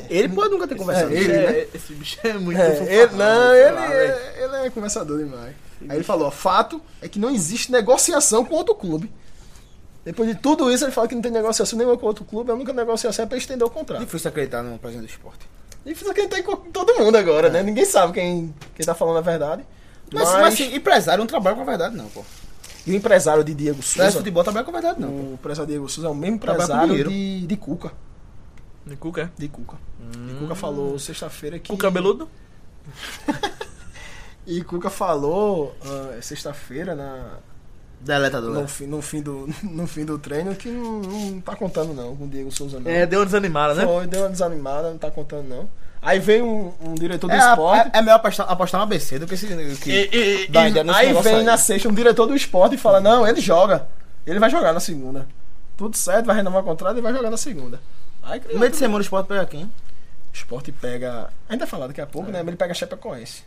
S3: Ele pode nunca ter conversado.
S2: É,
S1: Esse,
S2: ele,
S1: é-
S2: né?
S1: esse bicho é muito.
S2: É, ele, não,
S1: sei
S2: ele,
S1: lá, velho.
S2: é, ele é conversador demais. Aí ele falou: ó, fato é que não existe negociação com outro clube. Depois de tudo isso, ele fala que não tem negociação nenhuma com outro clube, a única negociação é pra estender o contrato.
S3: Difícil acreditar no presidente do esporte.
S2: E fiz que ele tem com todo mundo agora, né? Ninguém sabe quem, quem tá falando a verdade.
S3: Mas,
S2: Mas,
S3: mas, assim, empresário não trabalha com a verdade, não, pô.
S2: e o empresário de Diego
S3: Empresário de
S2: Souza.
S3: futebol trabalha com a verdade, não.
S2: O empresário Diego Souza é o mesmo
S3: Trabalha com
S2: empresário
S3: dinheiro.
S2: de, de Cuca. Hum.
S1: De Cuca, é?
S2: De Cuca. E Cuca falou sexta-feira que.
S1: Com cabeludo?
S2: E Cuca falou ah, sexta-feira na,
S3: Deleta do
S1: né?
S2: no, fim, no, fim do, no fim do treino que não, não tá contando não com o Diego Souza não.
S1: É, deu uma desanimada, né?
S2: Foi, deu uma desanimada, não tá contando não. Aí veio um, um diretor do
S3: é,
S2: esporte.
S3: é, é melhor apostar, apostar no ABC do que esse. Que...
S1: E- e-
S3: Dá
S1: e-
S3: ideia nesse
S2: aí
S3: negócio
S2: vem
S3: aí.
S2: na sexta um diretor do esporte e fala, não, ele joga. Ele vai jogar na segunda. Tudo certo, vai renovar o contrato e vai jogar na segunda. Aí
S3: No
S2: criou.
S3: meio de semana o esporte pega quem?
S2: O esporte pega. Ainda falar daqui a
S3: É.
S2: pouco, né? Mas ele pega Chapecoense.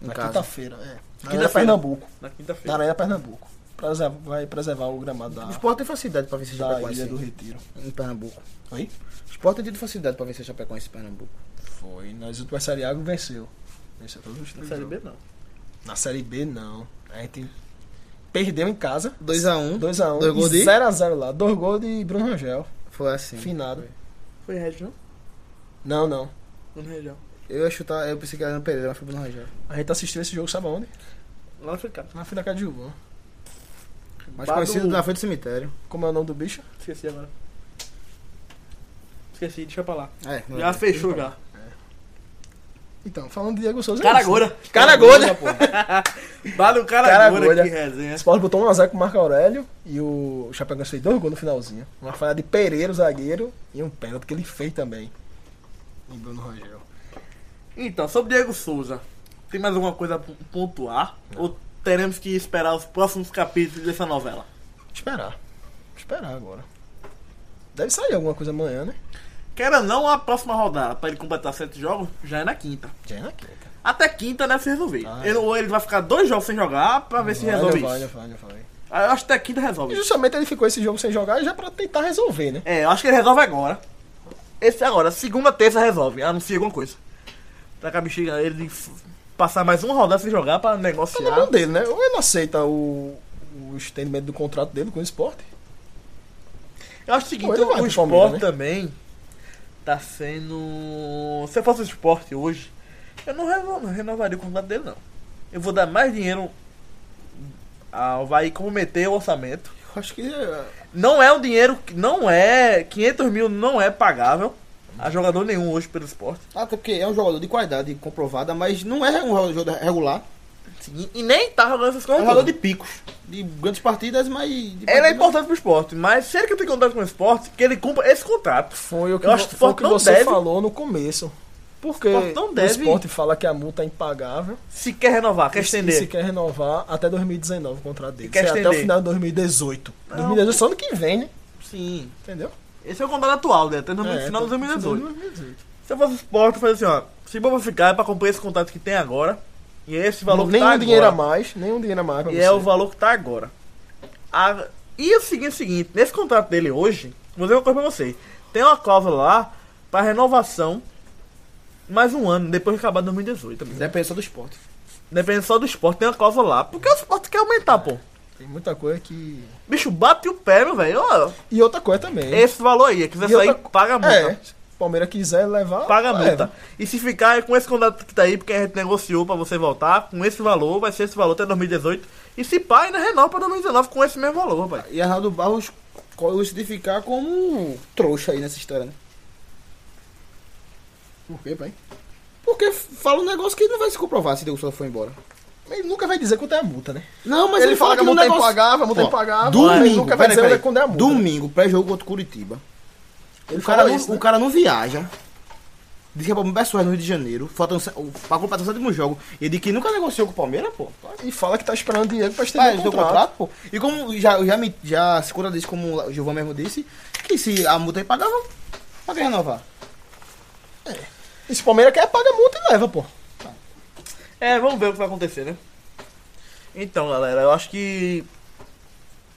S3: Em
S2: Na
S3: casa.
S2: quinta-feira, é. Na Arena
S1: Quinta-feira.
S2: Pernambuco.
S1: Na
S2: Na
S1: quinta-feira.
S2: Arena Pernambuco. Preserva- vai preservar o gramado da,
S3: O esporte tem facilidade pra vencer
S2: da Ilha
S3: Chapecoense
S2: do Retiro.
S3: em Pernambuco.
S2: Oi?
S3: O esporte tem tido facilidade pra vencer Chapecoense em Pernambuco.
S2: Foi. Nas últimas Série A venceu. Venceu todos os
S1: Na
S2: três.
S1: Série
S2: jogos.
S1: B, não.
S2: Na Série B, não. A gente perdeu em casa.
S3: 2x1.
S2: 2x1.
S3: Dois um, gols de-
S2: 0x0 lá. Dois gols de Bruno Rangel.
S3: Foi assim.
S2: Finado.
S1: Foi Regis, não?
S2: Não, não.
S1: Foi no Região.
S3: Eu ia chutar, eu pensei que era no Pereira, mas foi Bruno Rangel.
S2: A gente assistiu esse jogo, sabe onde?
S1: Lá na Africana.
S2: Na Fina Cadilvão.
S3: Mas
S1: Bado-
S3: conhecido na frente do cemitério.
S2: Como é o nome do bicho?
S1: Esqueci agora. Esqueci, deixa pra lá.
S3: É, não
S1: Já
S3: é.
S1: fechou já.
S2: Então, falando de Diego Souza. é isso.
S1: Caragolha.
S2: Caragolha, pô.
S1: Vale o Caragolha
S2: Caragolha.
S1: que resenha.
S2: O Sport botou 1x0 com o Marco Aurélio e o Chapecoense fez dois gols no finalzinho. Uma falha de Pereira, o zagueiro, e um pênalti que ele fez também. Em Bruno Rangel.
S1: Então, sobre Diego Souza, tem mais alguma coisa a pon- pontuar? Ou teremos que esperar os próximos capítulos dessa novela?
S2: Esperar. Esperar agora. Deve sair alguma coisa amanhã, né?
S1: Queira ou não, a próxima rodada, pra ele completar sete jogos, já é na quinta.
S2: Já é na quinta.
S1: Até quinta deve se resolver.
S2: Ah,
S1: Ele- ou ele vai ficar dois jogos sem jogar pra ver se resolve
S2: vai,
S1: isso.
S2: vai, vai, vai.
S1: Aí Eu acho que até quinta resolve
S2: E
S1: isso.
S2: justamente ele ficou esse jogo sem jogar já pra tentar resolver, né?
S1: É, eu acho que ele resolve agora. Esse agora, segunda, terça resolve, anuncia alguma coisa. Pra que a bexiga ele f- passar mais uma rodada sem jogar pra
S2: Tá
S1: negociar.
S2: na mão dele, né? Ou ele aceita o, o estendimento do contrato dele com o esporte.
S1: Eu acho o seguinte,
S2: Pô, ele vai
S1: o
S2: pro
S1: esporte
S2: Palmeiras, né?
S1: também tá sendo. Se eu fosse o esporte hoje, eu não reno- não renovaria o contrato dele, não. Eu vou dar mais dinheiro ao Vai comprometer o orçamento.
S2: Eu acho que é,
S1: Não é um dinheiro que. Não é. 500 mil não é pagável a jogador nenhum hoje pelo esporte.
S3: Até porque é um jogador de qualidade comprovada, mas não é um jogador regular.
S1: Sim, e nem tá jogando essas
S3: É um jogador
S1: coisas.
S3: de picos, de grandes partidas, mas. de
S1: Ele é
S3: partidas-
S1: importante pro esporte, mas se ele que tem contrato com o esporte, que ele cumpra esse contrato.
S2: foi o que,
S1: Eu acho
S2: vo-
S1: que o
S2: foi o
S1: esporte
S2: que
S1: não
S2: você
S1: deve.
S2: falou no começo. Porque
S1: O esporte não
S2: o
S1: deve.
S2: esporte fala que a multa é impagável.
S1: Se quer renovar, quer
S2: E se-
S1: estender.
S2: E se quer renovar até 2019 o contrato dele.
S1: E quer
S2: Isso é até o
S1: estender.
S2: final de 2018.
S1: Não.
S2: 2018 só ano que vem, né?
S1: Sim.
S2: Entendeu?
S1: Esse é o contrato atual, né? Até no
S2: É,
S1: final de
S2: até o
S1: 2018.
S2: 2018.
S1: Se eu fosse esporte, eu falei assim, ó. Se eu vou ficar, é pra comprar esse contrato que tem agora. E é esse valor
S2: Não,
S1: que
S2: nem
S1: tá
S2: um dinheiro a
S1: agora.
S2: mais, nem um dinheiro a mais pra
S1: E
S2: você.
S1: é o valor que tá agora. A- E o seguinte, o seguinte, nesse contrato dele hoje, vou dizer uma coisa pra você. Tem uma cláusula lá pra renovação mais um ano, depois de acabar 2018. amigo.
S3: Depende só do esporte.
S1: Depende só do esporte, tem uma cláusula lá. Porque o esporte quer aumentar, pô.
S2: Tem muita coisa que.
S1: Bicho, bate o pé, meu velho. Ó,
S2: E outra coisa também.
S1: Esse valor aí, quiser
S2: E outra
S1: sair, paga a multa.
S2: É, se o Palmeiras quiser levar.
S1: paga a
S2: leva.
S1: multa. E se ficar com esse contrato que tá aí, porque a gente negociou pra você voltar, com esse valor, vai ser esse valor até 2018. E se pá, ainda renova pra 2019 com esse mesmo valor, rapaz.
S3: E Arnaldo Barros co- se identificar como um trouxa aí nessa história, né?
S2: Por quê, pai?
S3: Porque fala um negócio que não vai se comprovar se Diego Souza foi embora.
S2: Ele nunca vai dizer quanto é a multa, né?
S3: Não, mas
S2: ele, fala que a
S3: não
S2: multa é impagável, a multa é
S3: Ó,
S2: impagável.
S3: Domingo,
S2: ele nunca vai
S3: peraí,
S2: dizer
S3: peraí.
S2: quando é a multa.
S3: Domingo, pré-jogo contra o Curitiba.
S2: Ele
S3: O cara,
S2: fala
S3: não,
S2: isso,
S3: o
S2: né?
S3: cara não viaja. Diz que é pra Pessoas no Rio de Janeiro. Faltando, se- o- pra completar o sétimo jogo. E de que nunca negociou com o Palmeiras, pô.
S2: E fala que tá esperando dinheiro pra
S3: Tá,
S2: estender
S3: ele
S2: o
S3: deu
S2: contrato.
S3: contrato, pô. E como já, já, me, já se contradiz, como o Gilvão mesmo disse, que se a multa é impagável, pra que renovar? É.
S2: E se o Palmeiras quer, paga a multa e leva, pô.
S1: É, vamos ver o que vai acontecer, né? Então, galera, eu acho que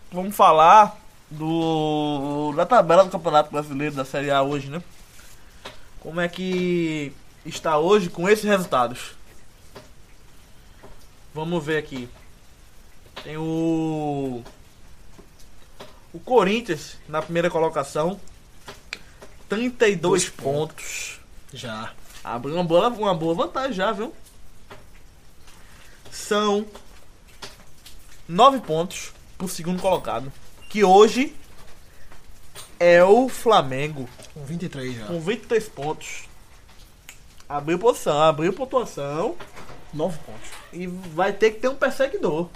S1: vamos falar do da tabela do Campeonato Brasileiro da Série A hoje, né? Como é que está hoje com esses resultados? Vamos ver aqui. Tem o o Corinthians na primeira colocação, 32 pontos.
S2: Já.
S1: Abriu uma boa, uma boa vantagem já, viu? São nove pontos pro segundo colocado. Que hoje é o Flamengo,
S2: Com 23 já.
S1: com 23 pontos. Abriu posição, abriu pontuação
S2: 9 pontos.
S1: e vai ter que ter um perseguidor.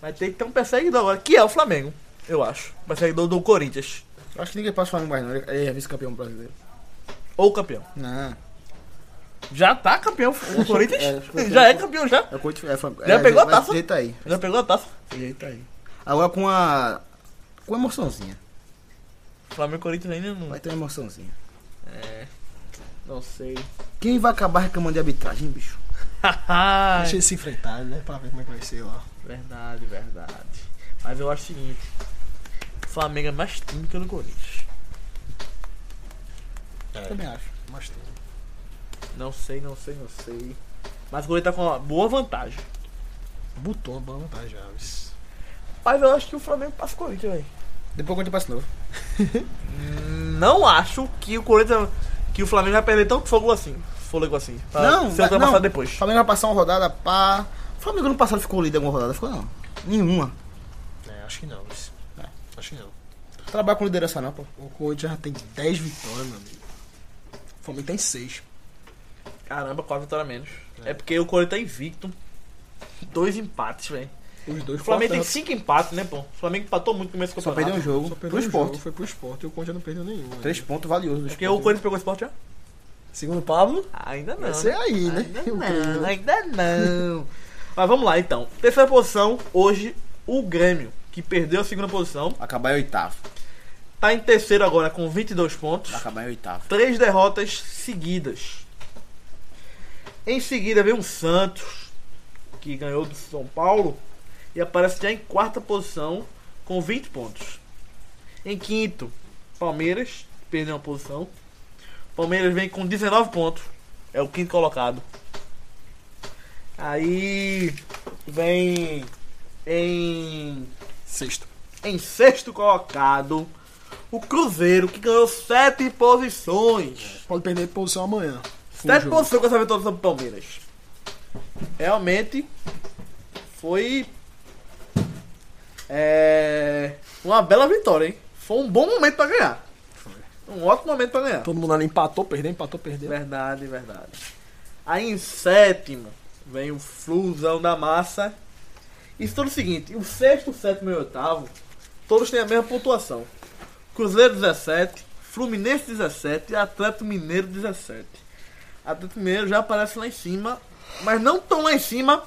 S1: Vai ter que ter um perseguidor agora, que é o Flamengo, eu acho. Perseguidor do Corinthians.
S3: Eu Acho que ninguém passa o Flamengo mais, não. Ele é vice-campeão brasileiro.
S1: Ou campeão.
S3: Não.
S1: Já tá campeão o Corinthians?
S3: é, acho que
S1: já
S3: eu-
S1: é campeão já?
S3: É o Corinthians. É, Flamengo.
S1: Já
S3: é,
S1: pegou a
S3: mas
S1: taça?
S3: Jeito aí.
S1: Já pegou a taça?
S3: Jeito aí. Agora com a. Com emoçãozinha.
S1: Flamengo e Corinthians ainda não. É,
S3: Vai ter uma emoçãozinha.
S1: Não sei.
S3: Quem vai acabar reclamando de arbitragem, bicho?
S2: Deixa eles se enfrentarem, né? Pra ver como é que vai ser lá.
S1: verdade, verdade. Mas eu acho o seguinte: o Flamengo é mais time que o do Corinthians.
S2: É.
S3: Também acho.
S2: Mas tem.
S1: Não sei, não sei, não sei. Mas o Corinthians tá com uma boa vantagem.
S2: Botou a boa vantagem, já. Isso.
S1: Mas eu acho que o Flamengo passa o Corinthians, velho.
S3: Depois quando eu passo de novo.
S1: Hum, Não acho que o Corinthians. Que o Flamengo vai perder tanto fogo assim. Fôlego assim. Pra
S3: Não,
S1: ser
S3: vai-
S1: ultrapassado
S3: não.
S1: depois.
S3: O Flamengo vai passar uma rodada pá. O Flamengo ano passado ficou líder em alguma rodada? Ficou não. Nenhuma.
S2: É, acho que não, isso. É, acho que não.
S3: Trabalha com liderança não, pô.
S2: O Corinthians já tem 10 vitórias, meu amigo. O Flamengo tem 6.
S1: Caramba, quatro vitórias a menos. É. porque o Corinthians tá invicto. Dois empates, velho.
S2: Os dois
S1: O Flamengo tem
S2: empatados.
S1: cinco empates, né, pô? O Flamengo empatou muito no começo do
S3: Só
S1: campeonato.
S3: perdeu um jogo.
S2: Só
S3: Pro
S2: perdeu um jogo,
S3: esporte.
S2: foi pro esporte e o Conde não perdeu nenhum. né?
S3: Três pontos valiosos do
S1: Porque o Corinthians pegou o esporte já?
S2: Segundo o Pablo,
S1: Ainda não.
S2: vai
S1: né?
S2: ser aí, né?
S1: Ainda
S2: Eu creio,
S1: não,
S2: né?
S1: ainda não. Mas vamos lá então. Terceira posição, hoje, o Grêmio, que perdeu a segunda posição.
S4: Acabar em oitavo.
S1: Tá em terceiro agora com 22 pontos.
S4: Acabar em oitavo.
S1: Três derrotas seguidas. Em seguida vem o Santos, que ganhou do São Paulo e aparece já em quarta posição com 20 pontos. Em quinto, Palmeiras, perdeu uma posição. Palmeiras vem com 19 pontos, é o quinto colocado. Aí vem em
S2: Sexto.
S1: em sexto colocado o Cruzeiro, que ganhou sete posições.
S2: Pode perder posição amanhã.
S1: Sete
S2: jogo.
S1: posições com essa vitória sobre o Palmeiras. Realmente foi é, uma bela vitória, hein? Foi um bom momento pra ganhar. Um ótimo momento pra ganhar.
S2: Todo mundo ali empatou, perdeu, empatou, perdeu.
S1: Verdade, verdade. Aí em sétimo vem o Flusão da Massa. Isso tudo é o seguinte: o sexto, sétimo e oitavo, todos têm a mesma pontuação. Cruzeiro 17, Fluminense 17 e Atlético Mineiro 17. Atlético Mineiro já aparece lá em cima, mas não tão lá em cima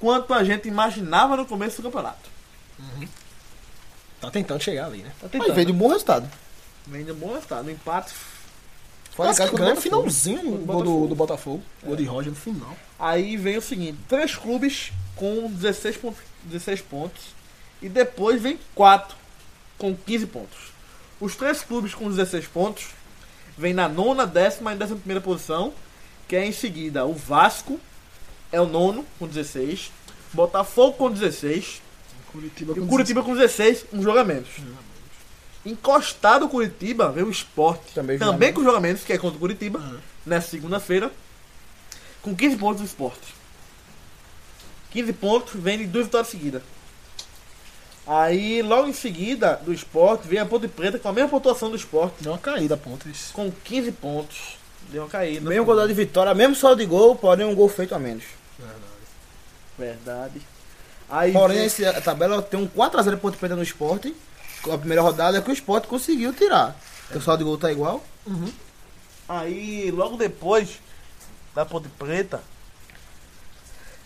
S1: quanto a gente imaginava no começo do campeonato.
S2: Tá tentando chegar ali, né?
S1: Tá
S3: Mas
S1: tentando.
S3: veio de um bom resultado.
S1: Vem de um bom resultado. Um empate
S3: Fora de casa
S2: Classificando no
S3: contra o Botafogo.
S2: finalzinho
S1: Contra
S2: o
S1: o
S2: gol do, do
S1: Botafogo.
S2: Botafogo. É. Gol de Roger no final.
S1: Aí vem o seguinte: três clubes com 16 pontos, 16 pontos e depois vem quatro com 15 pontos. Os três clubes com 16 pontos vêm na nona, décima e décima primeira posição, que é em seguida o Vasco é o nono com 16, Botafogo com 16
S2: Curitiba
S1: e o Curitiba com 16, um jogo a menos. Encostado o Curitiba vem o Sport
S3: Também
S1: também,
S3: jogo
S1: com
S3: a
S1: jogo a menos, que é contra o Curitiba, nessa segunda-feira, com 15 pontos do esporte. 15 pontos, vem de duas vitórias seguidas. Aí, logo em seguida do esporte, vem a Ponte Preta com a mesma pontuação do esporte,
S2: Deu uma caída a ponta. isso.
S1: com 15 pontos. Deu uma caída.
S3: Mesmo quantidade de vitória, mesmo saldo de gol, porém um gol feito a menos.
S1: Verdade. Aí,
S3: Porém,
S1: vem-
S3: esse- a tabela tem um 4x0 ponto perda no esporte. com A primeira rodada é que o esporte conseguiu tirar. Então, o saldo de gol tá igual.
S1: Aí, logo depois da Ponte Preta,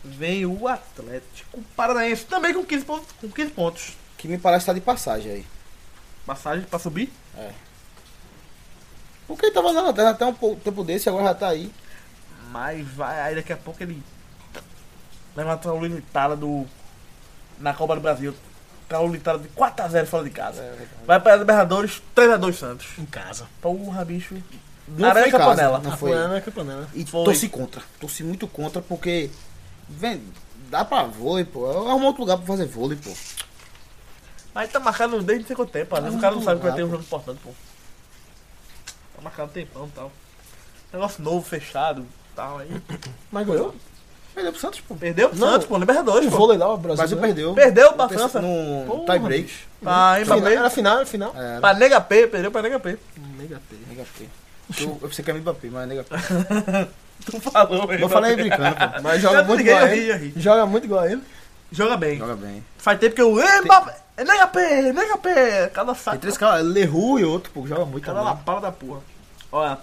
S1: vem o Atlético Paranaense, também com 15 pontos. Com 15 pontos.
S3: Que me parece estar de passagem aí.
S1: Passagem pra subir?
S3: Porque ele tava na lanterna até um pou- tempo desse, agora já tá aí.
S1: Mas vai, aí daqui a pouco ele levanta uma Lulitada do. Na Copa do Brasil. Tá uma Lulitada de 4x0 fora de casa.
S3: É,
S1: vai para Libertadores, 3x2 Santos.
S2: Em casa.
S1: Porra, bicho.
S3: Não
S1: Arana
S3: foi em casa,
S1: Campanella.
S3: Não
S2: A
S3: foi.
S2: Flamengo é campeã, né?
S3: E
S1: Foi.
S3: torci contra. Torci muito contra porque. Vem, dá pra vôlei, pô. Arruma outro lugar pra fazer vôlei, pô.
S1: Mas tá marcado desde não sei quanto tempo, às vezes o cara não sabe que vai ter um jogo importante, pô. Tá marcado um tempão e tal. Negócio novo, fechado tal, aí.
S2: Mas ganhou?
S3: Perdeu pro Santos, pô.
S1: Perdeu pro
S2: Não.
S1: Santos, pô, Libertadores,
S2: O
S1: pô.
S2: vôlei lá, o
S3: O
S2: Brasil.
S3: Brasil
S2: ganhou.
S3: perdeu.
S1: Perdeu pra
S3: No terceiro-
S1: França. Ah,
S3: No
S2: Porra,
S3: tie break.
S1: Pra
S2: Final,
S1: Mbappé.
S2: era final, era final.
S3: É,
S1: Pra Nega P, perdeu pra Nega P.
S2: Ah, Nega P.
S3: nega P. Eu, eu pensei que era Mbappé, mas nega P.
S1: Tu falou,
S3: Eu falei brincando, pô.
S2: Mas
S1: Joga
S2: joga
S1: eu
S2: muito
S1: liguei,
S2: igual
S1: eu
S2: a
S1: ri,
S2: ele.
S1: eu ri.
S2: Joga muito igual a ele.
S1: Joga bem.
S3: Joga bem.
S1: Faz tempo que eu. Mbappé! Nega P, Nega P! Cada
S3: Tem
S1: saco.
S3: três caras, Leru e outro, pô, que joga muito
S1: Cada
S3: também. né?
S1: lapada da porra. Olha.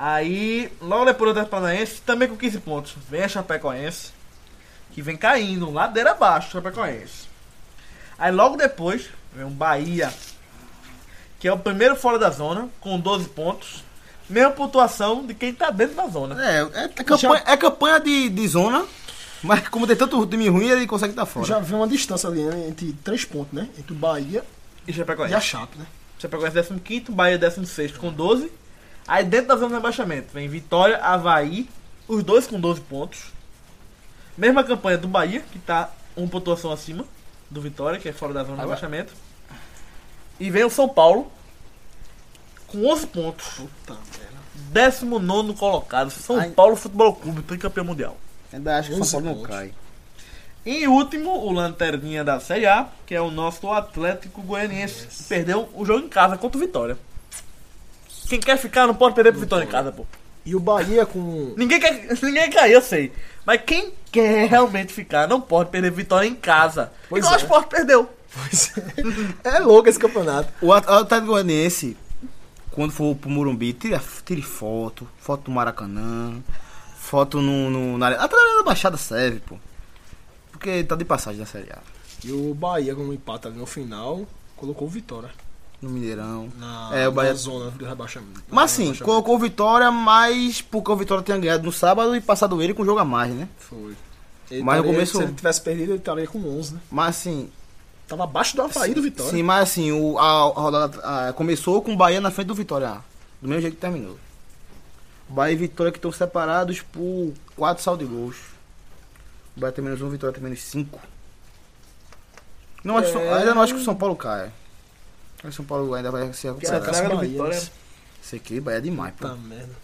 S1: Aí, logo depois do Paranaense, também com 15 pontos. Vem a Chapecoense, que vem caindo, ladeira abaixo, Chapecoense. Aí logo depois, vem o Bahia, que é o primeiro fora da zona, com 12 pontos. Mesma pontuação de quem tá dentro da zona.
S3: É, é, é campanha, é campanha de, de zona, mas como tem tanto time ruim, ele consegue estar fora.
S2: Já vê uma distância ali, né? Entre três pontos, né? Entre o Bahia
S1: E
S2: e a
S1: Chapecoense.
S2: Chape, né?
S1: Chapecoense 15, Bahia 16 com 12. Aí dentro da zona de rebaixamento vem Vitória, Havaí, os dois com 12 pontos. Mesma campanha do Bahia, que tá uma pontuação acima do Vitória, que é fora da zona de
S3: Agora-
S1: rebaixamento. E vem o São Paulo com 11 pontos.
S2: Puta merda.
S1: 19 colocado. São
S3: Ai.
S1: Paulo Futebol Clube, tricampeão mundial.
S3: Ainda acho que o São
S2: 11
S3: Paulo não
S2: pontos.
S3: cai.
S1: E em último, o Lanterninha da Série A, que é o nosso Atlético Goianiense, que perdeu o jogo em casa contra o Vitória. Quem quer ficar não pode perder pro Vitória em casa, pô.
S2: E o Bahia com.
S1: Ninguém quer, ninguém quer, eu sei. Mas quem quer realmente ficar não pode perder Vitória em casa.
S2: Pois
S1: Igual
S2: é.
S1: o Sport perdeu.
S2: Pois é. é louco esse campeonato.
S3: O At- Atlético Goianiense, Quando for pro Murumbi, tire, tire foto. Foto do Maracanã. Foto no, no, na Arena. Até na Arena da Baixada serve, pô. Porque tá de passagem na Série A.
S2: E o Bahia, como empata ali no final, colocou o Vitória
S3: No Mineirão.
S2: na,
S3: É, o
S2: na
S3: Bahia-
S2: zona do rebaixamento.
S3: Mas
S2: Na
S3: sim,
S2: rebaixamento.
S3: colocou o Vitória, mas porque o Vitória tinha ganhado no sábado e passado ele com um jogo a mais, né?
S2: Foi. Ele
S3: Mas
S2: estaria-
S3: no começo-
S2: Se ele tivesse perdido, ele estaria com 11, né?
S3: Mas assim.
S2: Tava abaixo do Havaí do Tá Vitória.
S3: Sim, mas assim, o, a, a rodada ah, começou com o Bahia na frente do Vitória. ah, Do mesmo jeito que terminou. Bahia e Vitória que estão separados por quatro saldo de gols. O Bahia tem menos um, o Vitória tem menos cinco. Não acho,
S2: É.
S3: Ainda não acho que o São Paulo cai. Acho que o São Paulo ainda vai se
S1: Cara,
S3: recuperar.
S2: Caraca.
S1: traga do
S2: Bahia,
S1: Vitória.
S2: né?
S3: Isso aqui, Bahia é demais, pô.
S2: Tá merda.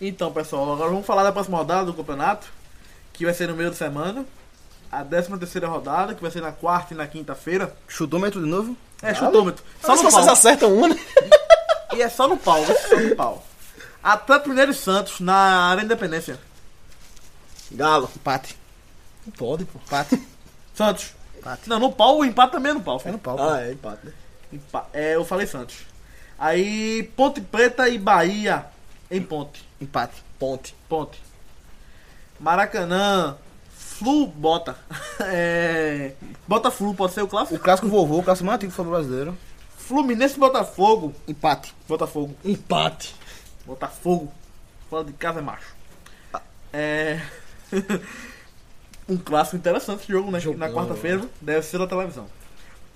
S1: Então, pessoal, agora vamos falar da próxima rodada do campeonato, que vai ser no meio de semana. A 13 terceira rodada, que vai ser na quarta e na quinta-feira.
S3: Chutômetro de novo?
S1: É, chutômetro. Só
S2: se
S1: no
S2: vocês
S1: pau.
S2: acertam uma, né?
S1: E é só no pau, vai ser só no pau. Atlético Mineiro e Santos, na Arena Independência.
S3: Galo. Empate.
S2: Não pode, pô.
S3: Empate.
S1: Santos.
S3: Empate.
S1: Não, no pau, o empate também é no pau.
S3: É no pau. pô.
S2: Ah, é, empate, né?
S1: Empa- É, eu falei Santos. Aí, Ponte Preta e Bahia em Ponte.
S3: Empate.
S2: Ponte.
S1: Ponte. Maracanã, Flu, Bota. É, bota Flu, pode ser o
S3: O
S1: clássico?
S3: clássico vovô, o clássico mais antigo do futebol brasileiro.
S1: Fluminense e Botafogo.
S3: Empate.
S1: Botafogo.
S2: Empate.
S1: Botafogo. Fora de casa é macho. É. um clássico interessante esse jogo, né?
S2: Jogão.
S1: Na quarta-feira deve ser na televisão.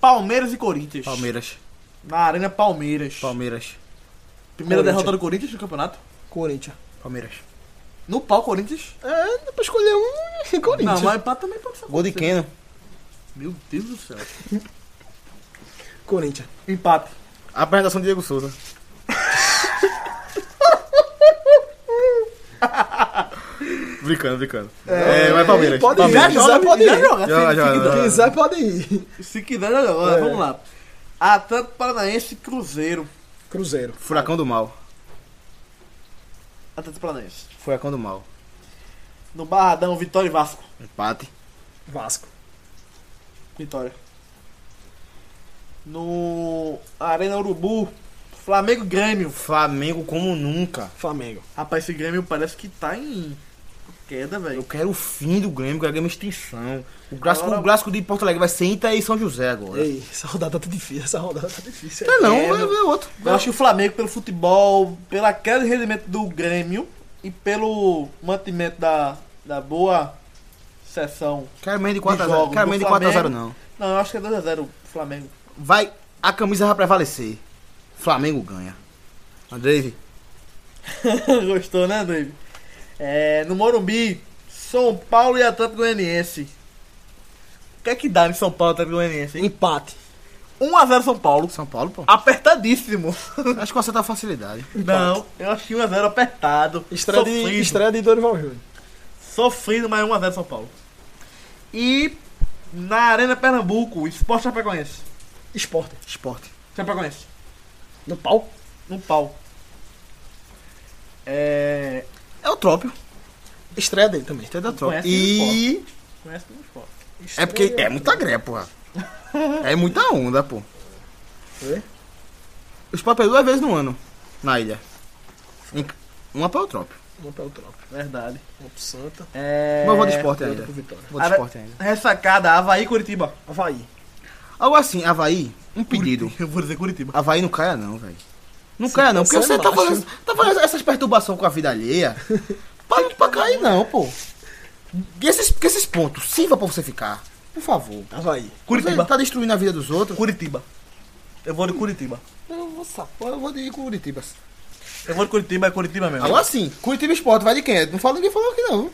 S1: Palmeiras e Corinthians.
S3: Palmeiras.
S1: Na Arena Palmeiras.
S3: Palmeiras.
S1: Primeira
S2: Corinthians.
S1: derrota do Corinthians no campeonato.
S2: Corinthians.
S3: Palmeiras.
S1: No pau, Corinthians.
S2: É, dá pra escolher um Corinthians.
S1: Não, mas empate também pode ser.
S3: Gol de Keno.
S1: Meu Deus do céu.
S2: Corinthians.
S1: Empate.
S3: Apresentação de Diego Souza. brincando, brincando. É, vai Palmeiras.
S2: pode ir,
S3: Palmeiras.
S2: já
S1: joga,
S2: pode ir.
S1: já joga, se-
S3: Já, já,
S1: se
S3: já.
S1: quiser.
S2: Quem quiser pode ir.
S1: Se quiser, já joga.
S2: É.
S1: Vamos lá. Atlético Paranaense e Cruzeiro.
S2: Cruzeiro.
S3: Furacão do mal.
S1: Atlético Paranaense.
S3: Furacão do mal.
S1: No Barradão, Vitória e Vasco.
S3: Empate.
S2: Vasco.
S1: Vitória. No Arena Urubu, Flamengo e Grêmio.
S3: Flamengo como nunca.
S2: Flamengo.
S1: Rapaz, esse Grêmio parece que tá em queda,
S3: Eu
S1: velho.
S3: quero o fim do Grêmio, quero a Grêmio extinção. O clássico,
S1: Agora-
S3: o clássico de Porto Alegre vai ser Inter e São José agora.
S2: Ei, essa rodada tá difícil. Essa rodada tá difícil.
S3: Não, não,
S1: É,
S3: vai
S1: meu-
S3: ver outro.
S1: Eu acho que o Flamengo, pelo futebol, pela queda de rendimento do Grêmio e pelo mantimento da, da boa sessão.
S3: Quero menos de
S1: jogos
S3: 4x0. Quero
S1: do
S3: menos de 4x0
S1: Flamengo.
S3: não.
S1: Não, eu acho que é 2x0 o Flamengo.
S3: Vai, a camisa vai prevalecer. Flamengo ganha. Andrei,
S1: Gostou, né, David? É, no Morumbi, São Paulo e Atlético Goianiense. O que é que dá em São Paulo e Atlético Goianiense? hein?
S2: Empate.
S1: 1x0 São Paulo.
S3: São Paulo, pô.
S1: Apertadíssimo.
S3: Acho que você tá facilidade.
S1: Não, eu achei 1x0 apertado.
S2: Estreia de,
S1: sofrido,
S2: estreia de Dorival Júnior.
S1: sofrido, mas 1x0 São Paulo. E na Arena Pernambuco, Sport Chapecoense.
S2: Esporte.
S3: Esporte.
S1: Chapecoense,
S2: No pau.
S1: no pau. É.
S3: É o Trópio.
S2: Estreia dele também.
S3: Entendeu? É o Trópio.
S1: Conhece
S3: E.
S1: Conhece o Sport.
S3: É porque é muita greia, porra. É muita onda, pô.
S2: Foi?
S3: O Sport perdeu duas vezes no ano. Na ilha. Em- Uma para o Trópio.
S2: Uma pra Eutrópio.
S1: Verdade.
S2: Uma pro Santa.
S1: É.
S3: Mas eu vou de esporte
S2: Outra
S3: ainda.
S2: pro Vitória.
S3: Vou de
S1: Ara-
S3: esporte ainda.
S1: Ressacada, Havaí e Curitiba.
S2: Havaí.
S3: Algo assim, Havaí, um pedido.
S1: Eu vou dizer Curitiba.
S3: Havaí não caia não, velho. Não caia não, porque
S2: você
S3: você tá
S2: acha?
S3: fazendo, tá fazendo essas perturbações com a vida alheia. Para pra cair não, pô. Que esses, que esses pontos sirva pra você ficar. Por favor.
S2: Havaí.
S3: Você tá destruindo a vida dos outros.
S1: Curitiba. Eu vou de Curitiba.
S3: Eu vou, sapar, eu vou de Curitiba.
S1: Eu vou de Curitiba, é Curitiba mesmo.
S3: Agora sim, assim, Curitiba Esporte vai de quem? Não fala ninguém falou aqui não.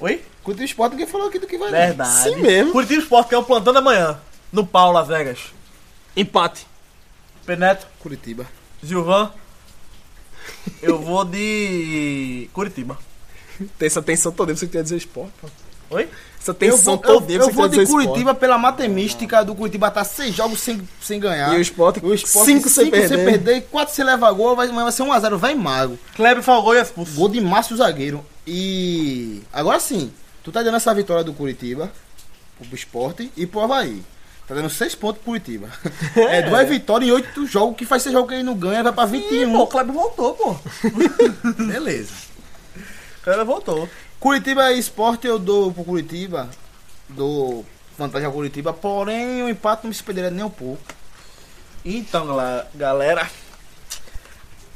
S1: Oi?
S3: Curitiba Esporte ninguém falou aqui do que vai. não.
S1: Verdade.
S2: Sim mesmo.
S1: Curitiba Sport, que é o plantão da manhã. No pau, Las Vegas.
S2: Empate.
S1: Peneto,
S3: Curitiba.
S1: Gilvan. Eu vou de Curitiba.
S2: Tem essa tensão toda, você quer dizer esporte, pô.
S1: Oi?
S2: Essa
S3: Eu
S2: tensão
S3: vou,
S2: toda,
S3: eu,
S2: você
S3: eu vou
S2: quer
S3: de
S2: dizer
S3: Curitiba pela matemística do Curitiba tá seis jogos sem, sem ganhar.
S2: esporte. E o esporte,
S3: O Sport
S2: cinco sem perder.
S3: e 4 se leva gol, vai, mas vai ser 1x0, vai mago.
S1: Kleber Falgou e expulso.
S3: Gol de Márcio Zagueiro. E agora sim, tu tá dando essa vitória do Curitiba pro Sport e pro Havaí. Tá dando 6 pontos pro Curitiba. É, duas vitórias em 8 jogos, que faz 6 jogos que ele não ganha, vai pra
S1: Ih,
S3: 21.
S1: pô, o Kleber voltou, pô.
S3: Beleza.
S1: O Kleber voltou.
S3: Curitiba e Sport eu dou pro Curitiba. Dou vantagem ao Curitiba, porém o empate não me surpreenderia nem um pouco.
S1: Então, gala- galera,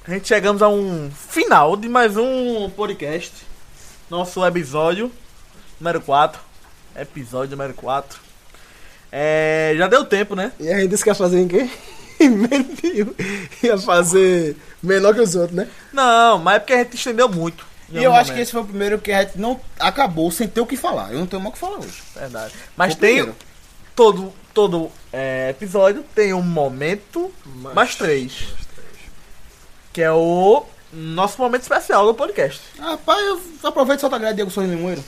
S1: a gente chegamos a um final de mais um podcast. Nosso episódio número 4. Episódio número 4. É, já deu tempo, né?
S2: E ainda disse que ia fazer em quê? Menos de um. ia fazer menor que os outros, né?
S1: Não, mas é porque a gente estendeu muito.
S3: E eu acho que esse foi o primeiro que a gente não acabou sem ter o que falar. Eu não tenho mais o que falar hoje.
S1: é verdade. Mas
S3: Foi o
S1: tem
S3: primeiro.
S1: todo, todo é, episódio tem um momento
S2: Mas-
S1: mais três. Que é o nosso momento especial do podcast.
S3: Rapaz, eu aproveito e solto a grade Diego Sorriso Limoeiro.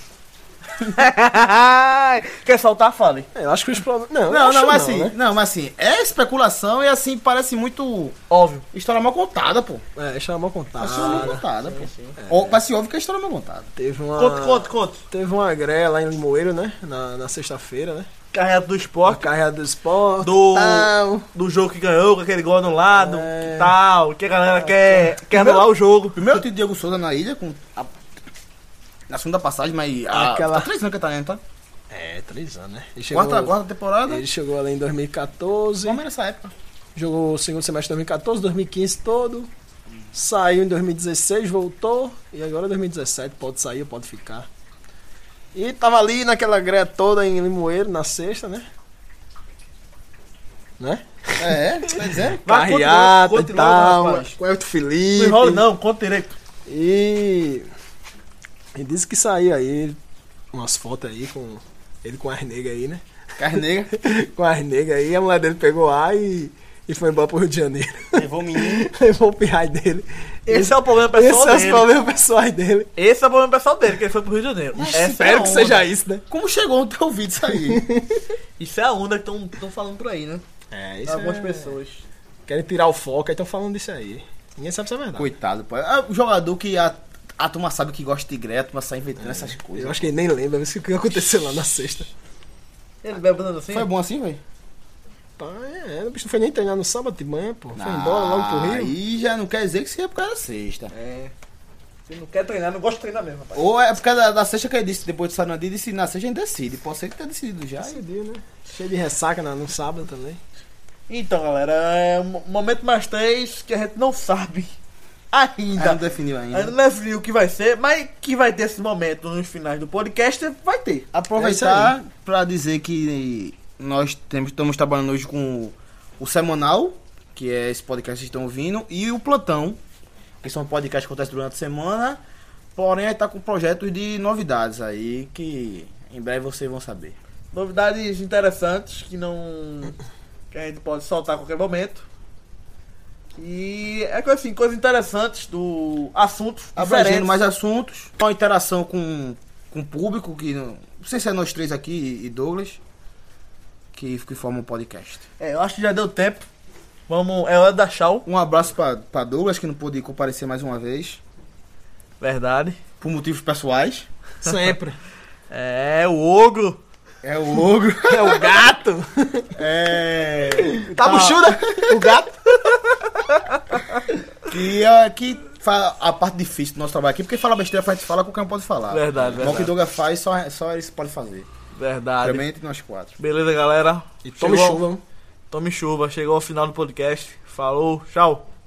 S1: Quer soltar? Fale.
S2: É, eu acho que os problemas. Não, eu
S3: Não,
S2: acho
S3: não, mas assim,
S2: né?
S3: não, mas assim, é especulação e assim, parece muito
S1: Óbvio.
S3: história mal contada, pô.
S2: É, deixa eu mal contar.
S3: Parece história mal contada, pô. Ó, Parece óbvio que é história mal contada.
S2: Teve uma.
S1: Conta, conta, conta.
S2: Teve uma greia lá em Limoeiro, né? Na, na sexta-feira, né?
S1: Carreata do
S2: A
S1: esporte,
S2: carreira do esporte.
S1: Do-
S2: tal.
S1: do jogo que ganhou, com aquele gol anulado,
S2: É.
S1: que tal, que a galera quer, quer anular o jogo.
S3: Primeiro tem Diego Souza na ilha, com a- na segunda passagem, mas a,
S2: Aquela-
S3: tá três anos que tá, né, tá?
S2: É, três anos, né? Ele chegou,
S3: Quarta, quarta temporada.
S2: Ele chegou lá em 2014.
S3: Como era essa época?
S2: Jogou o segundo semestre de 2014, 2015 todo. Saiu em 2016, voltou. E agora 2017, pode sair, pode ficar. E tava ali naquela greia toda em Limoeiro, na sexta, né? Né?
S3: É, tá dizendo?
S1: Vai, continua,
S2: Carreata e
S1: continua,
S2: tal.
S1: rapaz.
S2: Com o Elton Felipe.
S1: Não enrola não, conta direito.
S2: E. E disse que saiu aí umas fotos aí com. Ele com as negras aí, né?
S3: Carnega.
S2: Com as negras aí, a mulher dele pegou ar e, e foi embora pro Rio de Janeiro.
S5: Levou o menino.
S2: Levou o pirrai dele.
S1: Esse é o problema pessoal
S2: Esse é os
S1: dele.
S2: problemas pessoais dele.
S1: Esse é o problema pessoal dele, que ele foi pro Rio de Janeiro.
S3: Mas
S1: Essa é
S2: Espero
S1: a
S2: que
S1: onda.
S2: seja isso, né?
S3: Como chegou no teu vídeo isso aí?
S1: Isso é a onda que estão falando por aí, né?
S2: É,
S1: Algumas pessoas.
S2: Querem tirar o foco, aí estão falando disso aí. Ninguém sabe se é verdade.
S3: Coitado, pô. É o jogador que a, a turma sabe que gosta de greia, a turma sai inventando essas coisas.
S2: Eu acho que ele nem lembra mas o que aconteceu lá na sexta.
S1: Ele bebendo assim?
S3: Foi bom assim, velho?
S2: Pá, é, o bicho não foi nem treinar no sábado de manhã, pô. Foi embora logo pro Rio.
S3: Aí já não quer dizer que seja por causa da sexta.
S1: É. Você não quer treinar, não gosta de treinar mesmo, rapaz.
S3: Ou é por causa da, da sexta que ele disse, depois de Sarandi, disse na sexta a gente decide. Pode ser que tenha decidido
S1: Tá
S3: já.
S2: Decidiu, né? Cheio de ressaca na- no sábado também.
S1: Então, galera, é um momento mais três que a gente não sabe ainda.
S3: Ainda não definiu
S1: Ainda
S3: ainda.
S1: não é frio o que vai ser, mas que vai ter esse momento nos finais do podcast, vai ter.
S3: É Aproveitar pra dizer que nós temos, estamos trabalhando hoje com o Semanal, que é esse podcast que vocês estão ouvindo, e o Plantão, que são podcasts que acontecem durante a semana. Porém, aí tá com projetos de novidades aí que em breve vocês vão saber.
S1: Novidades interessantes que não. que a gente pode soltar a qualquer momento. E é coisa assim, coisas interessantes do assunto.
S3: abrangendo
S1: diferentes.
S3: mais assuntos, uma interação com, com o público, que não não sei se é nós três aqui e Douglas, que, que formam o podcast.
S1: É, eu acho que já deu tempo. Vamos. É hora da tchau.
S3: Um abraço para Douglas, que não pôde comparecer mais uma vez,
S1: Verdade.
S3: por motivos pessoais.
S2: Sempre.
S1: É, o ogro.
S3: É o ogro.
S1: É o gato.
S3: É.
S2: Tá buchuda?
S3: O gato. que é que fa- a parte difícil do nosso trabalho aqui, porque fala besteira, a gente fala, qualquer um pode falar.
S1: Verdade,
S3: Mal que
S1: verdade. Ah,
S3: Douglas faz, só, só eles podem fazer.
S1: Verdade.
S3: Também entre nós quatro.
S1: Beleza, galera.
S2: E tome
S1: Chegou-
S2: chuva, mano.
S1: Tome chuva. Chegou ao final do podcast. Falou, tchau.